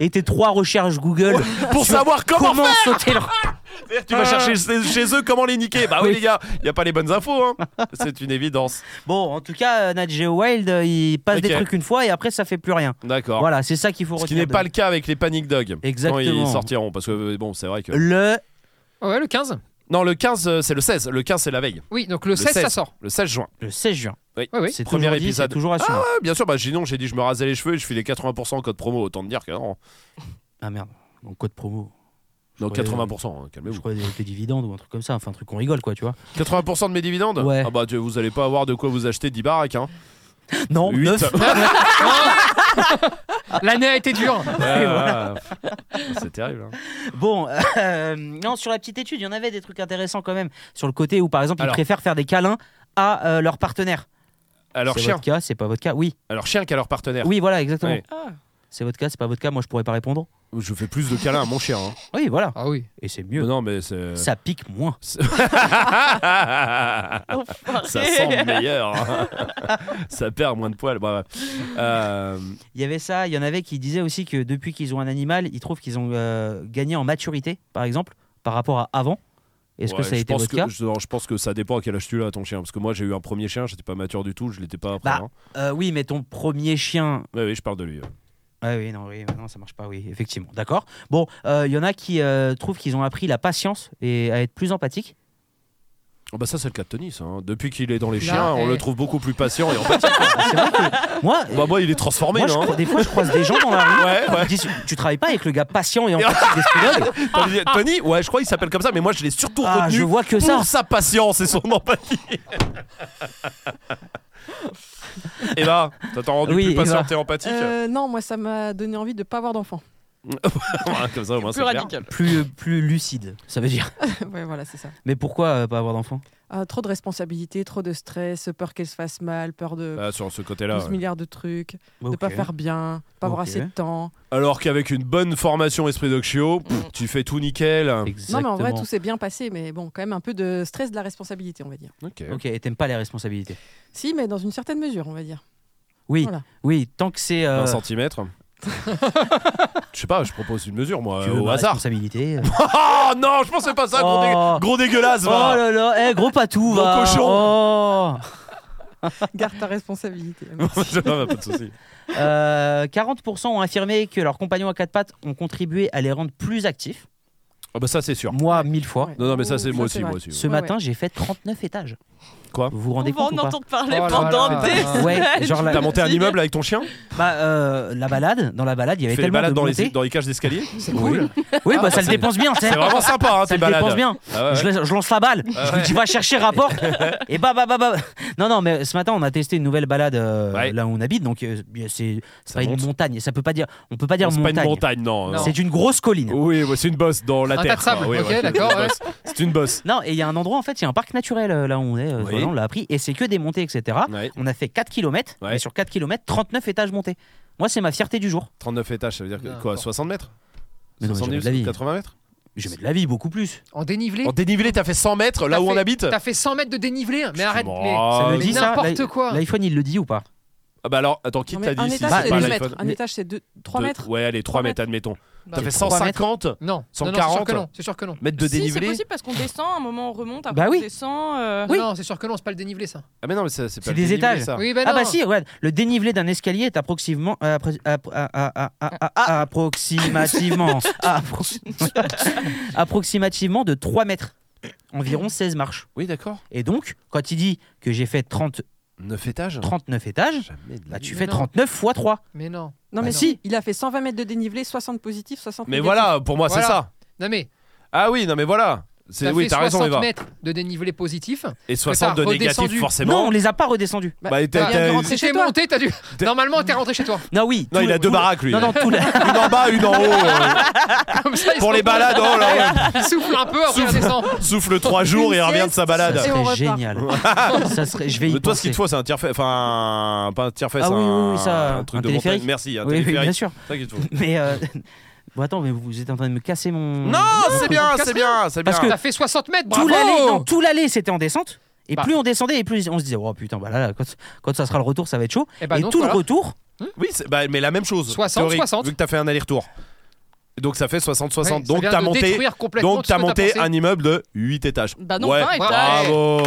et tes trois recherches Google pour savoir comment, comment sauter le faire. Tu vas chercher chez, chez eux comment les niquer. Bah oui, Oui. les gars, il y a pas les bonnes infos. hein. C'est une évidence. Bon, en tout cas, euh, Nat Geo Wild, euh, il passe des Ok. trucs une fois et après ça fait plus rien. D'accord. Voilà, c'est ça qu'il faut Ce qui retenir. n'est de- pas le cas avec les Panic Dog. Exactement. Quand ils sortiront, parce que euh, bon, c'est vrai que. le Ah Ouais, le 15 Non, le 15, euh, c'est le 16. Le 15, c'est la veille. Oui, donc le, 16, ça 16. sort. Le 16 juin. le 16 juin. Oui. Ouais, oui. C'est Premier toujours dit, épisode. c'est toujours à suivre. Ah, bien sûr, bah, sinon, j'ai dit, je me rasais les cheveux et je filais 80% en code promo. Autant te dire que non. Ah, merde. en code promo. Donc croyais- 80%, hein, Je calmez-vous. crois des, des dividendes ou un truc comme ça, enfin un truc qu'on rigole quoi, tu vois. 80% de mes dividendes Ouais. Ah bah tu- vous allez pas avoir de quoi vous acheter 10 baraques hein. (laughs) Non, Huit. neuf. L'année a été dure. Ouais, ouais. (laughs) C'est terrible. hein. (laughs) Bon, euh, non, sur la petite étude, il y en avait des trucs intéressants quand même. Sur le côté où, par exemple, Alors. ils préfèrent faire des câlins à euh, leur partenaire. Alors c'est chien, votre cas, c'est pas votre cas. Oui, alors chien qu'à leur partenaire. oui, voilà, exactement. Ouais. Ah. C'est votre cas, c'est pas votre cas. Moi, je pourrais pas répondre. Je fais plus de câlins à mon chien. hein. Oui, voilà. Ah oui. Et c'est mieux. Non mais c'est. (laughs) Ça pique moins. Ça sent meilleur. hein. (laughs) ça perd moins de poils. Bah, ouais. Euh, Il y avait ça. Il y en avait qui disaient aussi que depuis qu'ils ont un animal, ils trouvent qu'ils ont euh, gagné en maturité, par exemple, par rapport à avant. Est-ce ouais, que ça a je été pense votre que- cas je, non, je pense que ça dépend à quel âge tu l'as ton chien. Parce que moi j'ai eu un premier chien, j'étais pas mature du tout, je l'étais pas après. Bah. hein. Euh, Oui, mais ton premier chien, Ouais, oui, je parle de lui. ouais. Ah oui, non, oui, non, ça marche pas, oui, effectivement. D'accord. Bon, euh, il y en a qui euh, trouvent qu'ils ont appris la patience et à être (laughs) plus empathique. Ah bah ça c'est le cas de Tony ça, hein. Depuis qu'il est dans Bah, les Là, chiens, on eh. le trouve beaucoup plus patient et en fait, (laughs) Moi, euh, bah moi il est transformé moi là. je hein. crois- des fois, je croise des gens dans la rue. (laughs) Ouais, ouais. Ils disent, tu travailles pas avec le gars patient et (laughs) empathique des Spinodes T'as (laughs) dit- Tony, ouais, je crois qu'il s'appelle comme ça, mais moi je l'ai surtout Ah, retenu je vois que ça. pour sa patience et son empathie. (laughs) Et là, t'as t'en rendu Oui, plus Eva. patient et empathique (laughs) Euh, non, moi, ça m'a donné envie de pas avoir d'enfant. (laughs) Comme ça, au moins, Plus c'est clair. radical. Plus, euh, plus lucide, ça veut dire. ouais, voilà, c'est ça. Mais pourquoi euh, pas avoir d'enfant Ah, trop de responsabilités, trop de stress, peur qu'elle se fasse mal, peur de Ah, sur ce 12 côté-là. ouais. milliards de trucs, de pas faire bien, pas avoir Ok. assez de temps. Alors qu'avec une bonne formation esprit Mm. d'Oxio, pff, tu fais tout nickel. Exactement. Non, mais en vrai, tout s'est bien passé, mais bon, quand même un peu de stress de la responsabilité, on va dire. Ok. Ok, et t'aimes pas les responsabilités. Si, mais dans une certaine mesure, on va dire. Oui, Voilà. oui, tant que c'est euh, Un centimètre. (laughs) Je sais pas, je propose une mesure, moi, tu veux au (laughs) ma hasard. responsabilité. euh. Oh non, je pensais pas ça, gros, dé- Oh. gros dégueulasse, Oh va. là là, eh, gros patou, Gros va. cochon. Oh. (laughs) Garde ta responsabilité. (laughs) (laughs) Non, pas de souci. Euh, 40% ont affirmé que leurs compagnons à quatre pattes ont contribué à les rendre plus actifs. Ah bah ça, c'est sûr. Moi, mille fois. Ouais. Non, non, mais ça, c'est Oh, Ça, moi c'est aussi, vrai. moi aussi. ouais. Ce Ouais, matin, j'ai fait 39 étages. Quoi Vous vous On rendez va compte en ou pas entendre parler Oh là là. pendant des Ouais, semaines. genre la- je T'as monté un te dis. immeuble avec ton chien bah, euh, La balade, dans la balade, il y Tu avait fais les tellement balades de dans les, montées. dans les cages d'escalier C'est cool. Oui, bah ça le dépense bien, tu sais. C'est vraiment sympa, hein, Ça tes le balades. dépense bien. Ah ouais, Je, la- je lance la balle. Ah je ouais. me dis, va (laughs) chercher rapport. et bah, bah, bah, bah. Non, non, mais ce matin, on a testé une nouvelle balade euh, Ouais. là où on habite. Donc, euh, c'est c'est Ça pas monte. une montagne. Ça peut pas dire, on peut pas dire Non, c'est pas montagne. une montagne, non. Non. C'est une grosse colline. Oui, ouais, c'est une bosse dans la Un terre. tas de sable, quoi. Oui, ok, ouais, c'est une d'accord, bosse. C'est une bosse. Non, et il y a un endroit, en fait, il y a un parc naturel euh, là où on est, euh, Oui. voilà, on l'a appris, et c'est que des montées, etc. Ouais, On a fait 4 km, Ouais. et sur 4 km, 39 étages montés. Moi, c'est ma fierté du jour. 39 étages, ça veut dire que, quoi D'accord. 60 mètres Mais non, mais 70, j'avais de la vie. 80 mètres Je mets de la vie, beaucoup plus. En dénivelé En dénivelé, t'as fait 100 mètres là T'as où on fait- habite T'as fait 100 mètres de dénivelé hein. Mais arrête, Bon, mais, Ça me mais dit ça, n'importe là- quoi L'iPhone, il le dit ou pas Ah bah alors, attends, qui Non, t'a mais dit un si étage, Bah, c'est c'est pas deux 2 l'iPhone mètres. Un Mais- étage, c'est 3 Deux- mètres. Ouais, allez, 3 Trois mètres, admettons. T'as Bah, fait c'est 150 Non, non, non, c'est 140. sûr que non, c'est sûr que non. mètres de Si, c'est dénivelé possible parce qu'on descend, à un moment on remonte, après Bah oui. on descend. euh, Non, c'est sûr que non, c'est pas le dénivelé ça. Ah mais non, mais ça, c'est pas C'est le des dénivelé, étages. ça. Oui, ben Ah non. bah si, regarde, le dénivelé d'un escalier est approximativement... euh, appro- appro- ah, ah, ah, ah, ah, ah, approximativement... appro- (laughs) approximativement de 3 mètres. Environ 16 marches. Oui, d'accord. Et donc, quand il dit que j'ai fait 30, 9 étages 39 étages, Jamais de la bah tu vie. fais Mais non. 39 fois 3. Mais non. Non, Bah mais non. si, il a fait 120 mètres de dénivelé, 60 positifs, 60 Mais négatifs. voilà, pour moi, c'est Voilà. ça. Non mais, Ah oui, non, mais voilà. C'est- t'as Oui, fait t'as raison, 60 Eva. mètres de dénivelé positif. Et 60 de t'as négatif, redescendu. Non, on forcément. les a pas redescendus. Bah, Bah, et t'as- il vient de t'as- rentrer Si chez t'es toi. monté, t'as dû. T'es- Normalement, t'es rentré (laughs) chez toi. Non, oui. Non, tout il a le- deux tout le- baraques, lui. Non, non, (laughs) tout le- Une en bas, une en haut. euh, Comme ça, ils Pour sont- les balades, oh là là. Il (laughs) souffle un peu, hein, après il Souffle. redescend. Souffle 3 jours et Une revient de sieste. sa balade. (laughs) Ça Et on serait repart. génial. ça serait, je vais y Ah, Mais toi, ce qu'il penser. te faut, c'est un tire-fesse. Enfin, pas un tire-fesse, Ah oui, un, oui, oui, ça, un truc un de téléphérique. montagne. Merci, un Oui, oui, bien téléphérique. sûr. C'est ça qu'il te faut. Mais euh, (laughs) bon, attends, mais vous êtes en train de me casser mon. Non, c'est bien, casse c'est bien, c'est bien. Parce T'as fait 60 mètres, tout bravo l'allée, non, tout l'allée, c'était en descente. Et Bah. plus on descendait, et plus on se disait, oh putain, bah là, là, quand, quand ça sera le retour, ça va être chaud. Eh bah et donc, tout voilà. le retour, Oui, c'est- bah, mais la même chose. 60, théorique, 60. Vu que t'as fait un aller-retour. Donc ça fait 60-60. Ouais, ça donc vient t'as de monté, détruire complètement donc tout ce t'as que monté pensé. un immeuble de 8 étages. Bah non, ouais. 20 étages. Bravo.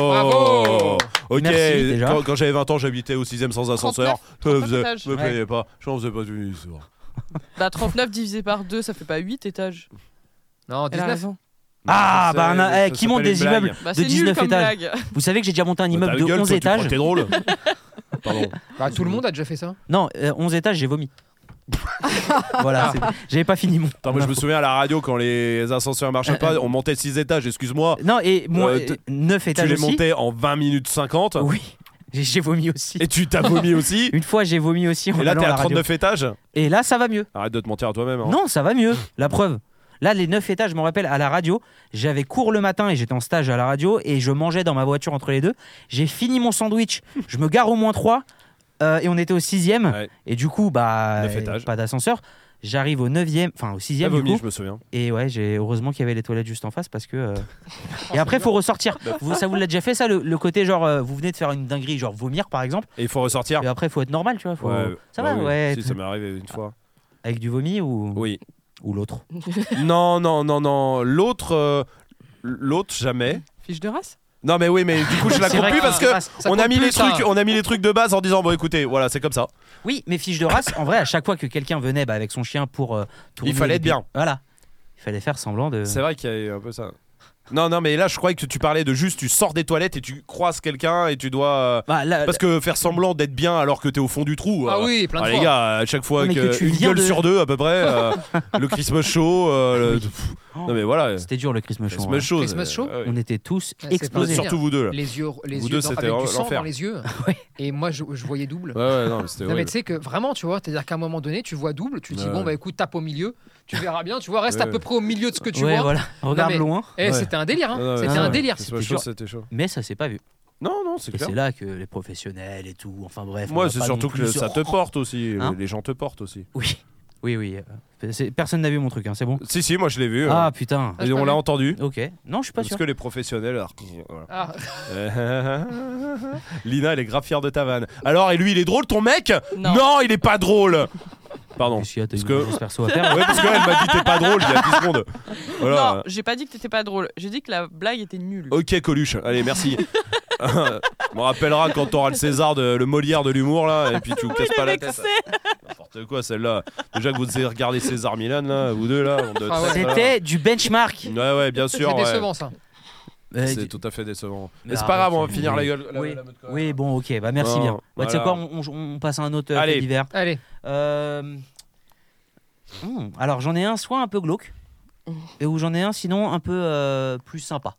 Bravo. Ok, Merci, déjà. quand, quand j'avais 20 ans, j'habitais au 6ème sans ascenseur. Je 39 faisais- étages. je me plaignais pas. Je n'en faisais pas du tout. Bah 39 divisé par 2, ça fait pas 8 étages. Non, Elle a 19. raison. Ah, bah, un- Ça eh, qui s'appelle monte une des blague. immeubles Bah de c'est nul 19 comme étages. blague. Vous savez que j'ai déjà monté un Bah, immeuble ta de gueule, 11 toi, tu crois (laughs) étages. que T'es drôle. Pardon. Bah, tout le monde a déjà fait ça. (laughs) Non, euh, 11 étages, j'ai vomi. voilà, c'est- j'avais pas fini mon. Attends, moi, je me souviens à la radio quand les ascenseurs marchaient pas, on montait 6 étages, excuse-moi. Non, et moi, Euh, t- 9 Tu étages les aussi. montais en 20 minutes 50 Oui, (laughs) j'ai- j'ai vomi aussi. et tu t'as (laughs) vomi aussi. Une fois, j'ai vomi aussi. En Et là, allant t'es à la radio. 39 étages. Et là, ça va mieux. Arrête de te mentir à toi-même. hein. Non, ça va mieux. La preuve. Là, les 9 étages, je me rappelle, à la radio, j'avais cours le matin et j'étais en stage à la radio et je mangeais dans ma voiture entre les deux. J'ai fini mon sandwich, je me gare au moins 3 et on était au 6 Ouais. Et du coup, bah, Neuf étages. pas d'ascenseur. J'arrive au 9 enfin au 6 T'as du vomi, coup. je me souviens. Et ouais, j'ai heureusement qu'il y avait les toilettes juste en face parce que. euh, et après, il faut ressortir. Bah, Vous, ça vous l'a déjà fait, ça, le, le côté genre, euh, vous venez de faire une dinguerie, genre vomir par exemple. Et il faut ressortir. Et après, il faut être normal, tu vois. faut- Ah. Ouais, ça bah va, oui. ouais. Ah. Si, ça m'est arrivé une fois. Avec du vomi ou, Oui. ou l'autre non, non, non, non. L'autre, euh, l'autre jamais. Fiche de race Non, mais oui, mais du coup, je la C'est coupe vrai plus que- parce que Ça on a compte mis plus, les ça. trucs, on a mis les trucs de base en disant bon, écoutez, voilà, c'est comme ça. Oui, mais fiche de race, en vrai, à chaque fois que quelqu'un venait bah, avec son chien pour euh, tourner. Il fallait les être bien. pi- Voilà. Il fallait faire semblant de. C'est vrai qu'il y a un peu ça. Non, non, mais là, je croyais que tu parlais de juste, tu sors des toilettes et tu croises quelqu'un et tu dois. euh, Bah, là, Parce que faire semblant d'être bien alors que t'es au fond du trou. Ah euh, oui, plein de ah, fois. les gars, à chaque fois Mais que, que tu une viens gueule de- sur deux à peu près, euh, le Christmas show, euh, le- pff, non mais voilà, C'était dur le Christmas show. Christmas hein. show, Christmas c'est- show. ouais. On était tous Ah, c'est explosés. pas- surtout vous deux là. Les yeux, les Vous yeux deux, dans- c'était avec du sang l'enfer. dans (laughs) les yeux. Ouais. Et moi, je, je voyais double. Ouais, ouais, non, mais c'était Non, mais horrible. tu sais que vraiment, tu vois, c'est-à-dire qu'à un moment donné, tu vois double, tu te dis, Ouais. bon, bah écoute, tape au milieu, tu verras bien, tu vois, reste à Ouais. peu près au milieu de ce que tu ouais, vois. voilà. Regarde mais- loin. Eh, Ouais. c'était un délire, hein. Non, non, c'était mais un ouais, délire. Christmas c'était show, dur. c'était chaud. Mais ça s'est pas vu. Non, non, c'est Et clair. c'est là que les professionnels et tout, enfin bref. on Moi, va c'est pas surtout non plus que ça se- te porte aussi. euh, Hein les gens te portent aussi. Oui, oui, oui. euh, c'est- Personne n'a vu mon truc, hein, c'est bon. Si, si, moi je l'ai vu. euh, Ah putain. Ah, et je on t'en l'a ai- entendu. Ok. Non, je suis pas Parce sûr. que les professionnels. alors, voilà. (laughs) Ah, (laughs) Euh, Lina, elle est grave fière de ta vanne. Alors, et lui, il est drôle, ton mec Non. il est pas drôle Pardon. (laughs) Qu'est-ce qu'il y a, t'as Parce une que- grosse (laughs) perso à faire. Ouais, parce qu'elle m'a dit t'es pas drôle il y a 10 secondes. Voilà. Oh. Non, j'ai pas dit que t'étais pas drôle. J'ai dit que la blague était nulle. Ok, Coluche. Allez, merci. Je me rappellera quand t'auras le César, de, le Molière de l'humour, là, et puis tu vous casses pas la tête. N'importe quoi, celle-là. Déjà que vous devez regarder César Milan, là, vous deux, là. on doit être Ah ouais. sympa. C'était du benchmark. Ouais, ouais, bien c'est sûr. ouais. décevant ça. Euh, C'est tout à fait décevant. Mais Bah, c'est pas grave, on va c'est- finir la gueule. la- oui, la mode colère. oui, bon, ok, bah merci Non, bien. Bah, Tu sais voilà. quoi, on, on- on passe à un autre euh, Allez. fait divers. Allez, Euh, hmm, Alors j'en ai un soit un peu glauque, et ou j'en ai un sinon un peu euh, plus sympa.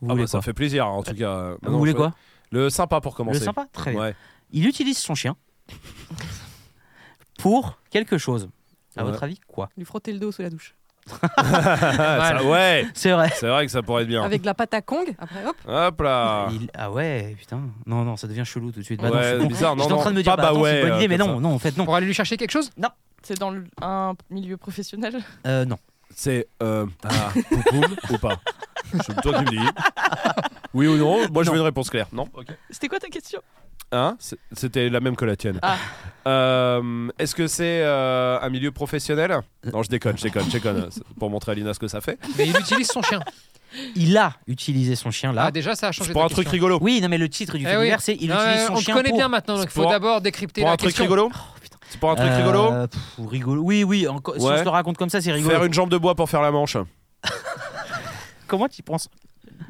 Vous Ah voulez bah, ça quoi fait plaisir, en tout cas. Vous Non, voulez je- quoi Le sympa pour Le commencer. sympa Très bien. Ouais. (laughs) Il utilise son chien pour quelque chose. À Ouais. votre avis, quoi Lui frotter le dos sous la douche. Ça- ouais, C'est vrai. c'est vrai que ça pourrait être bien. Avec de la pâte à Kong, après hop. Hop là. Il- Ah ouais, putain. Non, non, ça devient chelou tout de suite. Bah, non, Ouais, je suis con. bizarre, non, J'étais en non, train de me dire, pas bah, bah attends, c'est ouais, une bonne idée, euh, mais comme non, non, en fait, non. pour aller lui chercher quelque (laughs) chose C'est dans le- un milieu professionnel. (laughs) Euh, non. C'est euh, ah, poupoule ou pas (laughs) C'est toi qui me dis. Oui ou non Moi je veux une réponse claire. Non Ok. C'était quoi ta question Hein C'est- C'était la même que la tienne. Ah. Euh, Est-ce que c'est euh, un milieu professionnel Non, je déconne, je déconne, je déconne. C'est Pour montrer à Lina ce que ça fait. Mais il utilise son chien. Il a utilisé son chien là. Ah, déjà, ça a changé. C'est pour ta un truc question. rigolo. Oui, non, mais le titre du Eh fait oui. divers, c'est il Ah ouais, utilise son on te chien connaît pour. bien maintenant, donc il faut Pour- d'abord décrypter Pour la un truc question. rigolo Oh, putain. C'est pour un truc rigolo Euh, pff, rigolo. Oui, oui. encore- Si Ouais. on se le raconte comme ça, c'est rigolo. Faire une jambe de bois pour faire la manche. Comment tu y penses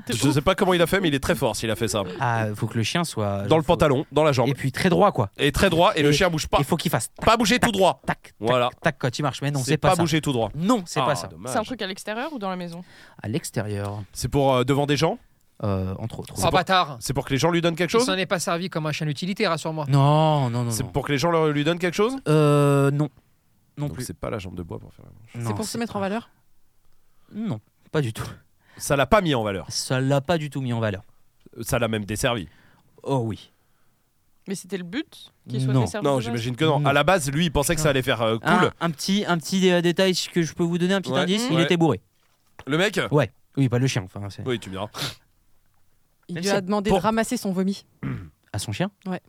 Je sais pas comment il a fait, mais il est très fort s'il a fait ça. Ah, faut que le chien soit Dans le faut- pantalon, dans la jambe. Et puis très droit, quoi. Et très droit, et le Et- chien bouge pas. Il faut qu'il fasse Pas bouger tout droit. tac, tac, Voilà. tac quand il marche. Mais non, c'est pas, ça. bouger tout droit. Non, c'est Ah, pas ça. dommage. C'est un truc à l'extérieur ou dans la maison À l'extérieur, C'est pour euh, devant des gens euh, entre autres. Oh, bâtard C'est pour que les gens lui donnent quelque Il chose s'en est pas servi comme un chien d'utilité, rassure-moi. Non, non, non, C'est non. pour que les gens leur- lui donnent quelque chose Euh, non, non Donc plus. c'est pas la jambe de bois pour faire la manche. Non, C'est pour se mettre en pas- valeur. Non, pas du tout. Ça l'a pas mis en valeur. Ça l'a pas du tout mis en valeur. Ça l'a même desservi. Oh oui. Mais c'était le but qu'il soit Non. desservi de Non, base j'imagine que non. Non. À la base, lui, il pensait que ça allait faire euh, cool. Un, un petit, un petit euh, détail que je peux vous donner, un petit Ouais, indice. Il ouais. était bourré. Le mec Oui, pas le chien. Enfin, c'est- Oui, tu me diras. Il Même lui si- a demandé pour- de ramasser son vomi. À son chien Ouais.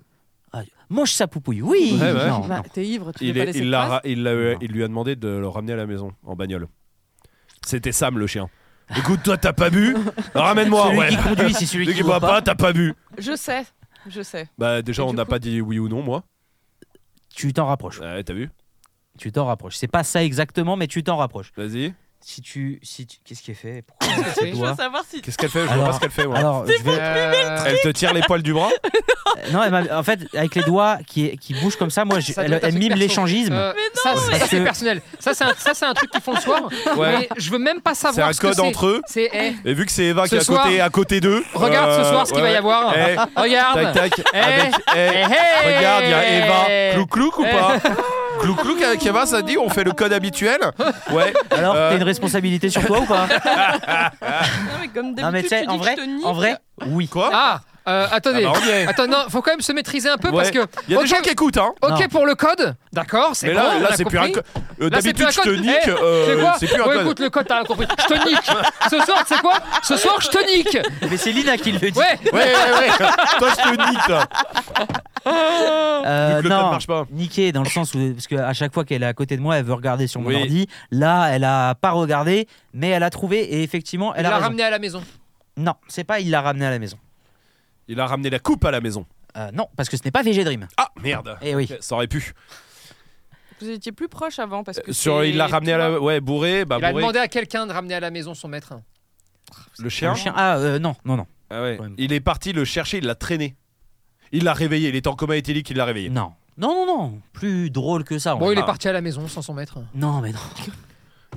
Ah, mange sa poupouille, oui Ouais, ouais. Non, Bah, non. T'es ivre, tu Il, peux pas est- laisser il de l'a traces. ra- il l'a- euh, Non. il lui a demandé de le ramener à la maison en bagnole. C'était Sam le chien. Écoute, toi, t'as pas bu Ramène-moi, celui ouais. qui conduit, c'est celui Dès qui qu'il voit boit pas. pas, t'as pas bu. Je sais, je sais. Bah, déjà, Et on du n'a coup- pas dit oui ou non, moi. Tu t'en rapproches, Ouais, t'as vu tu t'en rapproches. C'est pas ça exactement, mais tu t'en rapproches. Vas-y. Si tu. Si tu- Qu'est-ce qui est fait Qu'est-ce Pourquoi (laughs) ce que tu Je veux doigt savoir si. Qu'est-ce qu'elle fait Je Alors- vois pas ce qu'elle fait, moi. (laughs) Alors, je vais- Euh, Elle te tire les poils du bras euh, non, elle m'a- en fait, avec les doigts qui, qui bougent comme ça, moi, je- Ça doit elle, être un elle truc mime perso. l'échangisme. euh, ça, mais- ça, c'est Parce que- personnel. Ça, c'est un, ça, c'est un truc qu'ils font le soir. Ouais. Mais je veux même pas C'est un savoir ce que code c'est. entre eux. C'est, eh, Et vu que c'est Eva Ce qui est à soir- côté, à côté d'eux. regarde ce euh, soir ce qu'il ouais, va y avoir. ouais. Tac, Regarde. tac. Eh. Avec, eh, Eh, hey. Regarde, il y a Eva. Clouc, clouc ou Eh. pas Clouc, clouc avec Eva, ça te dit on fait le code habituel (laughs) Ouais. Alors, Euh, t'as une responsabilité sur toi ou pas (laughs) Non, mais comme Non, mais tu d'habitude, sais, tu en dis vrai, que je te nique. en (laughs) vrai, oui. Quoi Ah, euh, Ah attendez. bah, on y est. Attends, non, faut quand même se maîtriser un peu Ouais. parce que. Il y a Ok. des gens qui écoutent, hein. Ok Non. pour le code, d'accord, c'est Mais bon, là, on là a c'est plus un compris. code. Euh, Là, c'est plus D'habitude, un je te code. nique. Eh, euh, C'est quoi c'est plus un Ouais, code. écoute, le code, t'as compris. Je te nique. Ce soir, c'est quoi Ce soir, je te nique. Mais c'est Lina qui le dit. Ouais. Ouais, ouais, (laughs) ouais. Toi, je te nique, là. Euh, Vu que le non. code marche pas. Niquer dans le sens où parce que à chaque fois qu'elle est à côté de moi, elle veut regarder sur mon Oui. ordi. Là, elle a pas regardé, mais elle a trouvé et effectivement, elle Il a l'a raison. ramené à la maison. Non, c'est pas il l'a ramené à la maison. Il a ramené la coupe à la maison. Euh, non, parce que ce n'est pas VG Dream. Ah, merde. Eh oui. Ça aurait pu. Vous étiez plus proche avant parce que. Euh, Sur, c'est il l'a ramené à la. Ouais, bourré. Bah, Euh, Il a bourré. demandé à quelqu'un de ramener à la maison son maître. Le chien. Le chien. Ah euh, non, non, non, Ah ouais. Quand même. Il est parti le chercher, il l'a traîné. Il l'a réveillé, il était en coma éthylique, il l'a réveillé. non, non, non, non. Plus drôle que ça. en Bon, vrai. il est parti à la maison sans son maître. Non, mais non.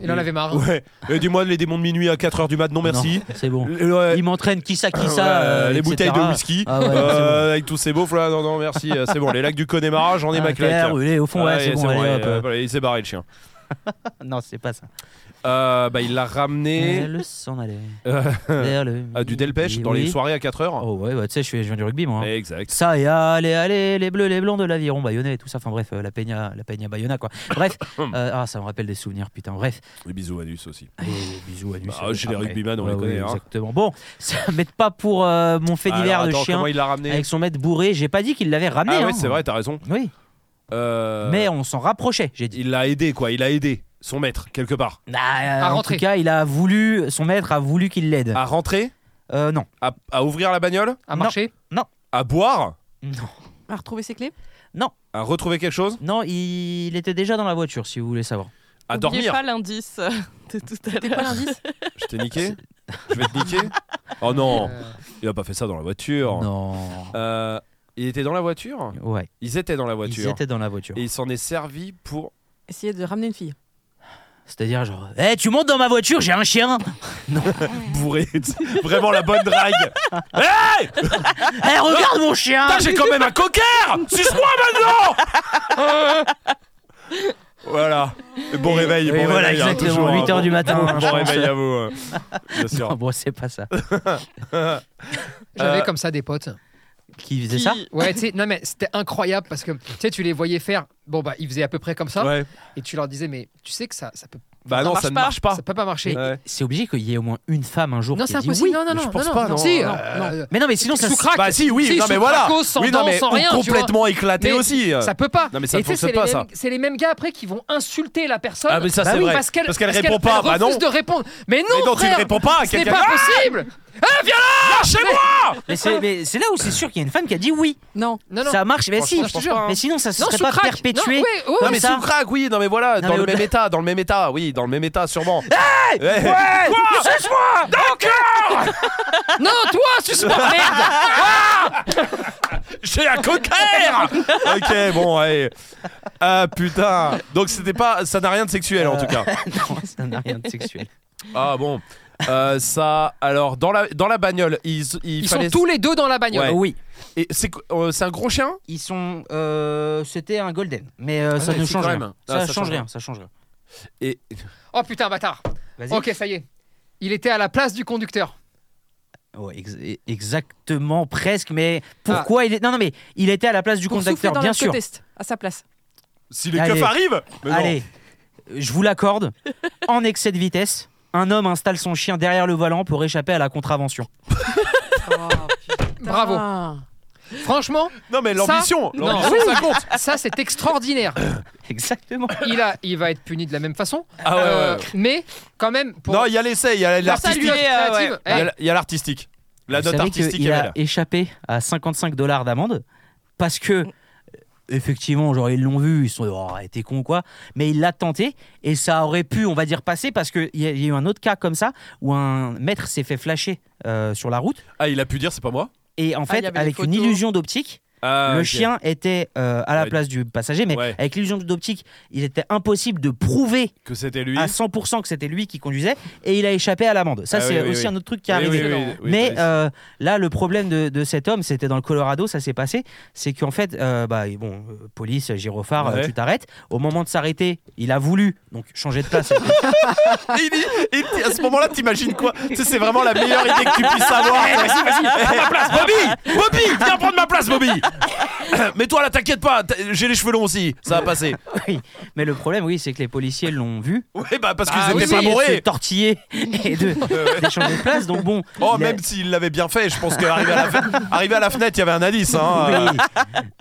Il en Oui. avait marre. Ouais. Et dis-moi, les démons de minuit à 4h du mat, non merci. Non, C'est bon. Euh, ouais. Il m'entraîne qui ça, qui Ouais, ça. euh, les etc. bouteilles de whisky, Ah ouais, non, c'est euh, avec tous ces beaufs là, non, non, merci, euh, c'est bon. Les lacs du Connemara, j'en ai Ah, ma clair, claque. oui, allez, au fond, ouais, Ah, c'est et bon. allez, et, hop, euh, hop. voilà, il s'est barré le chien. Non, c'est pas ça. Euh, bah, il l'a ramené Elle s'en allait euh, vers le à du Delpech midi, dans les oui. soirées à 4h. Oh ouais, bah, tu sais, je suis- je viens du rugby, moi. hein. Exact. Ça et allez, allez, les bleus, les blancs de l'aviron bayonnais et tout ça. Enfin bref, euh, la peña, la peña bayonna quoi. (coughs) Bref, euh, ah ça me rappelle des souvenirs, putain. Bref, Les bisous à Luce aussi. et bisous à lui. Bah, c'est- chez les après. rugbyman, on les connaît, hein. Exactement. Bon, (laughs) ça m'aide pas pour euh, mon fait Alors, divers de attends, chien Comment il l'a ramené avec son maître bourré. J'ai pas dit qu'il l'avait ramené. Ah ouais, hein. c'est vrai, t'as raison. Oui, Euh, mais on s'en rapprochait. J'ai dit. il l'a aidé quoi, il a aidé son maître quelque part Ah, euh, en rentrer. tout cas, il a voulu, son maître a voulu qu'il l'aide. à rentrer, Euh, non, à, à ouvrir la bagnole, À Non. marcher. à boire, non, A retrouvé ses (laughs) clés à retrouver quelque chose, non, il était déjà dans la voiture, si vous voulez savoir. à N'oubliez dormir. pas l'indice (laughs) de tout à Pas l'heure. l'indice Je t'ai niqué Je vais te (laughs) niquer Oh non, Euh, il a pas fait ça dans la voiture. Non. Euh, il était dans la voiture Ouais, Ils étaient dans la ils voiture. étaient dans la voiture. Et il s'en est servi pour. Essayer de ramener une fille. C'est-à-dire genre, Eh, tu montes dans ma voiture, j'ai un chien. bourrer. (laughs) Vraiment la bonne (laughs) drague. Eh, regarde mon chien. Ah. Putain, j'ai quand même un (laughs) cocker Suce-moi maintenant (laughs) Voilà. Bon réveil, bon Et voilà, réveil. hein, exactement, toujours, hein, 8 heures bon- du matin, Bon, hein, je bon pense. réveil à vous. euh, Bien Non, sûr. bon, c'est pas ça. J'avais Euh, comme ça des potes. Qui faisait Qui- ça Ouais, tu sais, non mais c'était incroyable parce que tu sais, tu les voyais faire. Bon bah, ils faisaient à peu près comme ça, Ouais. et tu leur disais mais tu sais que ça, ça peut, Bah non, ça ne marche pas. ça peut pas marcher. Mais Ouais. C'est obligé qu'il y ait au moins une femme un jour Non, qui c'est ait dit impossible. oui. non, non, mais je non, pense non, pas, non, non. si, Non, euh, Mais non, mais sinon ça sous se- crack, Bah si, oui, Si, non sous mais voilà. Cracos, sans oui, non, dents, mais sans rien, tu vois. complètement éclaté Mais aussi. euh. ça peut pas. Non, mais ça Et tu sais, fonctionne c'est les pas, ça. mêmes- C'est les mêmes gars après qui vont insulter la personne. Bah Ah, mais ça, c'est oui, vrai. Parce qu'elle Parce qu'elle répond pas, elle bah non. refuse de répondre. Mais non, mais non, tu frère, ne réponds pas à ce n'est quelqu'un. Ah, pas possible. Ah, Mais c'est mais c'est là où c'est sûr qu'il y a une femme qui a dit oui. Non. Non, non. Ça marche, mais si. Franchement, je te jure. Mais sinon, ça se non, serait sous pas crack. perpétué. Non, ouais, ouais, Non Comme mais ça. sous crack, oui, non mais voilà, Non, dans mais le au-delà- même état, dans le même état, oui, dans le même état sûrement. (laughs) Ouais. Non, toi, suce-moi, merde. J'ai un (laughs) cocker Ok, bon, allez. Ah putain. Donc c'était pas, ça n'a rien de sexuel en tout cas. Euh. (laughs) Non, ça n'a rien de sexuel. Ah bon. Euh, ça, alors dans la dans la bagnole, ils il Ils fallait- sont tous les deux dans la bagnole. Ouais. Euh, Oui, Et c'est qu- euh, c'est un gros chien. ils sont. euh, C'était un golden, mais euh, Ah, ça ouais, ne c'est change quand rien. même. Ça, Ah, ça change change rien. Ça change rien. Et Oh putain, bâtard. Vas-y. Ok, ça y est. Il était à la place du conducteur. Ouais, Oh, ex- exactement, presque. Mais pourquoi il est Non, non, mais il était à la place du Qu'on souffle conducteur, dans bien l'acte sûr. test, à sa (laughs) place. si les Allez. keufs arrivent. Mais non. Allez, je vous l'accorde. En excès de vitesse, un homme installe son chien derrière le volant pour échapper à la contravention. (laughs) Oh, Bravo. Franchement, Non mais l'ambition. non. l'ambition, ça compte. ça c'est extraordinaire. Exactement. Il a, il va être puni de la même façon. Ah ouais. Euh, ouais. Mais quand même, pour Non, il y a l'essai, il y a l'artistique. lui, euh, créative, ouais. eh, Il y a- il y a l'artistique. La Vous note savez artistique qu'il est a belle. échappé à 55 dollars d'amende parce que effectivement, genre, ils l'ont vu, ils se sont dit, oh, t'es con, quoi. Mais il l'a tenté, et ça aurait pu, on va dire, passer, parce qu'il y, a- il y a eu un autre cas comme ça, où un maître s'est fait flasher euh, sur la route, Ah, il a pu dire c'est pas moi et en Ah, il fait, y avait des avec une photos. illusion d'optique, Ah, le ok. chien était euh, à la Ouais. place du passager, mais Ouais. avec l'illusion d'optique, il était impossible de prouver Que c'était lui. à 100% que c'était lui qui conduisait, et il a échappé à l'amende. Ça, Ah c'est oui, oui, aussi oui. un autre truc qui est Oui, oui, arrivé. oui, oui, Mais oui. euh, là, le problème de, de cet homme, c'était dans le Colorado, ça s'est passé, c'est qu'en fait, euh, bah, bon, euh, police, gyrophare, euh, Ouais. tu t'arrêtes. Au moment de s'arrêter, il a voulu donc changer de (laughs) place. Et (laughs) il- il- à ce moment-là, t'imagines quoi Tu sais, c'est vraiment la meilleure idée que tu puisses avoir. Eh, vas-y, vas-y, prends ma place, (laughs) Bobby Bobby, viens prendre ma place, Bobby (laughs) Mais toi, là, t'inquiète pas, t'as- j'ai les cheveux longs aussi, ça va (laughs) passer. Mais le problème, oui, c'est que les policiers l'ont vu. Oui, bah, parce qu'ils Ah, étaient oui, pas essayer de se bourrés. Euh, tortiller et de, de changer de place. Donc bon. (laughs) Oh, il a- même s'ils l'avaient bien fait, je pense qu'arrivé à, la fe- arrivé à la fenêtre, (laughs) il y avait un indice. Hein, euh,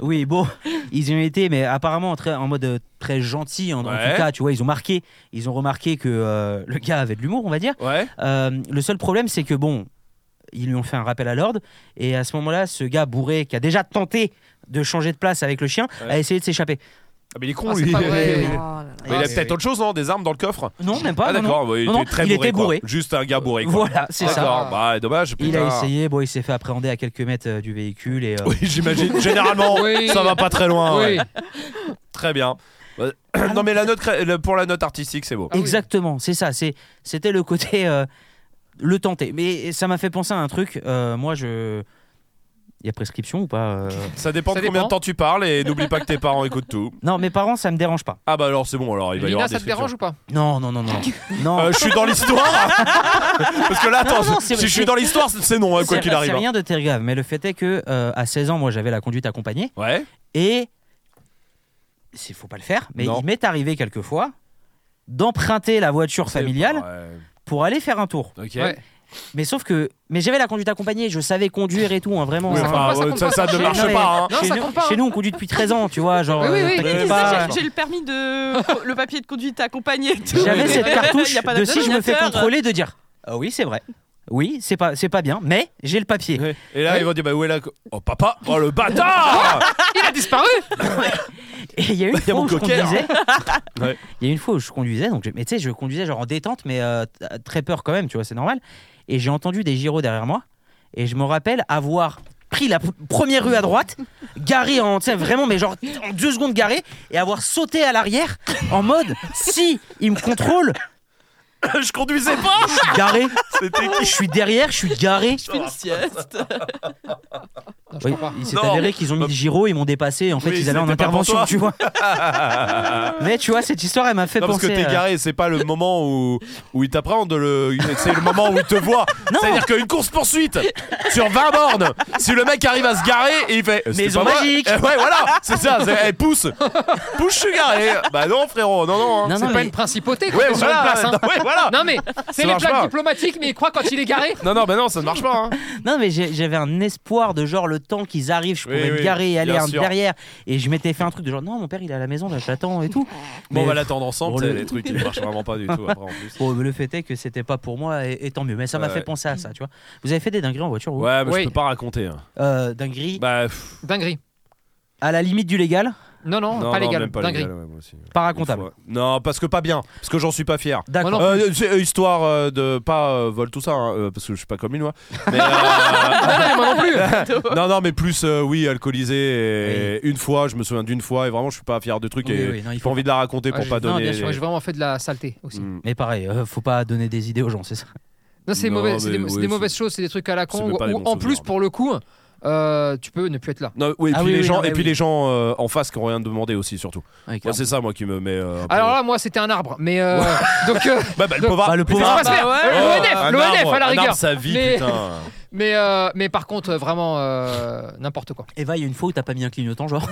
Oui. Oui, bon, ils ont été, mais apparemment en, très- en mode euh, très gentil. En, en Ouais. tout cas, tu vois, ils ont marqué, ils ont remarqué que euh, le gars avait de l'humour, on va dire. Ouais. Euh, le seul problème, c'est que bon, ils lui ont fait un rappel à l'ordre, et à ce moment-là, ce gars bourré qui a déjà tenté de changer de place avec le chien Ouais. a essayé de s'échapper. Ah, mais il est con, Ah, c'est lui. (laughs) pas vrai. oh Mais il Ah, a c'est- peut-être autre chose, non Des armes dans le coffre Non, même pas. Ah, non, non. d'accord, bah, il Non, non, était très il était quoi. bourré. Juste un gars bourré, quoi. Voilà, c'est ça. D'accord, bah, dommage. Il a putain. essayé, bon, il s'est fait appréhender à quelques mètres euh, du véhicule et. euh, (laughs) Oui, j'imagine. Généralement, Oui. ça va pas très loin. ouais. Oui. Très bien. Euh, (clears throat) non mais la note cré- le- pour la note artistique c'est beau. Ah oui. Exactement, c'est ça. C'est, c'était le côté euh, le tenter. Mais ça m'a fait penser à un truc. euh, moi, je. Il y a prescription ou (laughs) pas euh Ça dépend Ça de combien dépend. de temps tu parles et n'oublie pas que tes parents écoutent tout. Non, mes parents, ça me dérange pas. Ah bah alors c'est bon alors il va y Lina, avoir ça te description. dérange ou pas Non, non, non, non. non. Euh, je suis dans l'histoire (laughs) Parce que là attends, Non, non, si c'est- je suis dans l'histoire c'est c'est non hein, quoi C'est- qu'il arrive. C'est hein. rien de très grave, mais le fait est que euh, à 16 ans, moi, j'avais la conduite accompagnée Ouais. et c'est faut pas le faire, mais Non. il m'est arrivé quelquefois d'emprunter la voiture familiale pour aller faire un tour. Ouais, Ok. Ouais. Mais sauf que, mais j'avais la conduite accompagnée, je savais conduire et tout, hein, vraiment. Oui, hein. compte enfin, pas, ça ouais, compte ça, pas, ça ne ça compte marche pas. pas. hein. Non, chez ça nous, compte pas, chez hein. nous, on conduit depuis 13 ans, tu (laughs) vois, genre. Oui, oui, euh, oui. t'inquiète Oui, pas. ça, j'ai- J'ai le permis de le papier de conduite accompagné. J'avais Oui. cette cartouche (laughs) Il y a pas de si je me fais d'ordinateur. contrôler de dire Ah oui c'est vrai oui c'est pas c'est pas bien mais j'ai le papier Ouais. Et là ils vont dire bah où est la co- Oh papa Oh le bâtard Il a disparu et il y a une Il y a fois mon où je coquet, hein. conduisais (laughs) Ouais. il y a une fois où je conduisais donc je- mais tu sais je conduisais genre en détente mais euh, t- très peur quand même tu vois c'est normal et j'ai entendu des gyros derrière moi et je me rappelle avoir pris la p- première rue à droite garé en tu sais vraiment mais genre en deux secondes garé et avoir sauté à l'arrière en mode si il me contrôle Je conduisais pas je suis garé C'était je suis derrière je suis garé Je fais une sieste. Non, je Oui, comprends pas. il s'est Non. avéré qu'ils ont mis le gyro, ils m'ont dépassé. En fait, Oui, ils allaient en c'était pas pour intervention, toi. (laughs) tu vois. qui Mais tu vois, cette histoire, elle m'a fait Non, parce que penser. euh, t'es à- garé, c'est pas le moment où, où il t'appréhende, le... c'est le moment où il te voit. Non. C'est-à-dire qu'une course-poursuite sur 20 bornes, si le mec arrive à se garer et il fait. euh, c'était Maison pas moi. magique. Eh ouais, voilà, c'est ça, c'est- eh, pousse Pousse, je suis garé Bah non, frérot, non, non. hein. Non, C'est non, pas mais- une principauté quand Ouais, t'es sur une voilà, place. hein. non, ouais, voilà. Non mais c'est les marche plaques pas. diplomatiques, mais il croit quand il est garé. Non, non, bah non, ça ne marche pas. hein. Non, mais j'ai- j'avais un espoir de genre le temps qu'ils arrivent, je Oui, pouvais me oui, garer et aller bien un- sûr. derrière. Et je m'étais fait un truc de genre non, mon père il est à la maison, là, je l'attends et tout. Bon, on Mais- va l'attendre ensemble, Bon, t'sais, le- les trucs, ils marchent vraiment pas du tout après en (laughs) plus. Bon, mais le fait est que c'était pas pour moi et, et tant mieux. Mais ça m'a Ouais. fait penser à ça, tu vois. Vous avez fait des dingueries en voiture, vous Ouais, mais Oui. je peux pas raconter. hein. Euh, Dingueries Bah, pff, Dinguerie. à la limite du légal, Non non, non, Oh, pas non, légal. même pas Dinguerie. légal, ouais, moi aussi. pas Une racontable. fois. Non, parce que pas bien, parce que j'en suis pas fier. D'accord. Moi Euh, c'est, euh, histoire euh, de pas euh, vol tout ça hein, euh, parce que je suis pas comme lui moi. Mais, (laughs) euh, Ah, Moi non plus. non non mais plus euh, oui alcoolisé et une fois je me souviens d'une fois et vraiment je suis pas fier de truc Oui, et oui, non, il j'ai faut pas envie de la raconter pour Ah, j'ai- pas non, donner. bien Moi, J'ai vraiment fait de la saleté aussi. Mm. Mais pareil, euh, faut pas donner des idées aux gens, c'est ça. Non, c'est Non, mauvais, c'est mais des, c'est ouais, des c'est- mauvaises choses, c'est des trucs à la c'est con. même Ou, pas des ou bons en plus, souvenirs. pour le coup, euh, tu peux ne plus être là. Non, oui, et Ah puis oui, les oui, gens non, mais et puis oui. les gens euh, en face qui ont rien demandé aussi surtout. Moi, c'est ça moi qui me met. euh, un peu- Alors là, moi, c'était un arbre, mais euh, donc euh, bah, bah, le donc- pauvre. Bah, le mais pauvre ça arbre. se passe bien. Bah Euh, ouais. L'ONF, Ah Oh, Un l'ONF, arbre, à la un rigueur. arbre, sa vie (laughs) mais, putain. mais, euh, mais par contre, vraiment euh, n'importe quoi. Eva, il y a une fois où t'as pas mis un (laughs) clignotant, genre.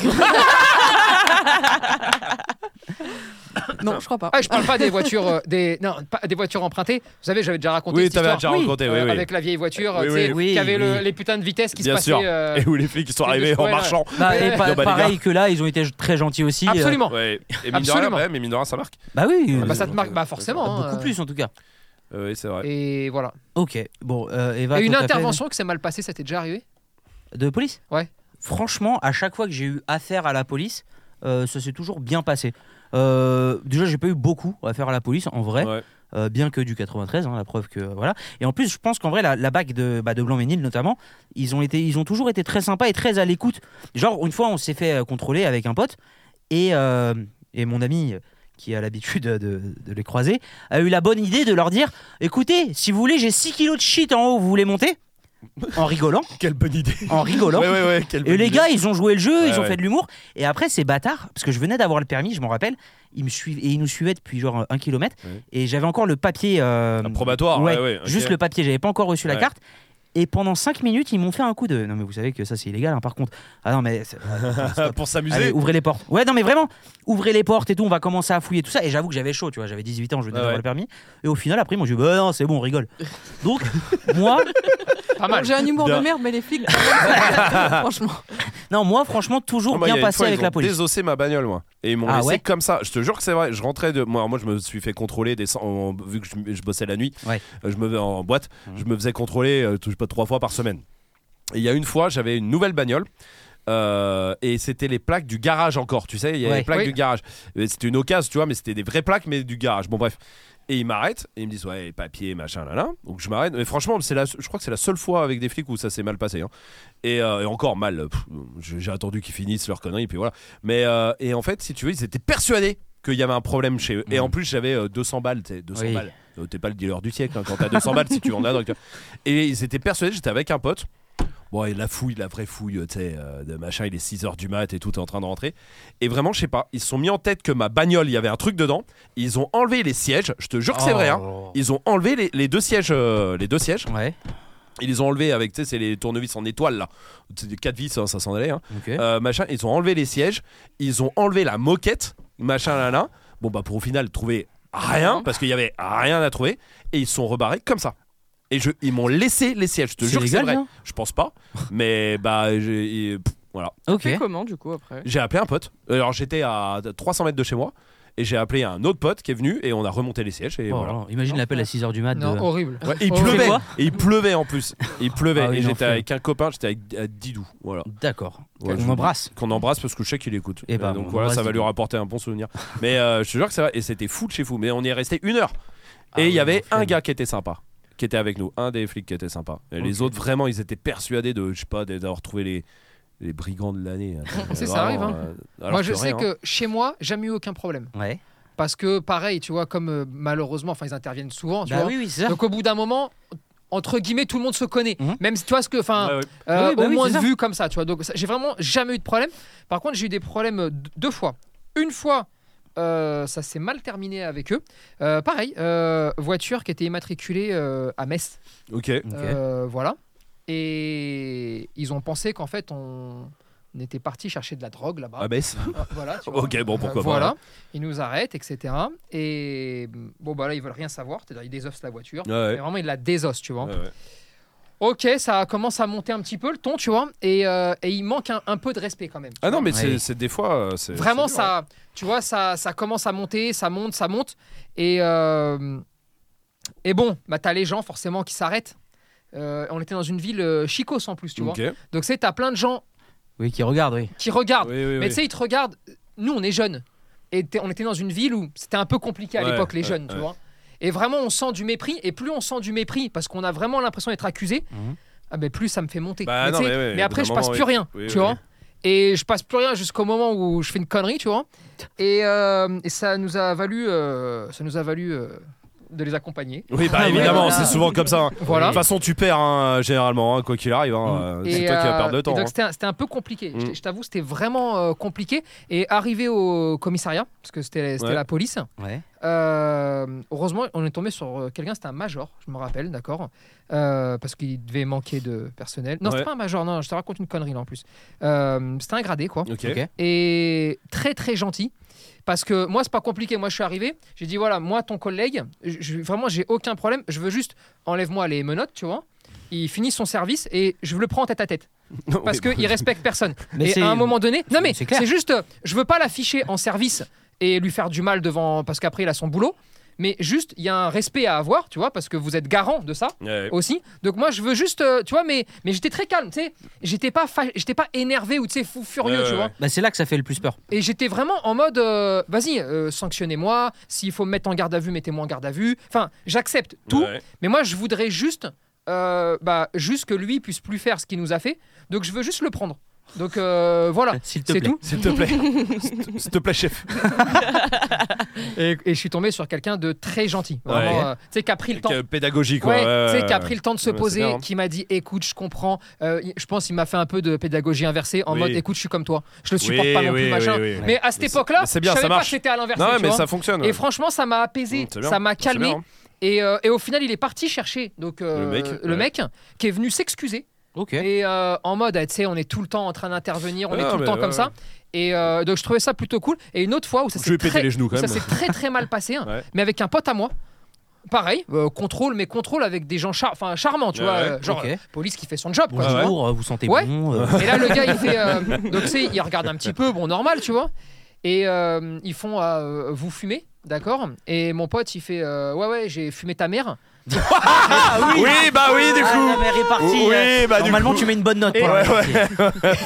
Non, je crois pas. Ah, je parle pas des voitures, euh, des non, pas des voitures empruntées. Vous savez, j'avais déjà raconté Oui, cette t'avais histoire déjà raconté, oui, euh, oui. avec la vieille voiture, Oui, tu sais, oui, oui, qui avait le- oui. les putains de vitesse qui Bien se sûr. passaient. euh, Et où les filles qui sont c'est arrivées juste- en ouais, marchant. Bah, et Ouais. pa- Non, bah, les pareil que là, ils ont été très gentils aussi. euh, (laughs) Absolument. Ouais. Et mine de rien, Absolument. ouais, mais mine de rien, ça marque. Bah oui, Ouais, euh, Bah, ça te marque, bah forcément. hein, beaucoup euh. plus en tout cas. Euh, Oui c'est vrai. Et voilà. Ok, bon, euh, Eva. Et une toi, t'as fait- intervention qui s'est mal passée, ça t'est déjà arrivé de police Ouais. franchement, à chaque fois que j'ai eu affaire à la police, euh, ça s'est toujours bien passé. Euh, déjà, j'ai pas eu beaucoup affaire à la police en vrai. Ouais. euh, bien que du 93, hein, la preuve que voilà. Et en plus, je pense qu'en vrai, la, la bac de, bah, de Blanc-Ménil notamment, ils ont été, ils ont toujours été très sympas et très à l'écoute. Genre une fois, on s'est fait euh, contrôler avec un pote et euh, et mon ami euh, qui a l'habitude de, de les croiser a eu la bonne idée de leur dire, écoutez, si vous voulez, j'ai 6 kilos de shit en haut, vous voulez monter En rigolant, Quelle bonne idée. en rigolant. Ouais, ouais, ouais, quelle Et bonne les idée. gars, ils ont joué le jeu, Ouais, ils ont ouais. fait de l'humour. Et après, ces bâtards, parce que je venais d'avoir le permis, je m'en rappelle, ils me suivaient et ils nous suivaient depuis genre un kilomètre. Ouais. Et j'avais encore le papier. euh, Un probatoire, ouais, ouais, ok. Juste le papier, j'avais pas encore reçu la Ouais. carte. Et pendant 5 minutes, ils m'ont fait un coup de. Non, mais vous savez que ça, c'est illégal, hein, par contre. Ah non, mais. c'est- Stop. (laughs) pour Allez, s'amuser. ouvrez les portes. Ouais, non, mais vraiment, ouvrez les portes et tout, on va commencer à fouiller tout ça. Et j'avoue que j'avais chaud, tu vois, j'avais 18 ans, je Ah venais d'avoir ouais. le permis. Et au final, après, ils m'ont dit, bah non, c'est bon, on rigole. (laughs) Donc, moi, Pas mal. J'ai un humour Bien. de merde, mais les flics, (laughs) quand même, franchement. non, moi, franchement, toujours Ah, moi, il y a bien une passé fois, avec ils la ont police. désossé ma bagnole, moi. Et ils m'ont Ah laissé ouais comme ça. Je te jure que c'est vrai. Je rentrais de. Moi, moi je me suis fait contrôler, des... en- vu que je, je bossais la nuit. Ouais. Mmh. euh, Je me... En boîte, je me faisais contrôler euh, tout- je sais pas, trois fois par semaine. Et il y a une fois, j'avais une nouvelle bagnole. euh, et c'était les plaques du garage encore, tu sais, il y a Ouais. les plaques Oui. du garage. Et C'était une occasion, tu vois, mais c'était des vraies plaques, mais du garage. Bon, bref. Et ils m'arrêtent et ils me disent ouais les papiers machin là là donc je m'arrête mais franchement c'est la je crois que c'est la seule fois avec des flics où ça s'est mal passé hein. et, euh, et encore mal Pff, j'ai j'ai attendu qu'ils finissent leur connerie puis voilà mais euh, et en fait si tu veux ils étaient persuadés qu'il y avait un problème chez eux et Mhm. en plus j'avais euh, 200 balles tu sais, 200 Oui. balles Euh, t'es pas le dealer du siècle hein, quand t'as 200 balles si tu en as donc tu vois. et ils étaient persuadés j'étais avec un pote Bon, et la fouille, la vraie fouille, euh, tu sais, euh, de machin, il est 6h du mat et tout, est en train de rentrer. Et vraiment, je sais pas, ils se sont mis en tête que ma bagnole, il y avait un truc dedans. Ils ont enlevé les sièges, je te jure que c'est vrai, hein. Oh. Ils ont enlevé les, les deux sièges, euh, les deux sièges. Ouais, Ils les ont enlevés avec, tu sais, c'est les tournevis en étoile là. C'est des quatre vis, hein, ça s'en allait. Hein. ok. Euh, machin, ils ont enlevé les sièges, ils ont enlevé la moquette, machin là là. Bon bah pour au final trouver rien parce qu'il y avait rien à trouver et ils se sont rebarrés comme ça. Et je, ils m'ont laissé les sièges. Je te C'est jure que c'est légal, hein vrai. ça Je pense pas, mais bah j'ai et, pff, voilà. Ok. Fais comment du coup après J'ai appelé un pote. Alors j'étais à 300 mètres de chez moi et j'ai appelé un autre pote qui est venu et on a remonté les sièges et Oh, voilà. non, Imagine l'appel à 6h du mat. de- Non, horrible. Ouais, et il Oh. pleuvait. Quoi Et il pleuvait en plus. Il pleuvait. Ah oui, et non, j'étais flemme. avec un copain, j'étais avec euh, Didou. Voilà. D'accord. Ouais, je On vous m'embrasse. Qu'on embrasse parce que je sais qu'il écoute. Euh, Eh ben, donc on voilà, ça embrasse va lui Didou. rapporter un bon souvenir. (laughs) Mais euh, je te jure que ça va. Et c'était fou de chez fou. Mais on y est resté une heure. Ah et il oui, y avait non, un flemme. gars qui était sympa. Qui était avec nous. Un des flics qui était sympa. Et les Ok. autres, vraiment, ils étaient persuadés de, je sais pas, d'avoir trouvé les, les brigands de l'année. (laughs) Attends, C'est, euh, ça vraiment, arrive, hein. euh, alors Moi, je rien, sais hein. que chez moi, jamais eu aucun problème. Ouais. Parce que, pareil, tu vois, comme euh, malheureusement, enfin, ils interviennent souvent, tu Bah vois. oui, oui, c'est ça. hein. Donc, au bout d'un moment, entre guillemets, tout le monde se connaît. Mhm. Même si tu vois ce que. Enfin, Ouais, ouais. Euh, Oui, bah au oui, moins c'est de ça. vues comme ça, tu vois. Donc ça- j'ai vraiment jamais eu de problème. Par contre, j'ai eu des problèmes euh, d- deux fois. Une fois, euh, ça s'est mal terminé avec eux. Euh, pareil, euh, voiture qui était immatriculée euh, à Metz. Ok. Ok. Euh, voilà. Et ils ont pensé qu'en fait, on on était parti chercher de la drogue là-bas. Ah, baisse. Ah, voilà, (laughs) tu vois. (laughs) ok, bon, pourquoi Euh, pas. voilà, ils nous arrêtent, etc. Et bon, bah là, ils veulent rien savoir. C'est-à-dire, ils désossent la voiture. hein. Ouais, ouais. Mais vraiment, ils la désossent, tu vois. Ouais, ouais. Ok, ça commence à monter un petit peu le ton, tu vois, et, euh, et il manque un, un peu de respect quand même. tu Ah non, vois. mais Ouais. c'est- c'est des fois. euh, c'est- Vraiment, c'est dur, hein. ça, tu vois, ça, ça commence à monter, ça monte, ça monte, et euh, et bon, bah t'as les gens forcément qui s'arrêtent. Euh, on était dans une ville euh, chicos en plus, tu vois. Ok. Oui, Donc c'est t'as plein de gens Oui, qui regarde, oui. qui regardent, oui, Ah, mais oui. tu sais, ils te regardent. Nous, on est jeunes. Et t'es- on était dans une ville où c'était un peu compliqué à Ouais, l'époque, les ouais, jeunes, ouais. tu vois. Et vraiment, on sent du mépris. Et plus on sent du mépris, parce qu'on a vraiment l'impression d'être accusé, Mhm. ah ben, plus ça me fait monter. Bah mais, non, tu sais, mais ouais, au après, bout je d'un passe moment, plus oui. rien, Oui, tu oui, vois. oui. Et je passe plus rien jusqu'au moment où je fais une connerie, tu vois. Et, euh, et ça nous a valu, euh, ça nous a valu euh, de les accompagner. Oui, bah Ah, évidemment, voilà. c'est souvent comme (laughs) ça. hein. De Voilà. toute façon, tu perds hein, généralement, hein, quoi qu'il arrive. hein, euh, C'est Et, toi qui vas euh, perdre de et temps. donc, hein. c'était un- C'était un peu compliqué. Je Mm. t- Je t'avoue, c'était vraiment euh, compliqué. Et arrivé au commissariat, parce que c'était c'était Ouais. la police, Ouais. euh, heureusement, on est tombé sur euh, quelqu'un, c'était un major, je me rappelle, d'accord Euh, Parce qu'il devait manquer de personnel. Non, Ouais. c'était pas un major, non, je te raconte une connerie là en plus. Euh, c'était un gradé, quoi. hein. Ok. Ok. Et très, très gentil. Parce que moi, c'est pas compliqué. Moi, je suis arrivé, j'ai dit voilà, moi, ton collègue, je- je- vraiment, j'ai aucun problème. Je veux juste, enlève-moi les menottes, tu vois. Il finit son service et je le prends en tête à tête Non, parce mais- qu'il respecte personne. Mais et c'est- à un moment donné, non mais c'est clair. c'est juste, euh, je veux pas l'afficher en service et lui faire du mal devant, parce qu'après il a son boulot. mais juste, il y a un respect à avoir, tu vois, parce que vous êtes garant de ça (laughs) Ouais. aussi. Donc moi, je veux juste, euh, tu vois, mais, mais j'étais très calme, tu sais. J'étais pas, fa- j'étais pas énervé ou, tu sais, fou furieux, Ouais, tu ouais, vois. ouais. Bah, c'est là que ça fait le plus peur. Et j'étais vraiment en mode, euh, vas-y, euh, sanctionnez-moi. S'il faut me mettre en garde à vue, mettez-moi en garde à vue. Enfin, j'accepte tout. Ouais. Mais moi, je voudrais juste, euh, bah, juste que lui puisse plus faire ce qu'il nous a fait. Donc, je veux juste le prendre. Donc euh, voilà, (laughs) S'il te c'est plaît. tout. S'il te plaît. S'il (laughs) te- S'il te plaît, chef. Et, et je suis tombé sur quelqu'un de très gentil, vraiment, Ouais. euh, tu sais, qui a pris le temps. Euh, Pédagogique, quoi. Ouais, Ouais, tu sais, ouais, qui a ouais. pris le temps de se Ouais, c'est poser, bien, hein. qui m'a dit écoute, je comprends. Euh, il- je pense qu'il m'a fait un peu de pédagogie inversée en Oui. mode écoute, je suis comme toi, je le Oui, supporte pas non oui, plus, oui, machin. oui, oui. Mais à cette Mais c'est- époque-là, mais je c'est bien, savais ça pas marche. que c'était à l'inverse. Non, tu mais vois. ça fonctionne. Et ouais. franchement, ça m'a apaisé, Mmh, c'est bien. ça m'a C'est bien, calmé. hein. Et, euh, et au final, il est parti chercher donc, euh, Le mec, ouais. mec, qui est venu s'excuser. Ok. Et euh, en mode, ah, tu sais, on est tout le temps en train d'intervenir, on Ah, est tout mais le temps ouais, comme ouais. ça. Et euh, donc, je trouvais ça plutôt cool. Et une autre fois où ça Je vais s'est péter très, les genoux où quand ça même. s'est très très mal passé, hein, (laughs) Ouais. mais avec un pote à moi. Pareil, euh, contrôle, mais contrôle avec des gens char- enfin, charmants, tu Ouais, vois, ouais. euh, genre Ok. euh, police qui fait son job. Quoi, tu Ah vois. Bonjour, euh, vous sentez Ouais. bon euh, Et là, le gars, il fait. (laughs) euh, donc, tu sais, il regarde un petit peu, bon, normal, tu vois. Et euh, ils font euh, Vous fumez D'accord Et mon pote, il fait euh, Ouais, ouais, j'ai fumé ta mère. oui. bah oui, du Ah, coup. la mère est partie. Oui, euh, bah, du Normalement, coup. tu mets une bonne note. Et- pour la Ouais, mère.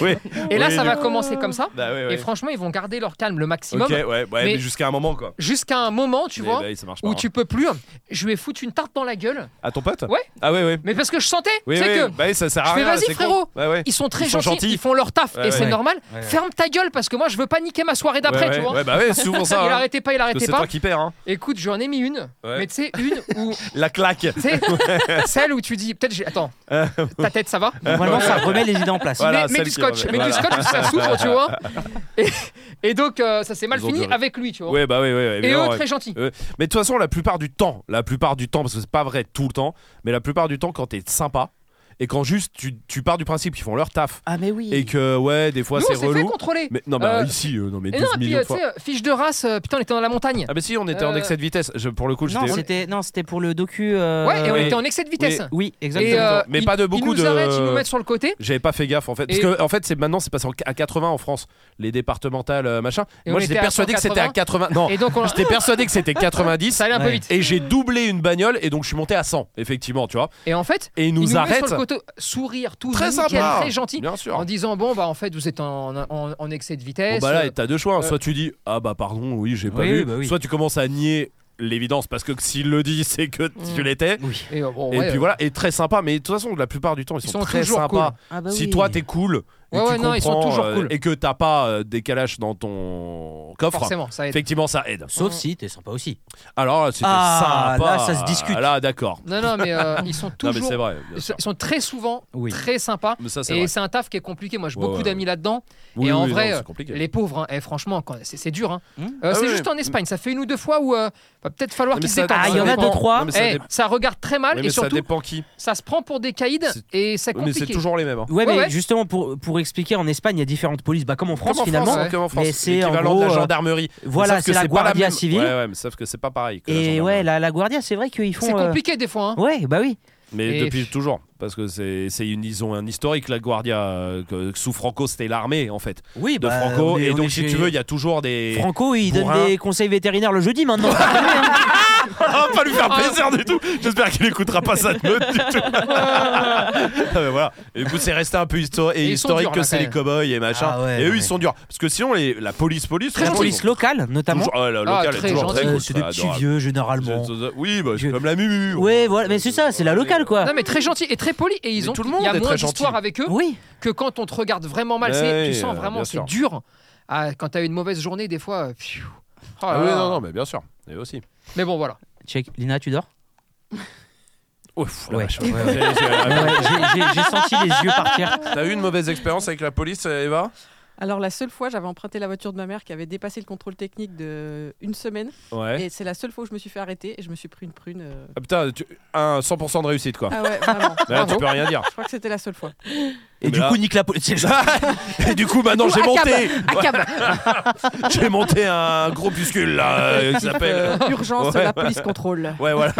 oui. Et là, Oui, ça du va coup. commencer comme ça. Bah, ouais, Et ouais. franchement, ils vont garder leur calme le maximum Ok, ouais, ouais, mais Mais- jusqu'à un moment, quoi. jusqu'à un moment, tu Eh vois, bah, ça marche pas, où hein. tu peux plus. Je lui ai foutu une tarte dans la gueule. À ton pote Ouais. Ah, ouais, ouais. Mais parce que je sentais, Oui, tu sais oui, que bah oui, ça sert à Je fais, rien. vas-y, c'est con. frérot. Ouais, ouais. ils sont très Ils sont gentils, gentils. ils font leur taf Ouais, et c'est ouais. normal. Ouais, ouais. Ferme ta gueule parce que moi, je veux pas niquer ma soirée d'après, Ouais, tu ouais, vois. Ouais, bah ouais, c'est (laughs) souvent ça. il hein. arrêtait pas, il Parce que arrêtait C'est pas. toi qui perds, hein. Écoute, j'en ai mis une, Ouais. mais tu sais, une (laughs) où La claque. Tu sais, celle où tu dis, peut-être, j'ai- attends, ta tête, ça va Normalement, ça remet les idées en place. Ouais. Voilà, Mets- mets, celle du qui scotch, remet- mets voilà. du scotch, (laughs) ça s'ouvre, tu vois. Et, et donc, euh, ça s'est mal Ils ont fini duré. avec lui, tu vois. Ouais, bah ouais, ouais, ouais. et eux, évidemment, ouais. très gentils. Mais de toute façon, la plupart du temps, la plupart du temps, parce que c'est pas vrai tout le temps, mais la plupart du temps, quand t'es sympa et quand juste tu, tu pars du principe qu'ils font leur taf Ah, mais oui. et que ouais, des fois Nous, c'est on s'est fait relou. contrôler. Mais non, mais Euh, ici, euh, non, mais Et 12 non, et puis, millions euh, de tu fois. sais, euh, fiche de race, euh, putain, on était dans la montagne. Ah, mais si, on était en Euh, excès de vitesse. Je, pour le coup, Non, j'étais. c'était non, c'était pour le docu. euh, ouais, et on oui. était en excès de vitesse. Oui, Et, exactement. euh, Mais ils- pas de beaucoup ils nous de- arrêtent, ils nous mettent sur le côté. J'avais pas fait gaffe en fait. Parce Et- que en fait, c'est maintenant c'est passé en- à 80 en France, les départementales euh, machin. Et Moi on j'étais était à persuadé que c'était à 80. Non, Et (laughs) donc, on... j'étais persuadé que c'était 90 ça allait un peu Ouais. vite. et j'ai doublé une bagnole et donc je suis monté à 100 effectivement, tu vois. Et en fait, Et ils nous ils nous mettent arrêtent. sur le côté, sourire, tout Très nickel, sympa. très gentil, Bien sûr. en disant bon bah en fait vous êtes en, en- en excès de Bon vitesse. bah là, euh, t'as deux choix. euh, Soit tu dis ah bah pardon, oui j'ai pas Oui, vu. oui, bah oui. Soit tu commences à nier l'évidence parce que s'il le dit, (laughs) c'est que tu Mm. l'étais. Oui. et, euh, bon, Et ouais, puis euh, voilà, et très sympa. Mais de toute façon, la plupart du temps, ils sont, Ils sont très toujours sympas. Ah, bah Si oui. toi t'es cool, et Ouais, tu ouais, non, ils sont comprends, toujours euh, cool. et que t'as pas euh, des calaches dans ton coffre, forcément ça aide. effectivement ça aide. Sauf si t'es sympa aussi. Alors là, c'était Ah, sympa. là, ça se discute. Là, d'accord. Non non (laughs) mais euh, ils sont Non, mais c'est toujours vrai. bien ils sûr. sont très souvent Oui. très sympas. Mais ça, c'est vrai. Et c'est un taf qui est compliqué. Moi, j'ai Ouais, beaucoup ouais. d'amis là-dedans. Oui, en oui, vrai, non, c'est compliqué. Les pauvres, hein. Eh, franchement, quand- c'est c'est dur. hein. Hmm. Euh, Ah c'est oui, juste oui. en Espagne. Ça fait une ou deux fois où euh, va peut-être falloir Mais qu'ils ça- s'écordent. Ah, il y ça en a dépend. deux trois. Non, mais ça, Eh, dépend- ça regarde très mal Oui, et mais ça surtout dépend qui. ça se prend pour des caïds C'est- et c'est Mais c'est compliqué. toujours les mêmes. hein. Ouais, Ouais, mais ouais. justement pour pour expliquer en Espagne, il y a différentes polices. Bah comme en France Comme en finalement. France, hein, comme en France. Mais c'est, en L'équivalent de la gros, euh, gendarmerie. Voilà, Sauf que c'est pas la Guardia même- civile. Ouais, ouais, mais sauf que c'est pas pareil. que la Et gendarmerie. ouais, la, la Guardia, c'est vrai qu'ils font. C'est euh, compliqué des fois. hein. Ouais, bah oui. Mais Et- depuis toujours, parce que c'est c'est une ils ont un historique la Guardia euh, que sous Franco c'était l'armée en fait Oui, bah, de Bah, Franco et donc si tu veux il y a toujours des (laughs) Franco, il bourrin. donne des conseils vétérinaires le jeudi maintenant. Ah, pas lui faire plaisir du tout. J'espère qu'il écoutera pas ça de meute du (laughs) tout. Ah, mais voilà. Et du coup, c'est resté un peu histori- et Et ils sont historique durs, que là, c'est quand les même. cowboys et machin. Ah ouais, et eux, ouais. ils sont durs parce que sinon les- la police police la police locale, notamment. Toujours, ah, la locale est très toujours gentil. très Euh, cool, c'est des ça, petits adorable. vieux généralement. Oui, bah, c'est Je- comme la mumu. Ouais, voilà, mais c'est ça, c'est la locale quoi. (laughs) Non mais très gentil et très poli et Mais ils ont tout le monde il y est a moins très gentil. d'histoire avec eux Oui, que quand on te regarde vraiment mal Mais c'est oui, tu euh, sens bien vraiment sûr. c'est dur Ah, quand t'as une mauvaise journée des fois euh, pfiou. Oh Ah, là oui, là. non, non, mais bien sûr. Et (laughs) aussi. mais bon voilà check. Lina, tu dors Ouf, la Ouais. vache. Ouais, ouais. Ah, T'as Ouais, j'ai- j'ai- J'ai senti les yeux partir. Ah eu une mauvaise expérience avec la police, Eva Alors la seule fois, j'avais emprunté la voiture de ma mère qui avait dépassé le contrôle technique de une semaine, Ouais. et c'est la seule fois où je me suis fait arrêter et je me suis pris une prune. euh. Ah, putain, tu- un 100% de réussite quoi. Ah ouais, vraiment. Mais là, tu peux rien dire. (laughs) Je crois que c'était la seule fois. Et Mais du là- coup, nique la police. C'est ça. (laughs) Et du coup, maintenant, j'ai Accable, monté. J'ai monté un (laughs) groupuscule là, euh, qui s'appelle. Euh, urgence, Ouais, la police contrôle. Ouais, voilà.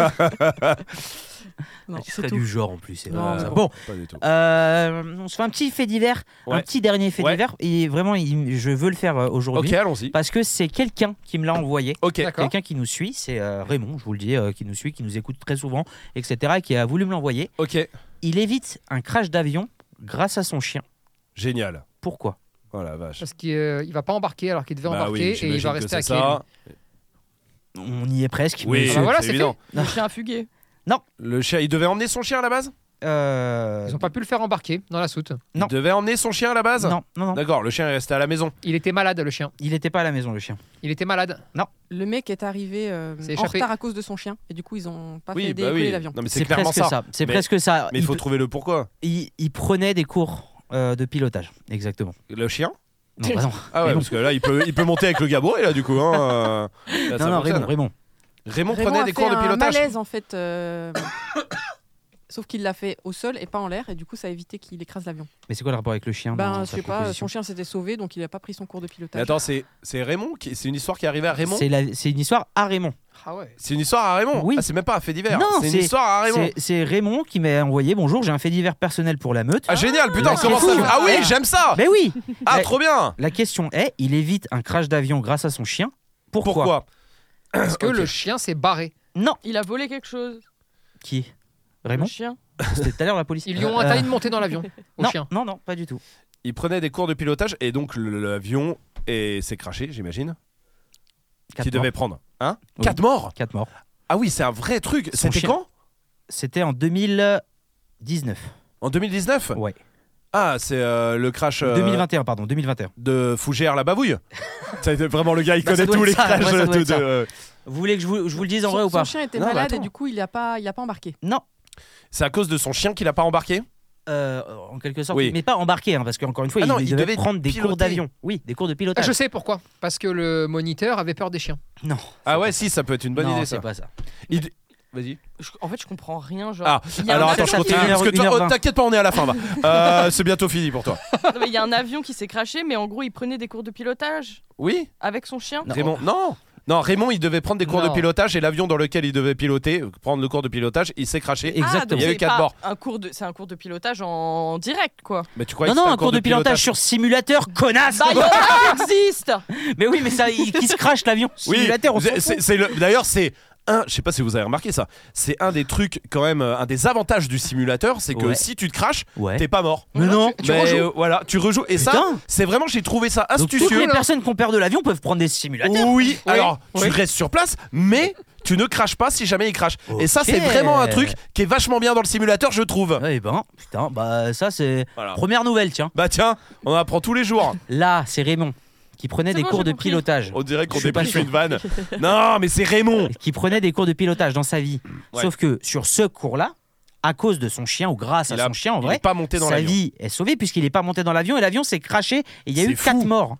Non, tu c'est serais tout. du genre en plus. c'est Non, vraiment mais ça. bon. Bon, Pas du tout. euh, on se fait un petit fait divers, un Ouais. petit dernier fait Ouais. divers. Et vraiment, il- je veux le faire euh, aujourd'hui Ok, allons-y. parce que c'est quelqu'un qui me l'a envoyé. Ok. D'accord. Quelqu'un qui nous suit, c'est euh, Raymond, je vous le dis, euh, qui nous suit, qui nous écoute très souvent, etc., et qui a voulu me l'envoyer. Ok. Il évite un crash d'avion grâce à son chien. Génial. Pourquoi Oh la vache. Parce qu'il euh, il va pas embarquer alors qu'il devait Bah oui, embarquer et il j'imagine va que rester c'est à quai. ça. On y est presque. Oui, mais- Ah bah voilà, c'est c'est évident. Le chien a fugué. Le chien, il devait emmener son chien à la base Euh, Ils n'ont pas pu le faire embarquer dans la soute. Non. Il devait emmener son chien à la base Non, non, non. D'accord, le chien est resté à la maison. Il était malade, le chien. Il n'était pas à la maison, le chien. Il était malade. Le mec est arrivé euh, C'est en échappé. retard à cause de son chien et du coup ils ont pas fait Oui, bah décoller oui. l'avion. Non, mais c'est clairement presque ça. ça. C'est Mais- presque ça. Mais il faut pe- trouver le pourquoi. il, il prenait des cours euh, de pilotage, exactement. Le chien (laughs) Non, bah non. Ah ouais, Raymond. parce que là, il peut, il peut monter avec le gabarit, là, du coup. (laughs) Hein. euh, là, ça non, non, fonctionne. Raymond, Raymond. Raymond Raymond prenait a des fait cours de un pilotage. malaise en fait. euh, (coughs) Sauf qu'il l'a fait au sol et pas en l'air, et du coup ça a évité qu'il écrase l'avion. Mais c'est quoi le rapport avec le chien dans Ben, je sa sais pas, proposition son chien s'était sauvé donc il a pas pris son cours de Mais pilotage. attends, c'est c'est Raymond qui- C'est une histoire qui est arrivée à Raymond C'est la- C'est une histoire à Raymond. Ah ouais. C'est une histoire à Raymond Oui. Ah, C'est même pas un fait divers. Non, C'est une c'est- histoire à Raymond. C'est- C'est Raymond qui m'a envoyé Bonjour, j'ai un fait divers personnel pour la meute. Ah, génial, putain, Ah, comment c'est ça fou. Ah oui, j'aime ça Mais oui Ah, Mais- trop bien La question est il évite un crash d'avion grâce à son chien. Pourquoi, Pourquoi Parce que le chien s'est barré. Non Il a volé quelque chose. Qui Le Raymond chien. C'était tout à l'heure la police. Ils lui ont Euh, interdit de monter (laughs) dans l'avion au non, chien. non, non, pas du tout. Il prenait des cours de pilotage et donc le- l'avion et s'est craché, j'imagine. Quatre Qui morts. devait prendre Hein Oui. Quatre morts Quatre morts. Ah oui, c'est un vrai truc. Son C'était chien. quand C'était en 2019. En 2019 Ouais. Ah, c'est euh, le crash euh, 2021, pardon, 2021. de Fougère la bavouille. c'est vraiment le gars, il Bah, ça connaît doit tous être les ça, crashs ouais, de- ça doit être ça. de- euh, Vous voulez que je vous, je vous le dise en son, vrai ou son pas chien était Non, bah malade attends. et du coup il a pas, il a pas embarqué. Non, C'est à cause de son chien qu'il a pas embarqué euh, en quelque sorte, Oui. mais pas embarqué, hein, parce qu'encore une fois, Ah il, non, il il devait, devait prendre des cours piloter. d'avion. Oui, des cours de Ah, pilotage. je sais pourquoi. Parce que le moniteur avait peur des chiens. Non. Ah ouais, si, ça peut être une bonne non, idée c'est ça. pas ça. Vas-y. Je- En fait, je comprends rien. Genre, Ah, il y a alors un attends, je avion qui continue. fait Parce que toi, 1h20. oh, t'inquiète pas, on est à la fin là. Euh, c'est bientôt fini pour toi. (laughs) Non, mais il y a un avion qui s'est crashé, mais en gros, il prenait des cours de pilotage Oui avec son chien. Non. Raymond Non non, Raymond, il devait prendre des cours Non. de pilotage et l'avion dans lequel il devait piloter, euh, prendre le cours de pilotage, il s'est craché. Exactement. Ah, donc Il y a eu c'est quatre pas morts. Un cours de, c'est un cours de pilotage en direct, quoi. Mais tu crois Non, non, un cours de pilotage sur simulateur, connasse Bah, il y en a qui existent. Mais oui, mais ça, il, qui se crache l'avion (laughs) Oui, Simulateur, on s'en c'est- fout. c'est c'est le. D'ailleurs, c'est un. Je sais pas si vous avez remarqué ça. C'est un des trucs quand même, euh, un des avantages du simulateur, c'est que Ouais. si tu te craches, Ouais. t'es pas mort. Mais non Tu Mais, rejoues. euh, voilà, tu rejoues. Et ça, Putain. c'est vraiment, j'ai trouvé ça Donc, toutes hein. astucieux. les personnes qu'on perd de l'avion peuvent prendre des simulateurs. Oui, alors oui. tu restes sur place, mais tu ne craches pas si jamais il crache. Et ça, Ok. c'est vraiment un truc qui est vachement bien dans le simulateur, je trouve. Eh ben, putain, bah ça c'est Voilà. première nouvelle, tiens. Bah tiens, on en apprend tous les jours. Là, c'est Raymond qui prenait C'est des bon, cours j'ai de compris. pilotage. On dirait qu'on Je suis pas débouche sûr. une (laughs) vanne. Non, mais c'est Raymond. qui prenait des cours de pilotage dans sa vie. Oh. Ouais. Sauf que sur ce cours-là, à cause de son chien ou grâce Il à a- son chien en Il vrai, est pas monté dans sa l'avion. vie est sauvée puisqu'il n'est pas monté dans l'avion et l'avion s'est craché et il y a C'est eu fou. quatre morts.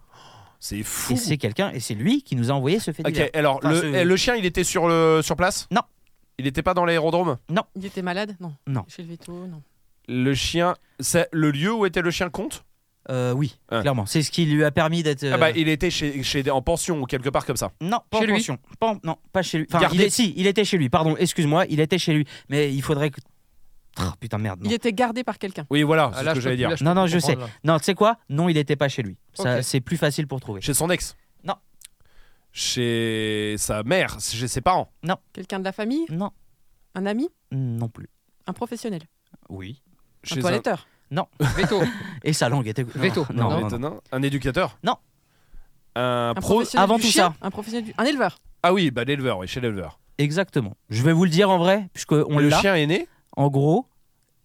C'est fou. Et c'est quelqu'un et c'est lui qui nous a envoyé ce fait Ok, divers. alors Enfin, le, ce- eh, le chien, il était sur le sur place Non. Il était pas dans l'aérodrome. Il était malade Non. Non. Chez le veto, non. Le chien, c'est le lieu où était le chien compte Euh, oui, Ouais. clairement, c'est ce qui lui a permis d'être Ah bah euh, il était chez, chez en pension ou quelque part comme ça. non, pas Chez en lui. pension. Pas en- non, pas chez lui. Enfin, Gardé. il est- si, il était chez lui. Pardon, excuse-moi, il était chez lui, mais il faudrait que Ah, putain merde. non. Il était gardé par quelqu'un. Oui, voilà, Ah, c'est ce là, que peux j'allais plus, dire. là, Non, peux non, plus je sais. comprendre, là. Non, tu sais quoi Non, il n'était pas chez lui. Ça, Ok. c'est plus facile pour trouver. Chez son ex Non. Chez sa mère, chez ses parents. Quelqu'un de la famille Non, Un ami non plus. Un professionnel Oui. Un Chez toiletteur Veto. Et sa langue était. Veto. Non, non, non, non. Étonnant. Un éducateur Non. Un Un pro. professionnel avant du tout chien ça. Un professionnel du- Un éleveur Ah oui, bah l'éleveur, oui, chez l'éleveur. Exactement. Je vais vous le dire en vrai, puisqu'on Le l'a. chien est né En gros,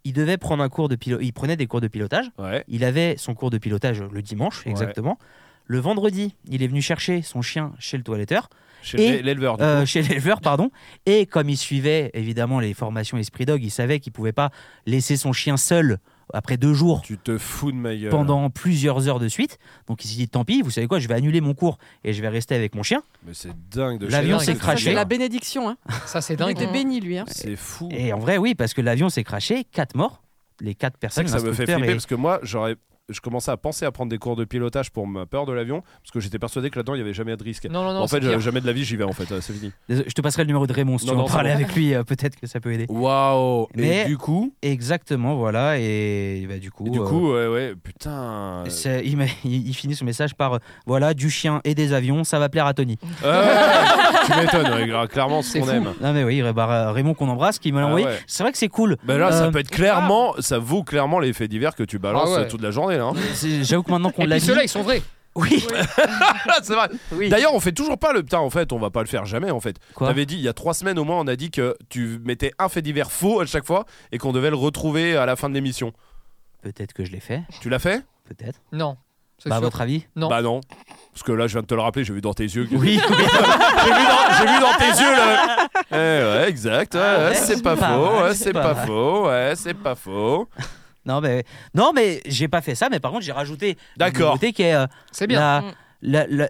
il devait prendre un cours de pilo- Il prenait des cours de pilotage. Ouais. Il avait son cours de pilotage le dimanche, Ouais. exactement. Le vendredi, il est venu chercher son chien chez le toiletteur, Chez Et- l'é- l'éleveur. du euh, coup. chez l'éleveur, pardon. Et comme il suivait évidemment les formations Esprit Dog, il savait qu'il pouvait pas laisser son chien seul après deux jours Tu hein. te fous de ma gueule. pendant plusieurs heures de suite. Donc il s'est dit tant pis, vous savez quoi, je vais annuler mon cours et je vais rester avec mon chien. Mais c'est dingue de chez L'avion l'éleveur. s'est Ça, craché. C'est la bénédiction, hein. (laughs) Ça, c'est Il dingue. était béni, lui. Hein. C'est fou. Et en vrai, oui, parce que l'avion s'est craché, quatre morts, les quatre C'est ça personnes. que ça me fait l'instructeur flipper et- parce que moi, j'aurais. je commençais à penser à prendre des cours de pilotage pour ma peur de l'avion, parce que j'étais persuadé que là-dedans, il n'y avait jamais de risque. Non, non, non. en fait, c'est pire. jamais de la vie, j'y vais en fait, euh, c'est fini. Désolé, Je te passerai le numéro de Raymond si Non, tu veux en non, c'est parler bon. avec lui, euh, peut-être que ça (laughs) peut aider. Waouh Mais- Et du coup Exactement, voilà. Et bah, du coup. Et du euh, coup, ouais, ouais, putain. euh, c'est- il, m'a- (laughs) il- il finit son message par euh, voilà du chien et des avions, ça va plaire à Tony. ouais, Euh, (laughs) tu m'étonnes, ouais, gra- clairement, ce C'est qu'on fou. aime. Non mais oui, Ray- bah, Raymond qu'on embrasse, qui me l'a Ah envoyé. ouais. C'est vrai que c'est cool. Bah là, ça Euh, peut être clairement, ça vaut clairement les faits divers que tu balances Ah ouais. euh, toute la journée. Là, hein. c'est- J'avoue que maintenant qu'on Et l'a puis dit. ceux-là, ils sont vrais. Oui. (laughs) Ah, c'est vrai. oui. D'ailleurs, on fait toujours pas le putain. En fait, on va pas le faire jamais. En fait, Quoi t'avais dit il y a trois semaines au moins, on a dit que tu mettais un fait divers faux à chaque fois et qu'on devait le retrouver à la fin de l'émission. Peut-être que je l'ai fait. Tu l'as fait Peut-être. Non. C'est Bah, à sûr. votre avis Non. Bah non. Parce que là, je viens de te le rappeler, (laughs) j'ai vu dans tes yeux. que- Oui. j'ai, vu dans, j'ai vu dans tes yeux là. Eh ouais, exact. ouais, Ah ouais, ouais, c'est pas, pas faux. mal, ouais, c'est c'est pas pas, mal. faux. Ouais, c'est pas faux. non mais non mais j'ai pas fait ça. Mais par contre, j'ai rajouté. D'accord. Côté qui est euh, C'est bien. la, Mm. la, la,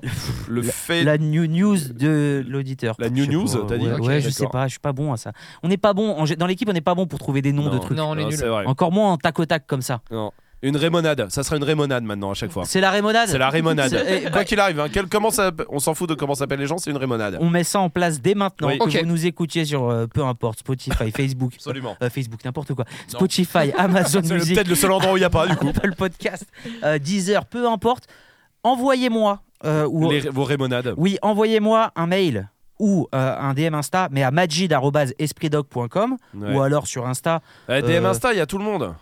Le La- fait. la new news de l'auditeur. La Je new sais news, pas, t'as dit Ouais, Ok, ouais, je sais d'accord. pas, je suis pas bon à ça. On n'est pas bon en gé- dans l'équipe, on n'est pas bon pour trouver des noms de trucs. Non, on est Ah, nul. c'est vrai. Encore moins en tac au tac comme ça. Une rémonade. Ça sera une rémonade maintenant à chaque fois. C'est la rémonade. C'est la C'est- eh, rémonade. bah, Quoi qu'il arrive, hein, quel- comment ça- on s'en fout de comment s'appellent les gens, c'est une rémonade. On met ça en place dès maintenant. Oui. Que Ok. vous nous écoutiez sur euh, peu (laughs) importe Spotify, Facebook, Absolument. euh, Facebook n'importe quoi, Non. (laughs) Spotify, Amazon C'est le- Music, peut-être le seul endroit où il n'y a pas, du coup. (laughs) Apple Podcast, euh, Deezer, peu importe. Envoyez-moi euh, ou Les- vos rémonades. Oui, envoyez-moi un mail ou euh, un DM Insta, mais à magid@espritdoc.com Ouais. ou alors sur Insta. Eh, DM euh, Insta, il y a tout le monde.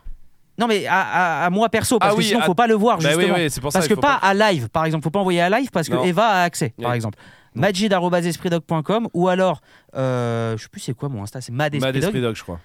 Non, mais à, à- à moi perso, parce Ah que oui, sinon, à- faut pas le voir, Bah justement. oui, oui, c'est pour ça parce que qu'il faut pas à live, par exemple. Faut pas envoyer à live parce que Non. Eva a accès, Oui. par exemple. magid.espritdoc.com ou alors, euh, je sais plus c'est quoi mon Insta, c'est Mad Esprit madespritdoc. Dog, je crois.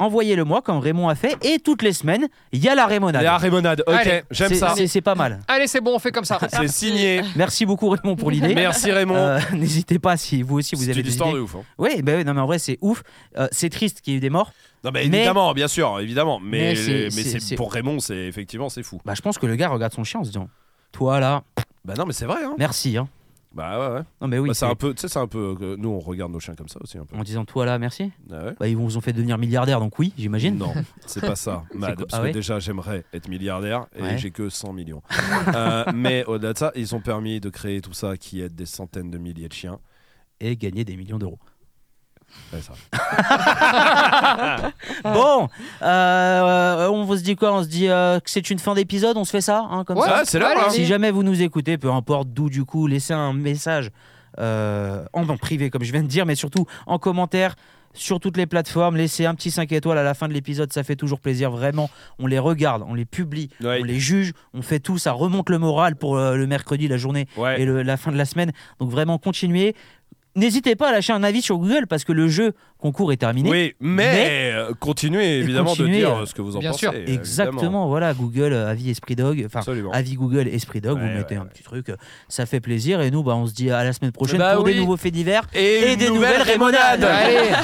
Envoyez-le moi, comme Raymond a fait, et toutes les semaines, il y a la Raymonade. La rémonade, Allez, ok, j'aime C'est- ça. c'est- C'est pas mal. Allez, c'est bon, on fait comme (laughs) ça. C'est signé. Merci beaucoup, Raymond, pour l'idée. Merci Raymond. Euh, (laughs) N'hésitez pas si vous aussi vous C'est avez une des histoire idées. de ouf. hein. Oui, bah, oui, non mais en vrai c'est ouf. Euh, c'est triste qu'il y ait eu des morts. Non, mais Mais- évidemment, bien sûr, évidemment. Mais, Mais mais, c'est- c'est- c'est c'est- pour Raymond, c'est effectivement, c'est fou. Bah je pense que le gars regarde son chien en se disant, toi là, Bah non, mais c'est vrai. Hein. merci. Hein. Bah ouais, ouais. Non mais oui. Bah, c'est c'est- un peu, tu sais, c'est un peu. euh, Nous, on regarde nos chiens comme ça aussi un peu. En disant toi là, merci. Ah ouais. Bah, ils vous ont fait devenir milliardaire, donc oui, j'imagine. (laughs) Non, c'est pas ça, Mad. quoi Parce Ah que ouais déjà, j'aimerais être milliardaire et Ouais. Ah j'ai que 100 (laughs) millions. Euh, mais au-delà de ça, ils ont permis de créer tout ça qui aide des centaines de milliers de chiens. Et gagner des millions d'euros. Ouais, ça. Bon, euh, on se dit quoi On se dit euh, que c'est une fin d'épisode, on se fait ça, hein, comme Ouais, ça. Ah, c'est là, allez. hein. Si jamais vous nous écoutez, peu importe d'où du coup, laissez un message euh, en, en privé, comme je viens de dire, mais surtout en commentaire sur toutes les plateformes. Laissez un petit 5 étoiles à la fin de l'épisode, ça fait toujours plaisir, vraiment. On les regarde, on les publie, Ouais. on les juge, on fait tout, ça remonte le moral pour euh, le mercredi, la journée Ouais. et le- la fin de la semaine. Donc vraiment, continuez. N'hésitez pas à lâcher un avis sur Google parce que le jeu concours est terminé. Oui, mais, Mais- euh, continuez évidemment continuez, de dire euh, euh, ce que vous en bien pensez. sûr. euh, Exactement, évidemment. voilà, Google, euh, avis Esprit Dog, enfin, Absolument. avis Google, Esprit Dog, Ouais, vous mettez ouais, un ouais. petit truc, euh, ça fait plaisir, et nous, bah, on se dit à la semaine prochaine Bah pour des oui. nouveaux faits divers Et, et, des nouvelles rémonades Allez.